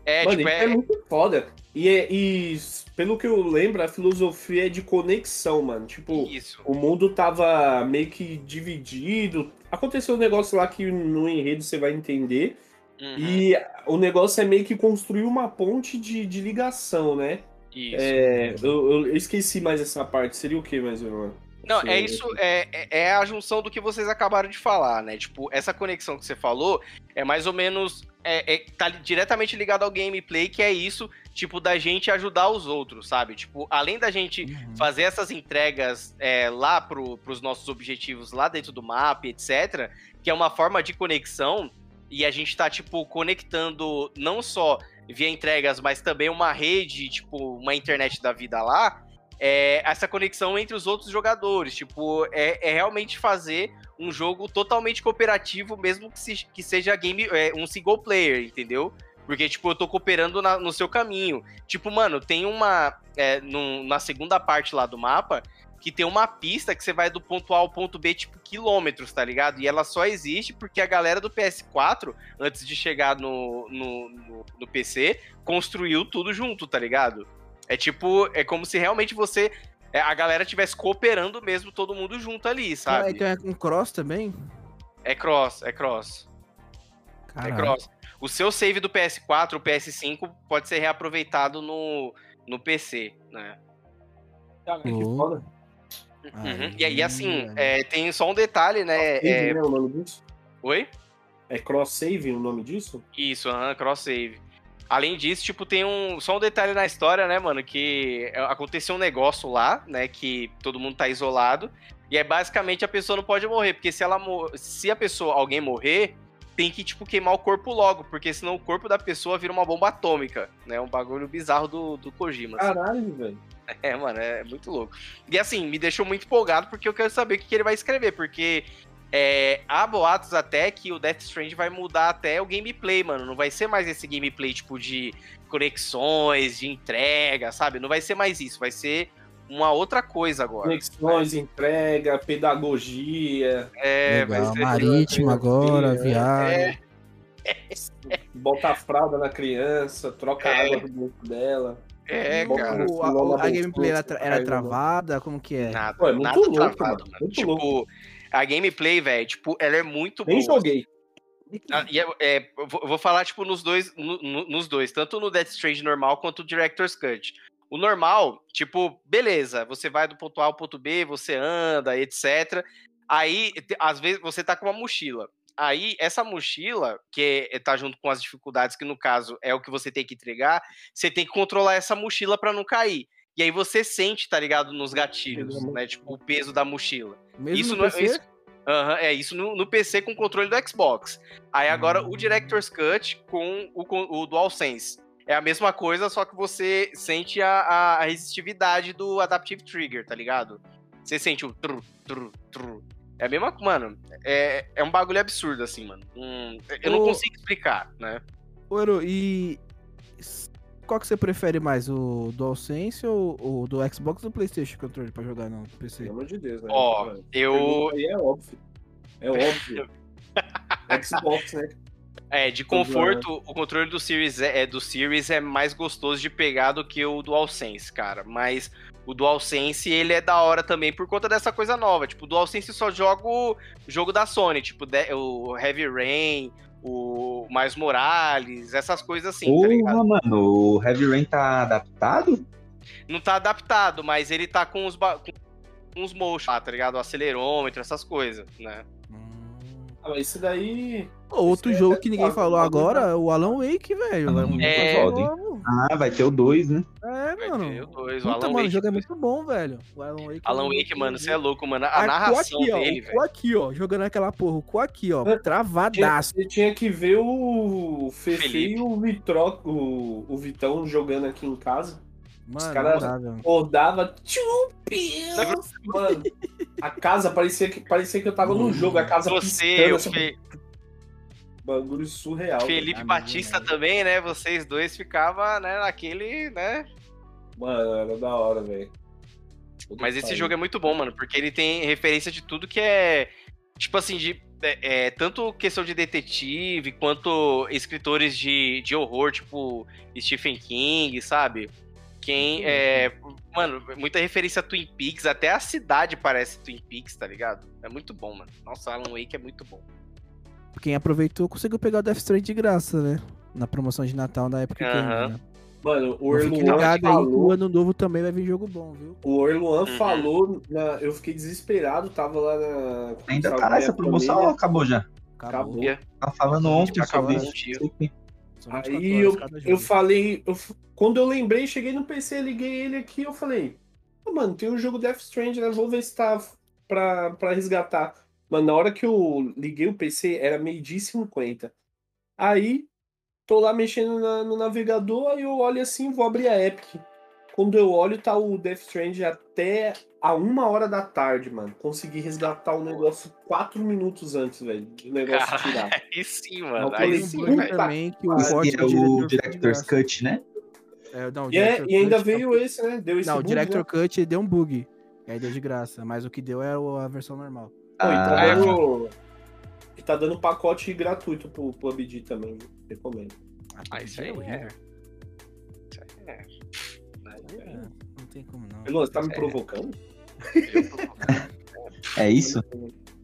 Speaker 1: É,
Speaker 5: Mano,
Speaker 1: tipo,
Speaker 5: isso
Speaker 1: é,
Speaker 5: é muito foda. E, é- e pelo que eu lembro, a filosofia é de conexão, mano. Tipo,
Speaker 1: isso.
Speaker 5: o mundo tava meio que dividido. Aconteceu um negócio lá que no enredo você vai entender.
Speaker 1: Uhum.
Speaker 5: E o negócio é meio que construir uma ponte de, de ligação, né?
Speaker 1: Isso.
Speaker 5: É, eu, eu esqueci mais essa parte. Seria o que mais, mano?
Speaker 1: Não, é isso, é, é- é a junção do que vocês acabaram de falar, né? Tipo, essa conexão que você falou é mais ou menos. É, é- tá li- diretamente ligado ao gameplay, que é isso, tipo, da gente ajudar os outros, sabe? Tipo, além da gente fazer essas entregas é, lá pro, pros nossos objetivos lá dentro do mapa, etc., que é uma forma de conexão, e a gente tá, tipo, conectando não só via entregas, mas também uma rede, tipo, uma internet da vida lá, é, essa conexão entre os outros jogadores. Tipo, é, é realmente fazer um jogo totalmente cooperativo, mesmo que, se- que seja game, é, um single player, entendeu? Porque, tipo, eu tô cooperando na- no seu caminho. Tipo, mano, tem uma. é, num- na segunda parte lá do mapa, que tem uma pista que você vai do ponto A ao ponto B, tipo, quilômetros, tá ligado? E ela só existe porque a galera do PS4, antes de chegar no, no, no- no PC, construiu tudo junto, tá ligado? É tipo, é como se realmente você. é, A galera tivesse cooperando mesmo, todo mundo junto ali,
Speaker 2: Ah,
Speaker 1: sabe?
Speaker 2: então é com cross também?
Speaker 1: É cross, é cross. É
Speaker 2: Caralho.
Speaker 1: cross. O seu save do PS4, o PS5, pode ser reaproveitado no, no PC, né?
Speaker 5: Que
Speaker 2: Ô,
Speaker 5: foda.
Speaker 1: Uhum. E aí, assim,
Speaker 2: velho.
Speaker 1: é, tem só um detalhe, né?
Speaker 5: Save,
Speaker 1: É,
Speaker 5: né, o nome disso?
Speaker 1: Oi?
Speaker 5: É cross-save o nome disso?
Speaker 1: Isso, aham, cross save. Além disso, tipo, tem um. Só um detalhe na história, né, mano? Que aconteceu um negócio lá, né? Que todo mundo tá isolado. E é basicamente a pessoa não pode morrer. Porque se ela mo- se a pessoa, alguém morrer, tem que, tipo, queimar o corpo logo. Porque senão o corpo da pessoa vira uma bomba atômica, né? Um bagulho bizarro do, do Kojima. assim.
Speaker 5: Caralho, velho.
Speaker 1: É, mano, é muito louco. E assim, me deixou muito empolgado porque eu quero saber o que, que ele vai escrever, porque é, há boatos até que o Death Strand vai mudar até o gameplay, mano. Não vai ser mais esse gameplay tipo de conexões, de entrega, sabe? Não vai ser mais isso, vai ser uma outra coisa agora.
Speaker 5: Conexões, entrega, pedagogia,
Speaker 1: É, vai
Speaker 2: Legal.
Speaker 1: ser.
Speaker 2: Marítimo agora,
Speaker 1: É,
Speaker 2: viagem.
Speaker 5: bota a fralda na criança, troca a água do boco dela.
Speaker 1: É,
Speaker 5: Bom,
Speaker 1: cara.
Speaker 2: O- a,
Speaker 5: Lola
Speaker 2: a gameplay era, tra- era
Speaker 5: Bolsonaro.
Speaker 2: travada? Como que é?
Speaker 1: Nada,
Speaker 5: Pô, é muito
Speaker 1: nada
Speaker 5: louco,
Speaker 1: travado,
Speaker 5: mano,
Speaker 1: mano.
Speaker 5: muito
Speaker 1: tipo,
Speaker 5: louco.
Speaker 1: a gameplay, velho, tipo, ela é muito
Speaker 5: Nem
Speaker 1: boa.
Speaker 5: joguei.
Speaker 1: Ah, e é- é, eu vou eu vou falar, tipo, nos dois, no- no- nos dois, tanto no Death Strange normal quanto no Director's Cut. O normal, tipo, beleza, você vai do ponto A ao ponto B, você anda, etc. Aí, te- às vezes, você tá com uma mochila. Aí, essa mochila, que é- tá junto com as dificuldades, que no caso é o que você tem que entregar, você tem que controlar essa mochila pra não cair. E aí você sente, tá ligado, nos gatilhos, né? Tipo, o peso da mochila.
Speaker 2: Mesmo
Speaker 1: Isso
Speaker 2: no
Speaker 1: não é-
Speaker 2: PC?
Speaker 1: isso- Aham, é isso no, no PC com o controle do Xbox. Aí agora o Director's Cut com o, con- o DualSense. É a mesma coisa, só que você sente a, a- a resistividade do Adaptive Trigger, tá ligado? Você sente o tru, tru, tru. É a mesma. Mano, é, é um bagulho absurdo, assim, mano. Hum, eu não
Speaker 2: O-
Speaker 1: consigo explicar, né?
Speaker 2: Ô, Eru, e s- qual que você prefere mais, o DualSense ou o do Xbox ou do PlayStation controle pra jogar no
Speaker 5: Pelo
Speaker 2: PC?
Speaker 5: amor de Deus, né?
Speaker 1: Ó, eu.
Speaker 5: Pergunta aí é óbvio. É óbvio. Xbox, né?
Speaker 1: É, de
Speaker 5: Tudo
Speaker 1: conforto, o controle do Series é, é- do Series é mais gostoso de pegar do que o DualSense, cara. Mas o DualSense, ele é da hora também por conta dessa coisa nova. Tipo, o DualSense só joga o jogo da Sony, tipo, de- o Heavy Rain, o Mais Morales, essas coisas assim, tá ligado?
Speaker 4: Porra, mano, o Heavy Rain tá adaptado?
Speaker 1: Não tá adaptado, mas ele tá com os ba- com uns motion, lá, tá ligado? O acelerômetro, essas coisas, né?
Speaker 2: Hum,
Speaker 5: Ah, mas isso daí.
Speaker 2: Pô, outro
Speaker 5: Isso é
Speaker 2: jogo que ninguém
Speaker 5: foda,
Speaker 2: falou
Speaker 5: foda,
Speaker 2: agora, é o Alan Wake, velho.
Speaker 4: Alan
Speaker 2: Alan Wake
Speaker 1: É.
Speaker 2: é
Speaker 4: foda, hein?
Speaker 2: novo.
Speaker 4: Ah, vai ter o 2, né?
Speaker 2: É,
Speaker 1: Vai ter o dois,
Speaker 2: mano.
Speaker 1: o
Speaker 2: Puta,
Speaker 1: Alan
Speaker 2: mano, o
Speaker 1: Wake.
Speaker 2: jogo é muito bom, velho. O Alan Wake,
Speaker 1: Alan Wake, mano, você é louco, mano. A
Speaker 2: Ah,
Speaker 1: narração
Speaker 2: o Ko aqui,
Speaker 1: dele,
Speaker 2: ó, o
Speaker 1: velho.
Speaker 2: Ko aqui, ó, jogando aquela porra, o Ko aqui, ó,
Speaker 5: É. Tinha,
Speaker 2: travadaço.
Speaker 5: você tinha que ver o Fefe
Speaker 1: Felipe.
Speaker 5: e o, Vitro, o, o Vitão jogando aqui em casa.
Speaker 2: Mano,
Speaker 5: caras-
Speaker 2: não dá, velho.
Speaker 5: Rodava. Tchumpião! Mano, a casa parecia que, parecia que eu tava num jogo. A casa
Speaker 1: Você,
Speaker 5: piscando,
Speaker 1: o
Speaker 5: assim,
Speaker 1: Fe-
Speaker 5: bagulho surreal.
Speaker 1: Felipe
Speaker 2: Ah, mas
Speaker 1: Batista também, né? Vocês dois ficavam, né, naquele, né?
Speaker 5: Mano, era da hora, velho. Puta
Speaker 1: Mas
Speaker 5: que
Speaker 1: esse
Speaker 5: pariu.
Speaker 1: jogo é muito bom, mano, porque ele tem referência de tudo que é. Tipo assim, de. É, é, tanto questão de detetive quanto escritores de, de horror, tipo Stephen King, sabe? Quem é. Mano, muita referência a Twin Peaks, até a cidade parece Twin Peaks, tá ligado? É muito bom, mano. Nossa, Alan Wake é muito bom.
Speaker 2: Quem aproveitou conseguiu pegar o Death Stranding de graça, né? Na promoção de Natal na época que
Speaker 1: Aham.
Speaker 2: ainda, né?
Speaker 1: é
Speaker 5: Mano, o
Speaker 2: Mas Fique
Speaker 5: Erluan
Speaker 2: ligado aí que
Speaker 5: falou.
Speaker 2: o ano novo também vai vir jogo bom, viu?
Speaker 5: O Erluan
Speaker 1: Uhum.
Speaker 5: falou, na- eu fiquei desesperado, tava lá na.
Speaker 4: Ainda
Speaker 5: tava
Speaker 4: tá
Speaker 5: na
Speaker 4: lá essa
Speaker 5: minha
Speaker 4: promoção ou
Speaker 5: família,
Speaker 4: acabou já?
Speaker 5: Acabou.
Speaker 4: Tá falando ontem
Speaker 1: Acabou
Speaker 4: sobre
Speaker 1: um
Speaker 4: isso.
Speaker 1: dia.
Speaker 2: São 24
Speaker 5: Aí
Speaker 2: horas
Speaker 5: eu,
Speaker 2: cada
Speaker 5: eu
Speaker 2: jogo.
Speaker 5: falei, eu f- quando eu lembrei, cheguei no PC, liguei ele aqui, eu falei, "Ah, mano, tem um jogo Death Strange, né? Vou ver se tá f- pra, pra resgatar. Mano, na hora que eu liguei o PC, era meio-dia e 50. Aí, tô lá mexendo na- no navegador, aí eu olho assim, vou abrir a Epic. Quando eu olho, tá o Death Strange até a uma hora da tarde, mano. Consegui resgatar o negócio quatro minutos antes, velho, do negócio
Speaker 1: Caralho.
Speaker 5: tirar.
Speaker 1: Aí sim,
Speaker 5: Não,
Speaker 1: mano.
Speaker 5: foi
Speaker 1: Aí
Speaker 5: esse
Speaker 1: sim,
Speaker 5: jogo,
Speaker 1: velho.
Speaker 2: também que o
Speaker 5: Mas
Speaker 2: corte do
Speaker 4: Era é o
Speaker 2: diretor foi de
Speaker 4: Director's
Speaker 2: graça.
Speaker 4: Cut, né?
Speaker 2: É, não, o
Speaker 5: E, é-
Speaker 2: Director
Speaker 5: e ainda
Speaker 2: Cut
Speaker 5: veio
Speaker 2: foi-
Speaker 5: esse, né? Deu esse
Speaker 2: Não, o
Speaker 5: bug,
Speaker 2: Director
Speaker 5: né?
Speaker 2: Cut ele deu um bug. E aí deu de graça. Mas o que deu era o- a versão normal.
Speaker 5: Pô, e tá
Speaker 4: Ah,
Speaker 1: é,
Speaker 5: dando... E tá dando pacote gratuito pro, pro PUBG também, viu? recomendo.
Speaker 1: Ah, isso aí é.
Speaker 2: horrível.
Speaker 1: Isso aí é.
Speaker 2: É, Não tem como não.
Speaker 5: Elon, você tá me provocando?
Speaker 4: É isso?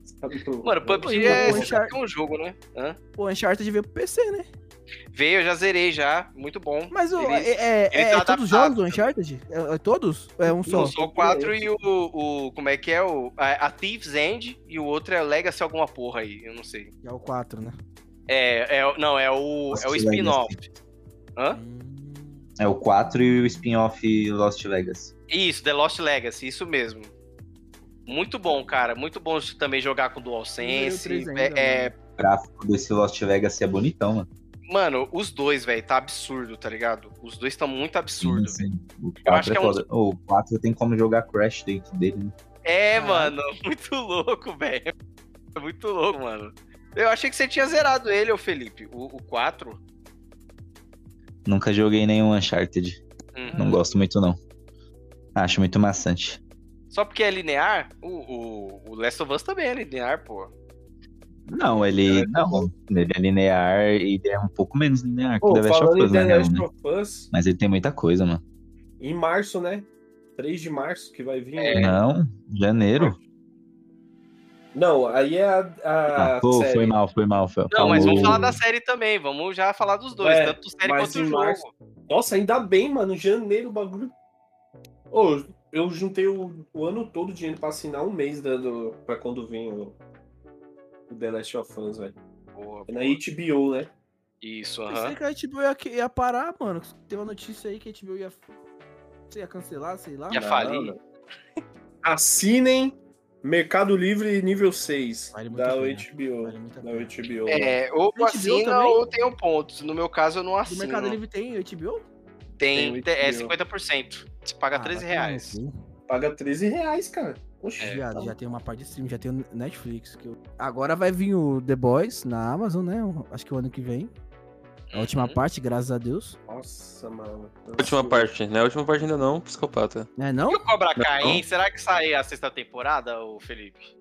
Speaker 5: Você tá me provocando?
Speaker 1: Mano, PUBG é
Speaker 2: Poxa.
Speaker 1: sempre um jogo, né? Hã?
Speaker 2: O Uncharted veio pro PC, né?
Speaker 1: Veio, eu já zerei já. Muito bom.
Speaker 2: Mas o,
Speaker 1: Ele-
Speaker 2: é, é,
Speaker 1: ele
Speaker 2: é
Speaker 1: tá
Speaker 2: todos os
Speaker 1: adaptado
Speaker 2: jogos do Uncharted? É, é todos? Ou É um só?
Speaker 1: Não, só o 4 e o, o. Como é que é? O, a, a Thieves End e o outro é Legacy alguma porra aí. Eu não sei.
Speaker 2: É o 4, né?
Speaker 1: É, é não, é o.
Speaker 4: Lost
Speaker 1: é o
Speaker 4: Legacy.
Speaker 1: spin-off. Hã?
Speaker 2: Hum.
Speaker 4: É o 4 e o spin-off Lost Vegas.
Speaker 1: Isso, The Lost Legacy, isso mesmo. Muito bom, cara. Muito bom também jogar com DualSense.
Speaker 2: Não, eu três
Speaker 1: É,
Speaker 2: ainda,
Speaker 1: é,
Speaker 4: O gráfico desse Lost Vegas é bonitão, mano.
Speaker 1: mano, os dois, velho, tá absurdo, tá ligado? Os dois estão muito absurdo, velho.
Speaker 4: O
Speaker 1: Eu acho
Speaker 4: 4
Speaker 1: que é
Speaker 4: é
Speaker 1: um-
Speaker 4: foda. O 4 tem como jogar Crash dentro dele, né?
Speaker 1: É, mano, muito louco, velho. É Muito louco, mano. Eu achei que você tinha zerado ele, ô Felipe. O, o 4.
Speaker 4: Nunca joguei nenhum Uncharted.
Speaker 1: Hum.
Speaker 4: Não gosto muito, não. Acho muito maçante.
Speaker 1: Só porque é linear, o, o, o Last of Us também é linear, pô.
Speaker 4: Não, ele. Não, ele é linear e ele é um pouco menos linear que o
Speaker 5: Pô,
Speaker 4: The Last of
Speaker 5: falando em
Speaker 4: Us, na
Speaker 5: The
Speaker 4: real,
Speaker 5: Last
Speaker 4: né?
Speaker 5: of Us,
Speaker 4: Mas ele tem muita coisa, mano.
Speaker 5: em março, né? 3 de março que vai vir.
Speaker 1: É.
Speaker 5: né?
Speaker 4: Não, janeiro.
Speaker 5: Não, aí é a. a
Speaker 4: Ah, pô,
Speaker 5: série.
Speaker 4: foi mal, foi mal. Foi...
Speaker 1: Não, mas vamos
Speaker 4: falou-
Speaker 1: falar da série também. Vamos já falar dos dois,
Speaker 5: É,
Speaker 1: tanto série
Speaker 5: mas
Speaker 1: quanto
Speaker 5: em
Speaker 1: jogo.
Speaker 5: março- Nossa, ainda bem, mano. Janeiro, o bagulho. Ô, eu juntei o, o ano todo de dinheiro pra assinar um mês da, do, pra quando vem o, o The Last of Us, velho.
Speaker 1: Boa,
Speaker 5: É na
Speaker 1: boa.
Speaker 5: HBO, né?
Speaker 1: Isso, aham.
Speaker 2: Pensei que a HBO ia, que- ia parar, mano. Teve uma notícia aí que a HBO ia, sei, ia cancelar, sei lá.
Speaker 1: Ia
Speaker 5: Não,
Speaker 1: falir.
Speaker 5: não. Assinem Mercado Livre nível 6
Speaker 2: Vale muito
Speaker 5: da
Speaker 2: a pena.
Speaker 5: HBO.
Speaker 2: Vale muito a
Speaker 5: da
Speaker 2: pena.
Speaker 5: HBO.
Speaker 1: É, ou
Speaker 2: HBO
Speaker 1: assina
Speaker 2: também?
Speaker 1: ou tem um ponto. No meu caso, eu não
Speaker 2: Do
Speaker 1: assino.
Speaker 2: Mercado Livre tem HBO?
Speaker 1: Tem,
Speaker 5: Tem o
Speaker 1: é
Speaker 5: HBO.
Speaker 1: 50%. Você paga
Speaker 2: Ah,
Speaker 1: 13
Speaker 2: vai tomar no
Speaker 1: reais. É.
Speaker 2: cu.
Speaker 5: Paga 13 reais, cara. Oxi,
Speaker 2: Viado,
Speaker 5: tá-
Speaker 2: já tem uma parte de stream, já tem o Netflix. que eu- Agora vai vir o The Boys na Amazon, né? O- Acho que o ano que vem. É A última
Speaker 1: Uhum.
Speaker 2: parte, graças a Deus.
Speaker 5: Nossa, mano.
Speaker 3: Última parte, né? Última parte ainda não, psicopata.
Speaker 2: Não é
Speaker 1: Uhum. E
Speaker 2: não?
Speaker 1: o Cobra Kai,
Speaker 3: Não.
Speaker 1: hein? Será que sai a sexta temporada, ô Felipe?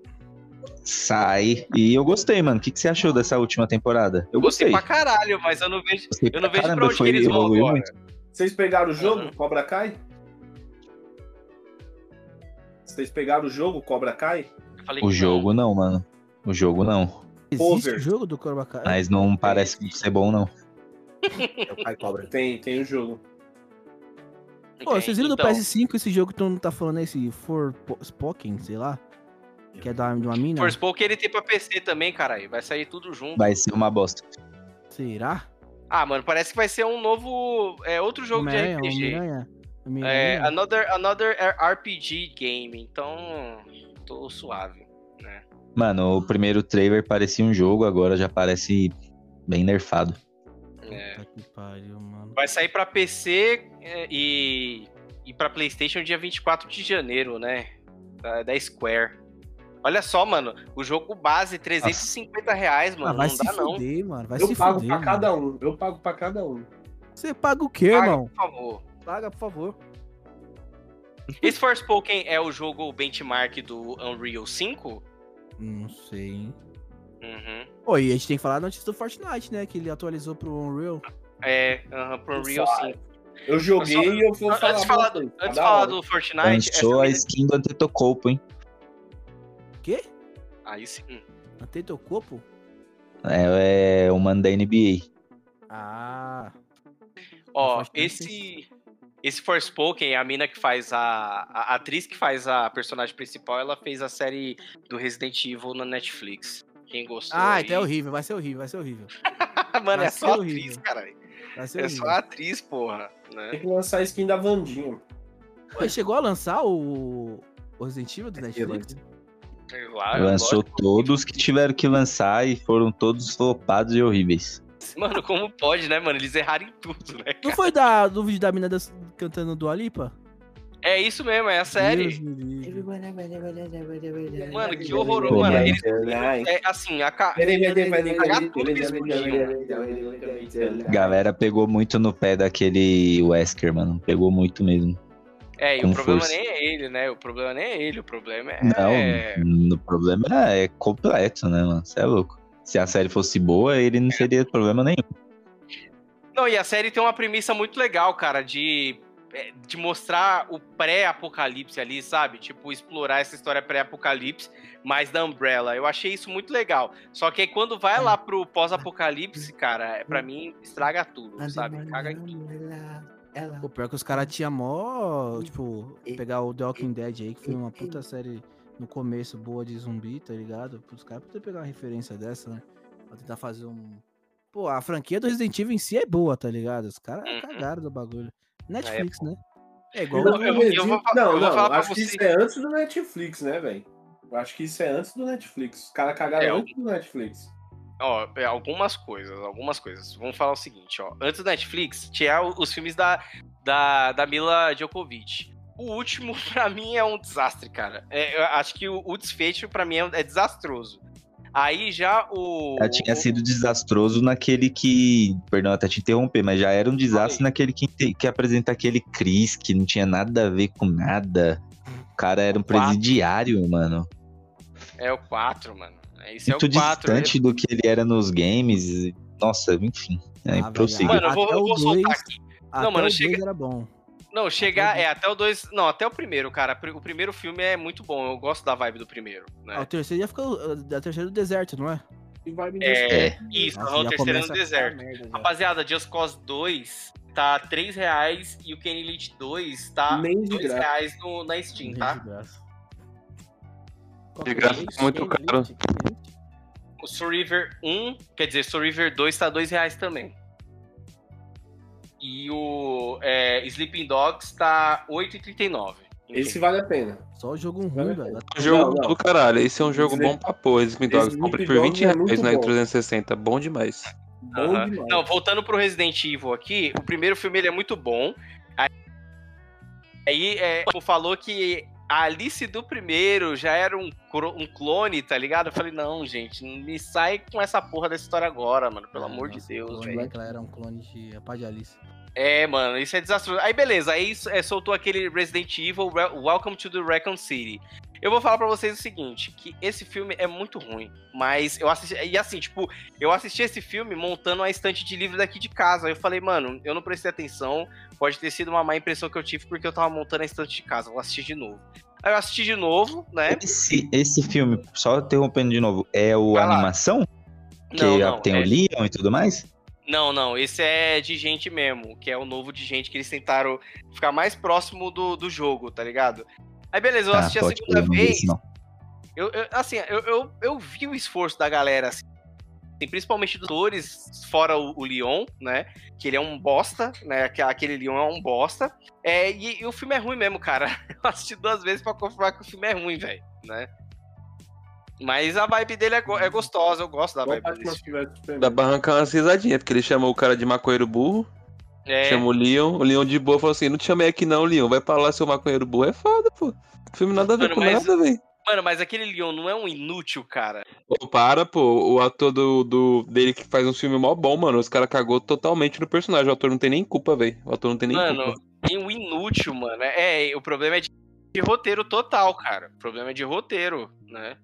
Speaker 4: Sai. E eu gostei, mano. O que, que você achou dessa última temporada? Eu gostei.
Speaker 1: pra caralho, mas eu não vejo,
Speaker 4: Gostei
Speaker 1: eu não
Speaker 4: pra
Speaker 1: vejo pra
Speaker 4: caramba,
Speaker 1: onde que
Speaker 4: foi-
Speaker 1: eles vão
Speaker 4: evoluiu
Speaker 1: agora.
Speaker 4: muito.
Speaker 5: Vocês pegaram o jogo,
Speaker 1: Uhum.
Speaker 5: Cobra Kai? Vocês pegaram o jogo, Cobra Kai?
Speaker 1: Eu falei que
Speaker 4: O
Speaker 1: não.
Speaker 4: jogo não, mano. O jogo não.
Speaker 2: Existe
Speaker 5: Over.
Speaker 2: o jogo do Cobra Kai?
Speaker 4: Mas
Speaker 1: É.
Speaker 4: não parece ser bom, não.
Speaker 6: Ai, cobra.
Speaker 5: Tem, tem o jogo.
Speaker 4: é
Speaker 1: então.
Speaker 2: Pô, vocês viram do PS5 esse jogo que todo mundo tá falando, esse For Spoken, sei lá? que é da, de uma mina?
Speaker 1: Force Poke ele tem pra PC também, caralho. Vai sair tudo junto.
Speaker 4: Vai ser uma bosta.
Speaker 2: Será?
Speaker 1: Ah, mano, parece que vai ser um novo. É outro jogo
Speaker 2: Homem-Aranha,
Speaker 1: de RPG.
Speaker 2: Homem-Aranha,
Speaker 1: É,
Speaker 2: Homem-Aranha.
Speaker 1: another, another RPG game. Então, tô suave.
Speaker 4: Mano, o primeiro trailer parecia um jogo, agora já parece bem nerfado.
Speaker 1: É.
Speaker 2: Puta que pariu, mano.
Speaker 1: Vai sair pra PC é, e, e pra PlayStation dia 24 de janeiro, né? Da, da Square. Olha só, mano. O jogo base, 350 reais,
Speaker 2: Ah,
Speaker 1: mano.
Speaker 2: vai
Speaker 1: não
Speaker 2: se
Speaker 1: dá, não.
Speaker 2: fuder, mano. Vai
Speaker 5: eu
Speaker 2: se
Speaker 5: pago
Speaker 2: fuder.
Speaker 5: pra cada
Speaker 2: mano.
Speaker 5: um. Eu pago pra cada um.
Speaker 2: Você paga o quê,
Speaker 1: Paga,
Speaker 2: irmão?
Speaker 1: por favor.
Speaker 2: Paga, por favor.
Speaker 1: Esse Forspoken é o jogo benchmark do Unreal 5?
Speaker 2: Não sei, hein?
Speaker 1: Uhum.
Speaker 2: Pô, e a gente tem que falar da notícia do Fortnite, né? Que ele atualizou pro Unreal.
Speaker 1: É, aham, pro Unreal
Speaker 5: Só-
Speaker 1: 5.
Speaker 5: é. Eu joguei
Speaker 1: Só-
Speaker 5: e eu vou falar.
Speaker 1: Antes de falar,
Speaker 5: pra
Speaker 1: do,
Speaker 5: vocês,
Speaker 1: antes de
Speaker 5: tá da
Speaker 1: falar
Speaker 5: hora.
Speaker 1: do Fortnite, essa é
Speaker 4: Lançou a
Speaker 1: menina-
Speaker 4: skin do Antetokounmpo, hein?
Speaker 1: aí sim.
Speaker 2: Até teu corpo?
Speaker 4: É, é o mano da NBA.
Speaker 2: Ah.
Speaker 1: Ó,
Speaker 2: Fortnite,
Speaker 1: esse esse Forspoken, a mina que faz a, a atriz que faz a personagem principal, ela fez a série do Resident Evil na Netflix. Quem gostou?
Speaker 2: Ah,
Speaker 1: aí-
Speaker 2: então é horrível, vai ser horrível, vai ser horrível.
Speaker 1: Mano,
Speaker 2: Vai
Speaker 1: é
Speaker 2: ser
Speaker 1: só
Speaker 2: horrível.
Speaker 1: atriz, caralho.
Speaker 2: Vai ser
Speaker 1: É
Speaker 2: horrível.
Speaker 1: só atriz, porra. Né?
Speaker 5: Tem que lançar a skin da Vandinha.
Speaker 2: Pô, ele chegou a lançar o, o Resident Evil do Netflix?
Speaker 1: Sei lá, eu
Speaker 4: Lançou
Speaker 1: gosto.
Speaker 4: todos que tiveram que lançar e foram todos flopados e horríveis.
Speaker 1: Mano, como pode, né, mano? Eles erraram em tudo, né?
Speaker 2: Não foi da, do vídeo da mina das- cantando do Alipa?
Speaker 1: É isso mesmo, é a série. Mano, que horroroso,
Speaker 4: Pô,
Speaker 1: mano.
Speaker 4: mano.
Speaker 1: Eles, é, assim, a, ca-
Speaker 4: Galera pegou muito no pé daquele Wesker, mano. Pegou muito mesmo.
Speaker 1: É, e
Speaker 4: Com
Speaker 1: o problema
Speaker 4: força.
Speaker 1: nem é ele, né? O problema nem é ele, o problema é. é,
Speaker 4: Não, o problema é completo, né, mano? Você é louco. Se a série fosse boa, ele não seria problema nenhum.
Speaker 1: Não, e a série tem uma premissa muito legal, cara, de, é, de mostrar o pré-apocalipse ali, sabe? Tipo, explorar essa história pré-apocalipse, mas da Umbrella. Eu achei isso muito legal. Só que aí quando vai lá pro pós-apocalipse, cara, é, pra mim estraga tudo, sabe?
Speaker 6: é
Speaker 1: Caga em tudo.
Speaker 2: O pior é que os caras tinham mó. Tipo, pegar o The Walking Dead aí, que foi uma puta série no começo boa de zumbi, tá ligado? Os caras poderiam pegar uma referência dessa, né? Pra tentar fazer um. Pô, a franquia do Resident Evil em si é boa, tá ligado? Os caras
Speaker 1: Uhum.
Speaker 2: cagaram do bagulho. Netflix, né? É igual.
Speaker 5: Não,
Speaker 1: eu vou- eu vou fa- eu
Speaker 5: não,
Speaker 1: vou falar
Speaker 5: não,
Speaker 1: pra
Speaker 5: acho que
Speaker 1: vocês.
Speaker 5: isso é antes do Netflix, né, velho? Eu Acho que isso é antes do Netflix. Os caras
Speaker 1: É,
Speaker 5: cagaram
Speaker 1: eu-
Speaker 5: antes do Netflix.
Speaker 1: Ó, é, algumas coisas, algumas coisas. Vamos falar o seguinte, ó. Antes do Netflix, tinha o- os filmes da, da, da Mila Djokovic. O último, pra mim, é um desastre, cara. É, eu acho que o, o desfecho, pra mim, é, é desastroso. Aí já o.
Speaker 4: Já tinha
Speaker 1: o-
Speaker 4: sido desastroso naquele que. Perdão até te interromper, mas já era um desastre naquele que, inte- que apresenta aquele Chris, que não tinha nada a ver com nada. O cara era um
Speaker 1: Quatro.
Speaker 4: presidiário, mano.
Speaker 1: É o 4, mano. É, Esse
Speaker 4: Muito
Speaker 1: é o 4.
Speaker 4: distante do que ele era nos games. Nossa, enfim. É,
Speaker 2: Ah,
Speaker 4: prossiga.
Speaker 2: velho,
Speaker 1: Mano, eu vou-
Speaker 2: até
Speaker 1: eu
Speaker 2: o
Speaker 1: vou soltar
Speaker 2: dois- até
Speaker 1: mano,
Speaker 2: o dois
Speaker 1: chega-
Speaker 2: era bom.
Speaker 1: Não, chegar.
Speaker 2: Até o
Speaker 1: É, até o 2. Não, até o primeiro, cara. Pri- O primeiro filme é muito bom. Eu gosto da vibe do primeiro.
Speaker 2: Ah, o
Speaker 1: Né?
Speaker 2: terceiro já ficou. A terceira do deserto, não é?
Speaker 5: E vai me
Speaker 1: É,
Speaker 4: É.
Speaker 1: isso,
Speaker 2: Nossa,
Speaker 1: o
Speaker 2: assim
Speaker 1: terceiro
Speaker 2: já
Speaker 1: no
Speaker 2: começa a ficar
Speaker 1: deserto.
Speaker 2: merda já.
Speaker 1: Rapaziada, Just Cause 2 tá R$ 3 reais e o Kenny Elite 2 tá R$
Speaker 5: nem de
Speaker 1: 2
Speaker 5: graça.
Speaker 1: reais no, na Steam, tá?
Speaker 3: De graça, tá é muito caro.
Speaker 5: né?
Speaker 1: O Soul River 1, quer dizer, Soul River 2 tá R$ 2 reais também. E o é, Sleeping Dogs tá R$ 8,39.
Speaker 5: Esse vale a pena.
Speaker 2: Só o jogo
Speaker 5: Vai,
Speaker 2: ruim,
Speaker 5: vai.
Speaker 2: velho.
Speaker 3: Um jogo
Speaker 5: Não, não.
Speaker 3: do caralho. Esse é um jogo
Speaker 5: Sleep-
Speaker 3: bom pra pôr. Sleeping Dogs.
Speaker 5: Sleep
Speaker 3: Comprei por
Speaker 5: Dogs
Speaker 3: 20
Speaker 5: é
Speaker 3: reais né?
Speaker 5: muito
Speaker 3: na
Speaker 5: bom.
Speaker 3: 360. Bom demais.
Speaker 5: Bom
Speaker 1: Aham.
Speaker 5: demais.
Speaker 1: Não, voltando pro Resident Evil aqui, o primeiro filme ele é muito bom. Aí- Aí é, tipo, falou que a Alice do primeiro já era um, cro- um clone, tá ligado? Eu falei, não, gente, não me sai com essa porra dessa história agora, mano. Pelo
Speaker 2: Ah,
Speaker 1: amor de
Speaker 2: nossa,
Speaker 1: Deus,
Speaker 2: clone,
Speaker 1: velho.
Speaker 2: né, que ela era um clone de a pá de Alice.
Speaker 1: É, mano, isso é desastroso. Aí beleza, aí s- é, soltou aquele Resident Evil Re- Welcome to the Recon City. Eu vou falar pra vocês o seguinte, que esse filme é muito ruim, mas eu assisti e assim, tipo, eu assisti esse filme montando a estante de livro daqui de casa. Aí eu falei, mano, eu não prestei atenção, pode ter sido uma má impressão que eu tive porque eu tava montando a estante de casa. Vou assistir de novo. Aí eu assisti de novo, né?
Speaker 4: Esse, esse filme, só interrompendo de novo, é o
Speaker 1: Vai lá.
Speaker 4: animação? Que
Speaker 1: Não, não,
Speaker 4: tem um
Speaker 1: é-
Speaker 4: o Leon e tudo mais?
Speaker 1: Não, não, esse é de gente mesmo, que é o novo de gente que eles tentaram ficar mais próximo do, do jogo, tá ligado? Aí beleza, eu
Speaker 4: Tá,
Speaker 1: assisti a
Speaker 4: pode
Speaker 1: segunda
Speaker 4: eu não vi
Speaker 1: vez.
Speaker 4: esse não.
Speaker 1: Eu, eu- assim, eu, eu, eu vi o esforço da galera, assim, assim, principalmente dos atores, fora o, o Leon, né? Que ele é um bosta, né? aque- Aquele Leon é um bosta. É, e, e o filme é ruim mesmo, cara. Eu assisti duas vezes pra confirmar que o filme é ruim, velho, né? Mas a vibe dele é, go- é gostosa, eu gosto da
Speaker 5: Igual
Speaker 1: vibe
Speaker 5: Batman
Speaker 1: dele.
Speaker 5: vs Superman.
Speaker 3: Dá pra arrancar umas risadinhas, porque ele chamou o cara de maconheiro burro,
Speaker 1: É,
Speaker 3: chamou o Leon, o Leon de boa falou assim, não te chamei aqui não, Leon, vai pra lá seu maconheiro burro, é foda, pô. Filme nada a ver
Speaker 1: Mano,
Speaker 3: com
Speaker 1: mas-
Speaker 3: nada, velho.
Speaker 1: mano, mas aquele Leon não é um inútil, cara.
Speaker 3: Pô, para, pô, o ator do, do- dele que faz um filme mó bom, mano, os cara cagou totalmente no personagem, o ator não tem nem culpa, velho. O ator não tem nem
Speaker 1: Mano,
Speaker 3: culpa.
Speaker 1: tem um inútil, mano. É, o problema é de, de roteiro total, cara. O problema é de roteiro, né?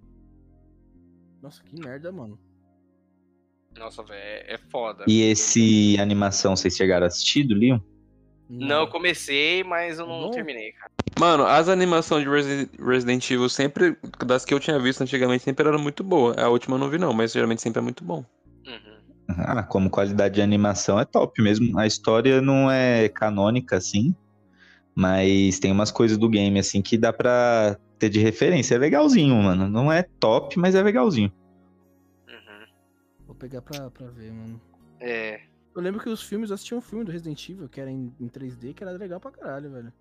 Speaker 2: Nossa, que merda, mano.
Speaker 1: Nossa, velho, é, é foda.
Speaker 4: E esse animação, vocês chegaram a assistir do Leon?
Speaker 1: Não, eu comecei, mas eu não
Speaker 2: Não?
Speaker 1: terminei, cara.
Speaker 3: Mano, as animações de Resi- Resident Evil sempre, das que eu tinha visto antigamente, sempre eram muito boas. A última eu não vi não, mas geralmente sempre é muito bom.
Speaker 1: Uhum.
Speaker 4: Ah, como qualidade de animação é top mesmo. A história não é canônica, assim, mas tem umas coisas do game, assim, que dá pra ter de referência. É legalzinho, mano. Não é top, mas é legalzinho.
Speaker 1: Uhum.
Speaker 2: Vou pegar pra, pra ver, mano.
Speaker 1: É.
Speaker 2: Eu lembro que os filmes, eu assisti um filme do Resident Evil que era em, em 3D, que era legal pra caralho, velho.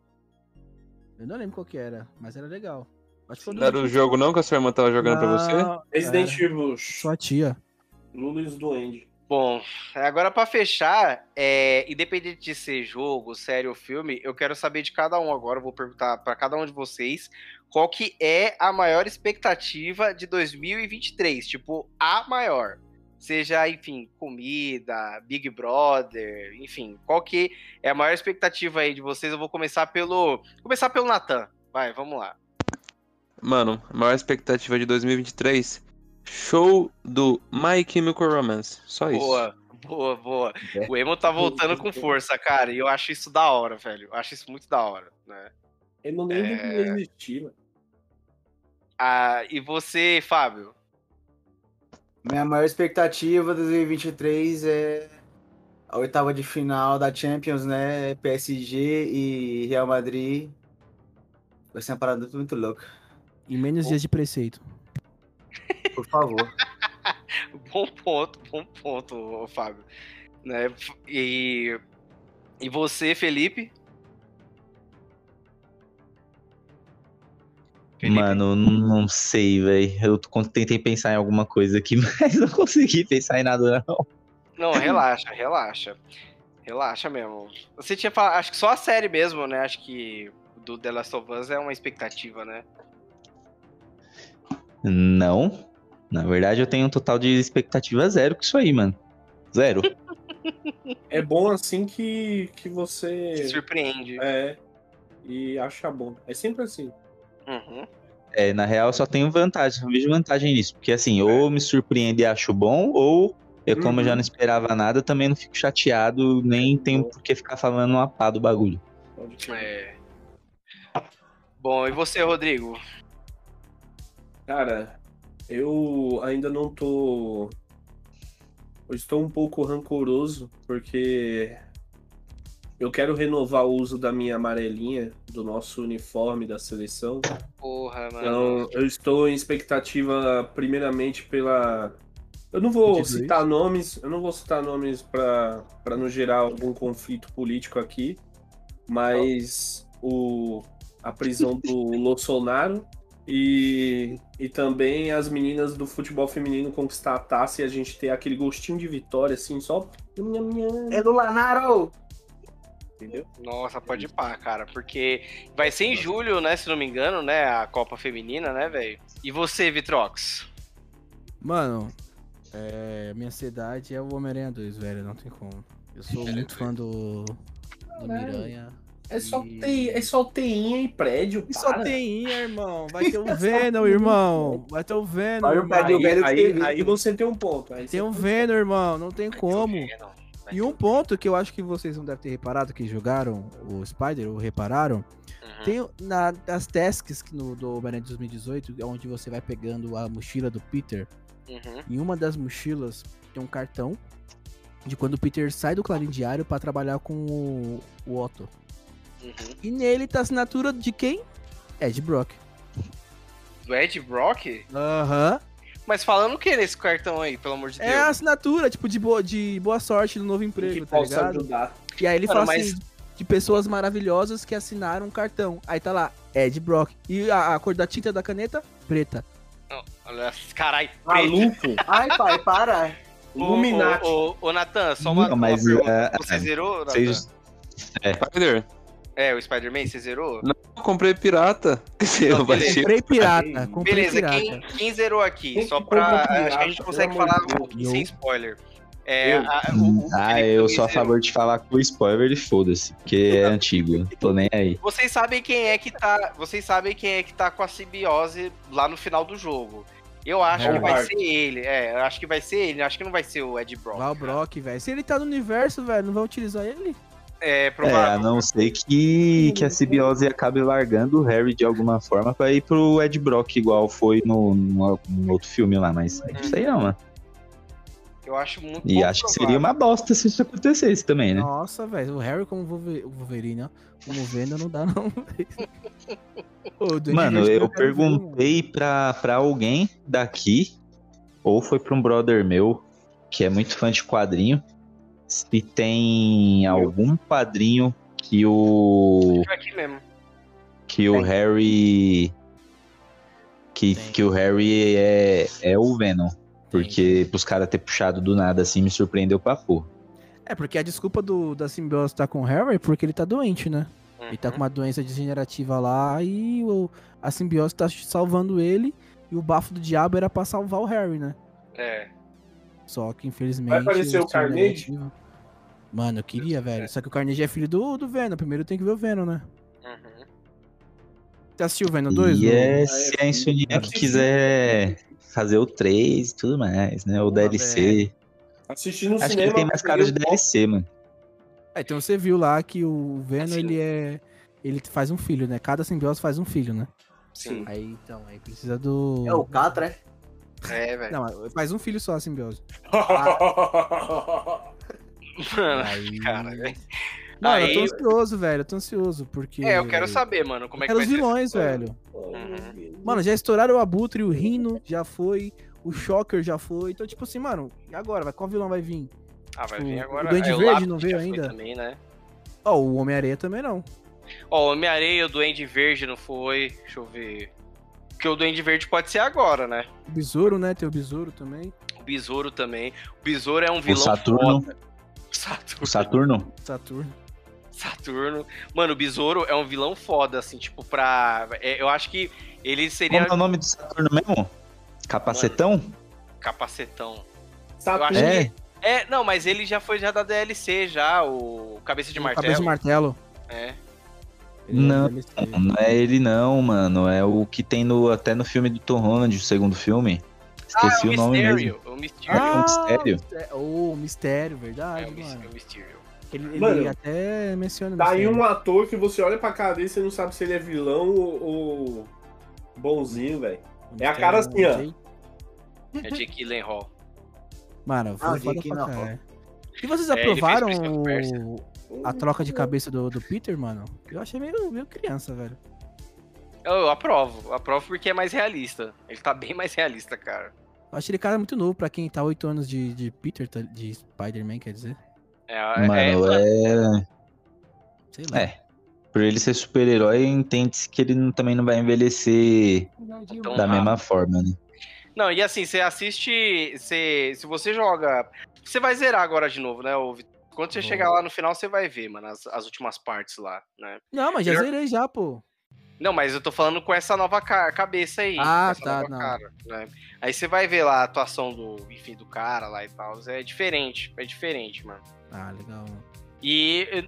Speaker 2: Eu não lembro qual que era, mas era legal. Acho que foi
Speaker 3: Não era o jogo não que a sua irmã tava jogando pra você?
Speaker 5: Resident
Speaker 3: É.
Speaker 5: Evil,
Speaker 2: Sua Ah, tia.
Speaker 5: Lula e os Duende.
Speaker 1: Bom, agora pra fechar, é, independente de ser jogo, série ou filme, eu quero saber de cada um agora. eu Vou perguntar pra cada um de vocês qual que é a maior expectativa de 2023. Tipo, a maior. Seja, enfim, comida, Big Brother, enfim, qual que é a maior expectativa aí de vocês? Eu vou começar pelo. Começar pelo Natan. Vai, vamos lá.
Speaker 3: Mano, a maior expectativa de 2023, show do My Chemical Romance. Só isso.
Speaker 1: Boa, boa, boa. O Emo tá voltando com força, cara. E eu acho isso da hora, velho. Eu acho isso muito da hora, né?
Speaker 5: Eu não lembro
Speaker 1: É.
Speaker 5: que ele existia. mano.
Speaker 1: Ah, e você, Fábio?
Speaker 6: Minha maior expectativa de 2023 é a oitava de final da Champions, né? PSG e Real Madrid. Vai ser uma parada muito louca.
Speaker 2: Em menos dias de preceito.
Speaker 6: Por favor.
Speaker 1: Bom ponto, bom ponto, ô Fábio. Né? E, e você, Felipe? Felipe?
Speaker 4: Mano, n- não sei, velho. Eu con- tentei pensar em alguma coisa aqui, mas não consegui pensar em nada, não.
Speaker 1: Não, relaxa, relaxa. Relaxa mesmo. Você tinha falado, acho que só a série mesmo, né? Acho que do The Last of Us é uma expectativa, né?
Speaker 4: Não. Na verdade, eu tenho um total de expectativa zero com isso aí, mano. Zero.
Speaker 5: É bom assim que, que você.
Speaker 1: Que surpreende.
Speaker 5: É. E acha bom. É sempre assim.
Speaker 1: Uhum.
Speaker 4: É, na real, eu só tenho vantagem, só vejo vantagem nisso. Porque assim, ou
Speaker 1: É.
Speaker 4: me surpreende e acho bom, ou eu, como
Speaker 1: Uhum.
Speaker 4: eu já não esperava nada, eu também não fico chateado, nem tenho por que ficar falando uma pá do bagulho.
Speaker 5: Pode crer.
Speaker 1: É. Bom, e você, Rodrigo?
Speaker 5: Cara, eu ainda não tô. Eu estou um pouco rancoroso, porque eu quero renovar o uso da minha amarelinha, do nosso uniforme da seleção.
Speaker 1: Porra, mano.
Speaker 5: Então, eu estou em expectativa, primeiramente, pela. Eu não vou
Speaker 2: 22.
Speaker 5: citar nomes, eu não vou citar nomes para não gerar algum conflito político aqui, mas o, a prisão do Bolsonaro e, e também as meninas do futebol feminino conquistar a taça e a gente ter aquele gostinho de vitória, assim, só.
Speaker 6: é do Lanaro!
Speaker 5: Entendeu?
Speaker 1: Nossa, pode pá, cara. Porque vai ser em julho, né? Se não me engano, né? A Copa Feminina, né, velho? E você, Vitrox?
Speaker 2: Mano, é, minha ansiedade é o Homem-Aranha 2, velho. Não tem como. Eu sou muito fã do, do
Speaker 5: Caralho.
Speaker 2: Miranha.
Speaker 5: É só,
Speaker 2: E-
Speaker 5: te, é só teinha e prédio.
Speaker 2: E só
Speaker 5: para.
Speaker 2: tem Ia, irmão. Vai ter o Venom, irmão. Vai ter o Venom.
Speaker 6: Olha o
Speaker 2: irmão.
Speaker 6: pé do velho que
Speaker 5: aí,
Speaker 6: teve.
Speaker 5: aí você tem um ponto. Aí
Speaker 2: Tem
Speaker 5: você
Speaker 2: um Venom, irmão. Não tem como. E um ponto que eu acho que vocês não devem ter reparado, que jogaram o Spider, ou repararam,
Speaker 1: Uhum.
Speaker 2: tem na, as tasks que no, do Homem-Aranha de 2018, é onde você vai pegando a mochila do Peter.
Speaker 1: Uhum.
Speaker 2: Em uma das mochilas tem um cartão de quando o Peter sai do Clarim Diário pra trabalhar com o, o Otto.
Speaker 1: Uhum.
Speaker 2: E nele tá a assinatura de quem? Ed Brock.
Speaker 1: do Ed Brock?
Speaker 2: Aham.
Speaker 1: Mas falando o que nesse cartão aí, pelo amor de
Speaker 2: É a
Speaker 1: Deus?
Speaker 2: assinatura, tipo, de boa, de boa sorte no novo emprego,
Speaker 5: que
Speaker 2: tá
Speaker 5: possa
Speaker 2: ligado?
Speaker 5: ajudar.
Speaker 2: E aí ele
Speaker 1: Mano,
Speaker 2: fala assim, de pessoas maravilhosas que assinaram um cartão. Aí tá lá, Ed Brock. E a, a cor da tinta da caneta, preta.
Speaker 1: Olha, Caralho, preto.
Speaker 5: Maluco,
Speaker 6: Ai, pai, para.
Speaker 1: Ô,
Speaker 5: Ah, Illuminati.
Speaker 1: Ô, ô, ô, Natan, só uma,
Speaker 4: Não, mas,
Speaker 1: uma pergunta.
Speaker 4: ah,
Speaker 1: Você zerou, Natan?
Speaker 4: Vocês...
Speaker 3: Spider,
Speaker 1: É, o Spider-Man, você zerou?
Speaker 3: eu comprei pirata. Eu baixei.
Speaker 2: Comprei pirata, comprei
Speaker 1: Beleza,
Speaker 2: pirata.
Speaker 1: quem, quem zerou aqui?
Speaker 5: Quem
Speaker 1: só
Speaker 5: que
Speaker 1: pra.
Speaker 5: comprou
Speaker 1: Acho que a
Speaker 5: pirata,
Speaker 1: gente consegue
Speaker 5: pelo amor
Speaker 1: falar
Speaker 5: de
Speaker 1: um pouquinho
Speaker 2: Eu.
Speaker 1: sem spoiler. É,
Speaker 5: Eu?
Speaker 1: a- o- o
Speaker 4: Ah,
Speaker 1: Felipe
Speaker 4: eu
Speaker 1: também
Speaker 4: sou a
Speaker 1: zerou.
Speaker 4: favor de falar com spoiler e foda-se, porque é antigo, tô nem aí.
Speaker 1: Vocês sabem quem é que tá. Vocês sabem quem é que tá com a simbiose lá no final do jogo. Eu acho que vai
Speaker 5: Howard.
Speaker 1: ser ele. É, eu acho que vai ser ele. eu acho que não vai ser o Ed Brock.
Speaker 2: Lá o Brock, velho. Se ele tá no universo, velho, não vai utilizar ele?
Speaker 1: É,
Speaker 4: É, a
Speaker 1: provável.
Speaker 4: não ser que, que a simbiose acabe largando o Harry de alguma forma pra ir pro Ed Brock, igual foi no, no- no outro filme lá,
Speaker 1: Uhum.
Speaker 4: mas não sei não, mano.
Speaker 1: eu acho muito
Speaker 4: É. E
Speaker 1: pouco
Speaker 4: acho que
Speaker 1: provável.
Speaker 4: seria uma bosta se isso acontecesse também, né?
Speaker 2: Nossa, velho. O Harry como Wolver- o Wolverine, ó. Como Venom não dá, não. Ô, Duende
Speaker 4: Mano,
Speaker 2: Verde,
Speaker 4: eu
Speaker 2: quero ver, mano.
Speaker 4: perguntei pra, pra alguém daqui, ou foi pra um brother meu, que é muito fã de quadrinho, se tem algum quadrinho que o.
Speaker 1: é aqui mesmo.
Speaker 4: que o Harry. Que,
Speaker 2: Tem.
Speaker 4: que o Harry é, é o Venom. Porque pros caras ter puxado do nada assim me surpreendeu pra porra.
Speaker 2: É, porque a desculpa do, da simbiose tá com o Harry é porque ele tá doente, né?
Speaker 1: Uhum.
Speaker 2: Ele tá com uma doença degenerativa lá e o, a simbiose tá salvando ele. E o bafo do diabo era pra salvar o Harry, né?
Speaker 1: É.
Speaker 2: Só que infelizmente.
Speaker 5: Vai aparecer o
Speaker 2: esse filme
Speaker 5: Carnage?
Speaker 2: negativo- Mano, eu queria, velho. Só que o Carnage é filho do, do Venom. Primeiro tem que ver o Venom, né?
Speaker 1: uhum.
Speaker 2: Você assistiu o Venom 2?
Speaker 4: e
Speaker 2: Lu?
Speaker 4: é, se a Insomniac
Speaker 5: Assisti.
Speaker 4: quiser fazer o 3 e tudo mais, né? O
Speaker 2: Porra,
Speaker 4: DLC.
Speaker 5: assistir no
Speaker 4: Acho que
Speaker 5: cinema.
Speaker 4: ele tem mais cara de
Speaker 5: eu- um
Speaker 4: DLC, mano.
Speaker 2: É, então você viu lá que o Venom,
Speaker 1: Assim.
Speaker 2: ele é. Ele faz um filho, né? Cada simbiose faz um filho, né?
Speaker 1: Sim.
Speaker 2: Aí então, aí precisa do.
Speaker 6: É o Catra, é?
Speaker 1: É, velho.
Speaker 2: Não, faz um filho só a simbiose.
Speaker 1: Mano,
Speaker 2: Aí...
Speaker 1: cara, velho.
Speaker 2: Mano,
Speaker 1: Aí-
Speaker 2: eu tô ansioso, velho. Eu tô ansioso, porque.
Speaker 1: É, eu quero saber, mano, como é que
Speaker 2: Era
Speaker 1: vai
Speaker 2: os vilões,
Speaker 1: ser Uhum. essa história.
Speaker 2: velho. Mano, já estouraram o Abutre, o Rino já foi, o Shocker já foi. Então, tipo assim, mano, e agora? Vai- Qual vilão vai vir?
Speaker 1: Ah, vai
Speaker 2: Tipo,
Speaker 1: vir agora.
Speaker 2: o Duende
Speaker 1: É,
Speaker 2: Verde
Speaker 1: Lápis
Speaker 2: não veio
Speaker 1: já foi
Speaker 2: ainda?
Speaker 1: Também, né?
Speaker 2: Ó, o Homem-Areia também não.
Speaker 1: Ó, o Homem-Areia, o Duende Verde não foi. Deixa eu ver. Porque o Duende Verde pode ser agora, né?
Speaker 2: O Besouro, né? Tem o Besouro também.
Speaker 1: O Besouro também. O Besouro é um
Speaker 4: O
Speaker 1: vilão
Speaker 4: Saturno.
Speaker 1: foda. Saturno.
Speaker 4: O Saturno?
Speaker 2: Saturno.
Speaker 1: Saturno. Mano, o Besouro é um vilão foda, assim, tipo, pra. é, eu acho que ele
Speaker 4: Como
Speaker 1: seria
Speaker 4: é o nome do Saturno mesmo? Capacetão?
Speaker 1: capacetão.
Speaker 5: Saturno,
Speaker 1: Eu acho
Speaker 4: É.
Speaker 1: É, não, mas ele já foi já da DLC, já, o Cabeça de Martelo.
Speaker 2: Cabeça de martelo.
Speaker 1: É.
Speaker 2: Ele é
Speaker 4: Não.
Speaker 2: DLC.
Speaker 4: Não é ele não, mano. É o que tem no, até no filme do Tom Holland, o segundo filme. Esqueci
Speaker 1: É o
Speaker 4: é Ah, o nome mesmo.
Speaker 1: Mysterio. O Mysterio.
Speaker 4: Ah, um mistério.
Speaker 2: mistério. Ô, mistério,
Speaker 1: é,
Speaker 2: verdade,
Speaker 1: o Mysterio.
Speaker 2: Ah, mano.
Speaker 1: o Mysterio.
Speaker 2: Ele, ele
Speaker 5: Mano,
Speaker 2: até menciona o
Speaker 5: Tá aí
Speaker 2: mistério.
Speaker 5: um ator que você olha pra cara dele e você não sabe se ele é vilão ou, ou bonzinho, velho.
Speaker 2: O
Speaker 5: é a cara
Speaker 2: mistério,
Speaker 5: assim, ó.
Speaker 2: não sei.
Speaker 1: É Jake Lenhall.
Speaker 2: Mano, foi
Speaker 6: Ah, o
Speaker 2: foda
Speaker 6: Jake
Speaker 2: pra
Speaker 6: não.
Speaker 2: caralho. E vocês
Speaker 1: É, ele fez
Speaker 2: aprovaram
Speaker 1: Prince of Persia.
Speaker 2: o-
Speaker 5: Um
Speaker 2: a troca de cabeça do, do Peter, mano? Eu achei meio, meio criança, velho.
Speaker 1: Eu, eu aprovo. eu aprovo porque é mais realista. Ele tá bem mais realista, cara.
Speaker 2: Eu acho ele cara muito novo pra quem tá 8 anos de, de Peter, tá- de Spider-Man, quer dizer.
Speaker 1: É, é-
Speaker 4: Mano, é.
Speaker 2: Sei
Speaker 4: É. Por ele ser super-herói, entende-se que ele não- também não vai envelhecer
Speaker 1: Então,
Speaker 4: da
Speaker 1: ah,
Speaker 4: mesma forma, né?
Speaker 1: Não, e assim, você assiste. Você, se você joga. Você vai zerar agora de novo, né, ô Vitor? Quando você
Speaker 2: Vou.
Speaker 1: chegar lá no final, você vai ver, mano, as, as últimas partes lá, né?
Speaker 2: Não, mas já
Speaker 1: Melhor-
Speaker 2: zerei já, pô.
Speaker 1: Não, mas eu tô falando com essa nova ca- cabeça aí.
Speaker 2: Ah,
Speaker 1: com essa
Speaker 2: tá,
Speaker 1: nova
Speaker 2: não.
Speaker 1: cara, né? Aí você vai ver lá a atuação do, enfim, do cara lá e tal. É diferente, é diferente, mano.
Speaker 2: Ah, legal.
Speaker 1: E eh,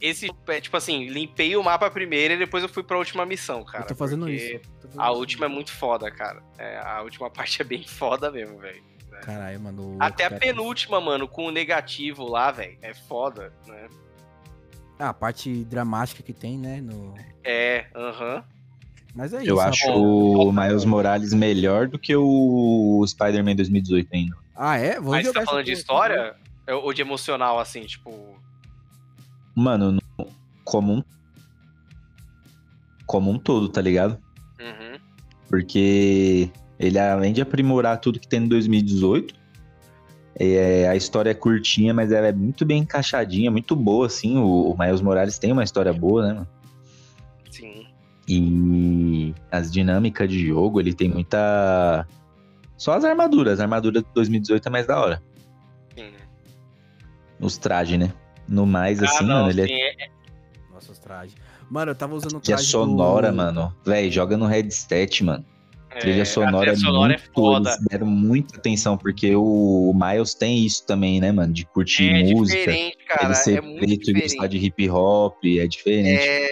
Speaker 1: esse, é, tipo assim, limpei o mapa primeiro e depois eu fui pra última missão, cara.
Speaker 2: eu tô fazendo
Speaker 1: porque
Speaker 2: isso. tô fazendo
Speaker 1: A
Speaker 2: isso.
Speaker 1: última é muito foda, cara. É, a última parte é bem foda mesmo, velho.
Speaker 2: Caralho, mano. o
Speaker 1: Até a
Speaker 2: cara-
Speaker 1: penúltima, mano, com o negativo lá, velho. É foda, né?
Speaker 2: Ah, a parte dramática que tem, né? No...
Speaker 1: É, aham.
Speaker 2: Mas é isso.
Speaker 4: Eu
Speaker 2: rapaz.
Speaker 4: acho o Miles Morales melhor do que o Spider-Man 2018 ainda.
Speaker 2: Ah, é? Vamos
Speaker 1: Mas você
Speaker 2: jogar
Speaker 1: tá
Speaker 2: essa
Speaker 1: falando de
Speaker 2: porra,
Speaker 1: história? É, Ou de emocional, assim, tipo.
Speaker 4: Mano, no- como um. Como um todo, tá ligado?
Speaker 1: uhum.
Speaker 4: porque ele, além de aprimorar tudo que tem em 2018, é, a história é curtinha, mas ela é muito bem encaixadinha, muito boa, assim. O, o Miles Morales tem uma história boa, né, mano?
Speaker 1: Sim.
Speaker 4: E as dinâmicas de jogo, ele tem muita. Só as armaduras. A armadura de 2018 é mais da hora.
Speaker 1: Sim, né?
Speaker 4: Os trajes, né? No mais,
Speaker 2: Ah,
Speaker 4: assim, mano, ele é
Speaker 1: sim, é-
Speaker 2: Nossa, os trajes. Mano, eu tava usando o
Speaker 4: Trilha
Speaker 2: traje. do-
Speaker 4: é sonora, mano. Véi, joga no headset, mano.
Speaker 1: é-
Speaker 4: Trilha sonora,
Speaker 1: a trilha sonora
Speaker 4: é
Speaker 1: é
Speaker 4: muito,
Speaker 1: foda.
Speaker 4: Eles deram muita atenção, porque o Miles tem isso também, né, mano? De curtir
Speaker 1: É
Speaker 4: música.
Speaker 1: diferente, cara.
Speaker 4: ele ser
Speaker 1: é muito
Speaker 4: preto e gostar
Speaker 1: diferente.
Speaker 4: de hip hop, é diferente.
Speaker 1: É,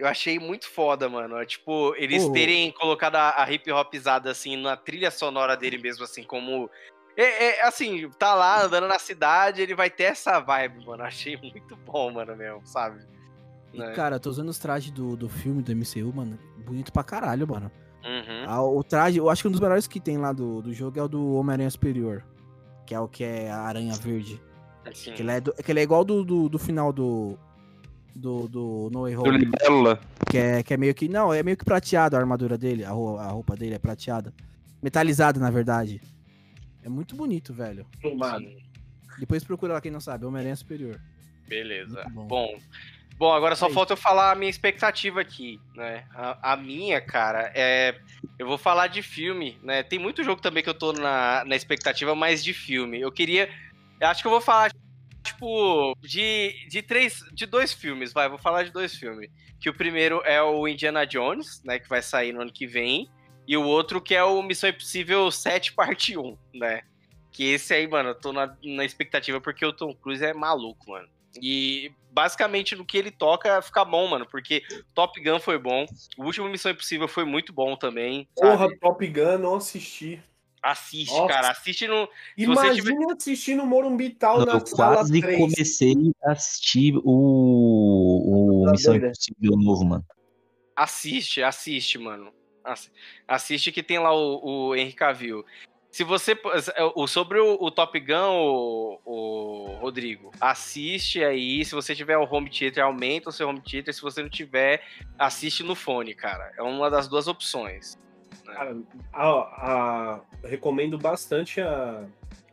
Speaker 1: eu achei muito foda, mano. É, tipo, eles
Speaker 2: Pô.
Speaker 1: terem colocado a, a hip hopizada assim na trilha sonora dele mesmo, assim, como. É, é, assim, tá lá andando na cidade, ele vai ter essa vibe, mano. Eu Achei muito bom, mano, mesmo, sabe?
Speaker 2: E,
Speaker 1: Né?
Speaker 2: Cara, eu tô usando os trajes do, do filme, do MCU, mano. Bonito pra caralho, mano.
Speaker 1: Uhum.
Speaker 2: Ah, o traje, eu acho que um dos melhores que tem lá do, do jogo é o do Homem-Aranha Superior. Que é o que é a Aranha Verde.
Speaker 1: Assim,
Speaker 2: Que ele é, do- que ele é igual do, do, do final do. Do, do No Way
Speaker 3: Do
Speaker 2: Home.
Speaker 3: Libélula.
Speaker 2: Que é, que é meio que. Não, é meio que prateado a armadura dele. A roupa, a roupa dele é prateada. Metalizada, na verdade. É muito bonito, velho.
Speaker 5: Tomado.
Speaker 1: sim.
Speaker 2: Depois procura lá quem não sabe, Homem-Aranha Superior.
Speaker 1: Beleza.
Speaker 2: Muito bom.
Speaker 1: Bom. Bom, agora só
Speaker 2: É
Speaker 1: falta eu falar a minha expectativa aqui, né? A, a minha, cara, é. Eu vou falar de filme, né? Tem muito jogo também que eu tô na, na expectativa, mas de filme. Eu queria. eu acho que eu vou falar, tipo, de, de três. De dois filmes, vai. Vou falar de dois filmes. Que o primeiro é o Indiana Jones, né? Que vai sair no ano que vem. E o outro que é o Missão Impossível 7, parte 1, né? Que esse aí, mano, eu tô na, na expectativa porque o Tom Cruise é maluco, mano. E basicamente no que ele toca fica bom, mano, porque Top Gun foi bom, o último Missão Impossível foi muito bom também. sabe?
Speaker 5: Porra, Top Gun, não assisti.
Speaker 1: Assiste,
Speaker 5: Nossa.
Speaker 1: cara, assiste no. Se você
Speaker 5: Imagina assistir no Morumbi Tal
Speaker 4: Eu
Speaker 5: na sala
Speaker 4: quase
Speaker 5: 3.
Speaker 4: comecei a assistir o, o
Speaker 5: Tá
Speaker 4: Missão
Speaker 5: doido, né?
Speaker 4: Impossível novo, mano.
Speaker 1: Assiste, assiste, mano. Assi- Assiste que tem lá o, o Henry Cavill. Se você. pô- o- Sobre o, o Top Gun, o, o Rodrigo, assiste aí. Se você tiver o home theater, aumenta o seu home theater. Se você não tiver, assiste no fone, cara. É uma das duas opções.
Speaker 5: Cara, Ah, a- a- recomendo bastante a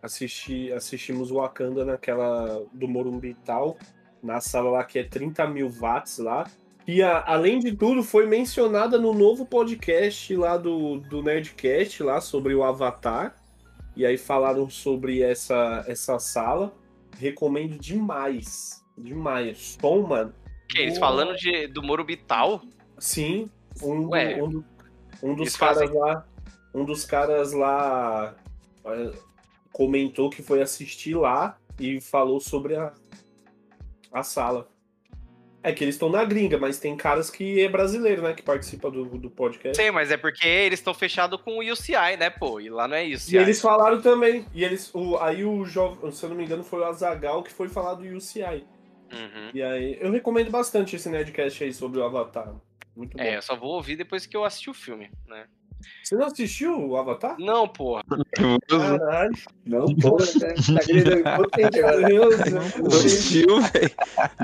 Speaker 5: assistir, assistimos Wakanda naquela do Morumbi e tal, na sala lá que é 30 mil watts lá. E a- além de tudo, foi mencionada no novo podcast lá do, do Nerdcast, lá sobre o Avatar. E aí falaram sobre essa, essa sala. Recomendo demais. Demais. Som, mano.
Speaker 1: Que eles
Speaker 5: Boa.
Speaker 1: falando de, do Morubital?
Speaker 5: Sim, um,
Speaker 1: Ué,
Speaker 5: um, do- um dos
Speaker 1: eles
Speaker 5: caras
Speaker 1: fazem-
Speaker 5: lá, um dos caras lá eh, comentou que foi assistir lá e falou sobre a, a sala. É que eles estão na gringa, mas tem caras que é brasileiro, né, que participa do, do podcast.
Speaker 1: Sei, mas é porque eles estão fechados com o UCI, né, pô? E lá não é UCI.
Speaker 5: E eles falaram também. E eles, o, aí o jovem, se eu não me engano, foi o Azagal que foi falar do UCI.
Speaker 1: Uhum.
Speaker 5: E aí, eu recomendo bastante esse Nerdcast aí sobre o Avatar. Muito bom.
Speaker 1: É, eu só vou ouvir depois que eu assistir o filme, né?
Speaker 5: Você não assistiu o Avatar? Ah,
Speaker 1: Não, porra.
Speaker 3: É,
Speaker 5: Caralho.
Speaker 6: Não, porra, né? Tá gritando impotente
Speaker 5: Meu
Speaker 6: agora.
Speaker 5: Deus,
Speaker 3: Não assistiu, velho.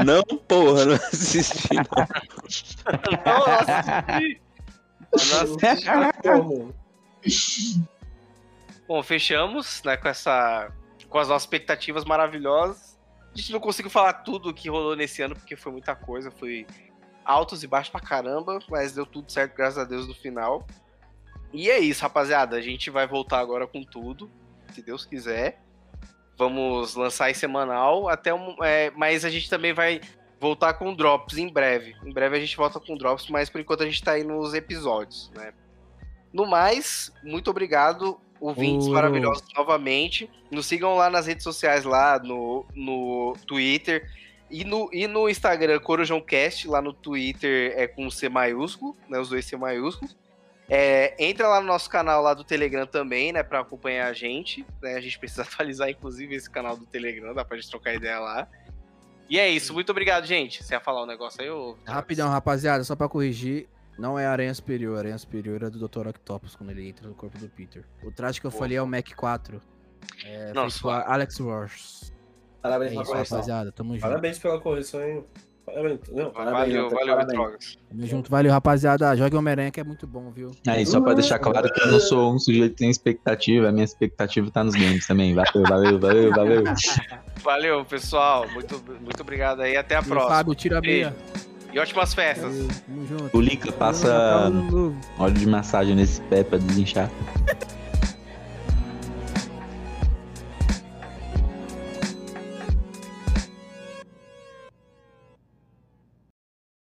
Speaker 3: Não, porra, não assisti.
Speaker 1: Não, eu assisti. Eu não assisti.
Speaker 5: Como?
Speaker 1: Bom, fechamos, né, com essa. Com as nossas expectativas maravilhosas. A gente não conseguiu falar tudo que rolou nesse ano, porque foi muita coisa, foi altos e baixos pra caramba, mas deu tudo certo, graças a Deus, no final. E é isso, rapaziada. A gente vai voltar agora com tudo, se Deus quiser. Vamos lançar em semanal, até um, é, mas a gente também vai voltar com drops em breve. Em breve a gente volta com drops, mas por enquanto a gente tá aí nos episódios, né? No mais, muito obrigado, ouvintes
Speaker 2: Ô,
Speaker 1: maravilhosos, novamente. Nos sigam lá nas redes sociais, lá no, no Twitter e no, e no Instagram, CorujãoCast, lá no Twitter é com C maiúsculo, né? Os dois C maiúsculos. É, entra lá no nosso canal lá do Telegram também, né? Pra acompanhar a gente. né, A gente precisa atualizar, inclusive, esse canal do Telegram, dá pra gente trocar ideia lá. E é isso, muito obrigado, gente. Você ia falar um negócio aí, ô?
Speaker 2: Rapidão, rapaziada, só pra corrigir. Não é a Aranha Superior, a Aranha Superior é do Dr. Octopus quando ele entra no corpo do Peter. O traje que eu
Speaker 1: Boa.
Speaker 2: falei é o Mac 4. É,
Speaker 1: Não,
Speaker 2: feito por Alex Ross. É
Speaker 6: Parabéns pra
Speaker 2: isso,
Speaker 6: correção.
Speaker 2: rapaziada, tamo junto.
Speaker 5: Parabéns pela correção, hein? Parabéns, não,
Speaker 1: Valeu,
Speaker 5: Nathan,
Speaker 1: valeu,
Speaker 5: parabéns.
Speaker 1: Trogas.
Speaker 2: Tamo junto, valeu, rapaziada. Jogue Homem-Aranha que é muito bom, viu?
Speaker 4: Aí, só pra deixar claro que eu não sou um sujeito que tem expectativa, a minha expectativa tá nos games também. Valeu, valeu, valeu, valeu.
Speaker 1: Valeu, pessoal. Muito, muito obrigado aí. Até a
Speaker 2: E o
Speaker 1: próxima.
Speaker 2: Fábio, tira a meia.
Speaker 1: Beijo. E ótimas festas.
Speaker 2: Valeu, Tamo junto.
Speaker 4: O Lica passa
Speaker 2: Feliz Natal, Ano Novo.
Speaker 4: óleo de massagem nesse pé pra desinchar.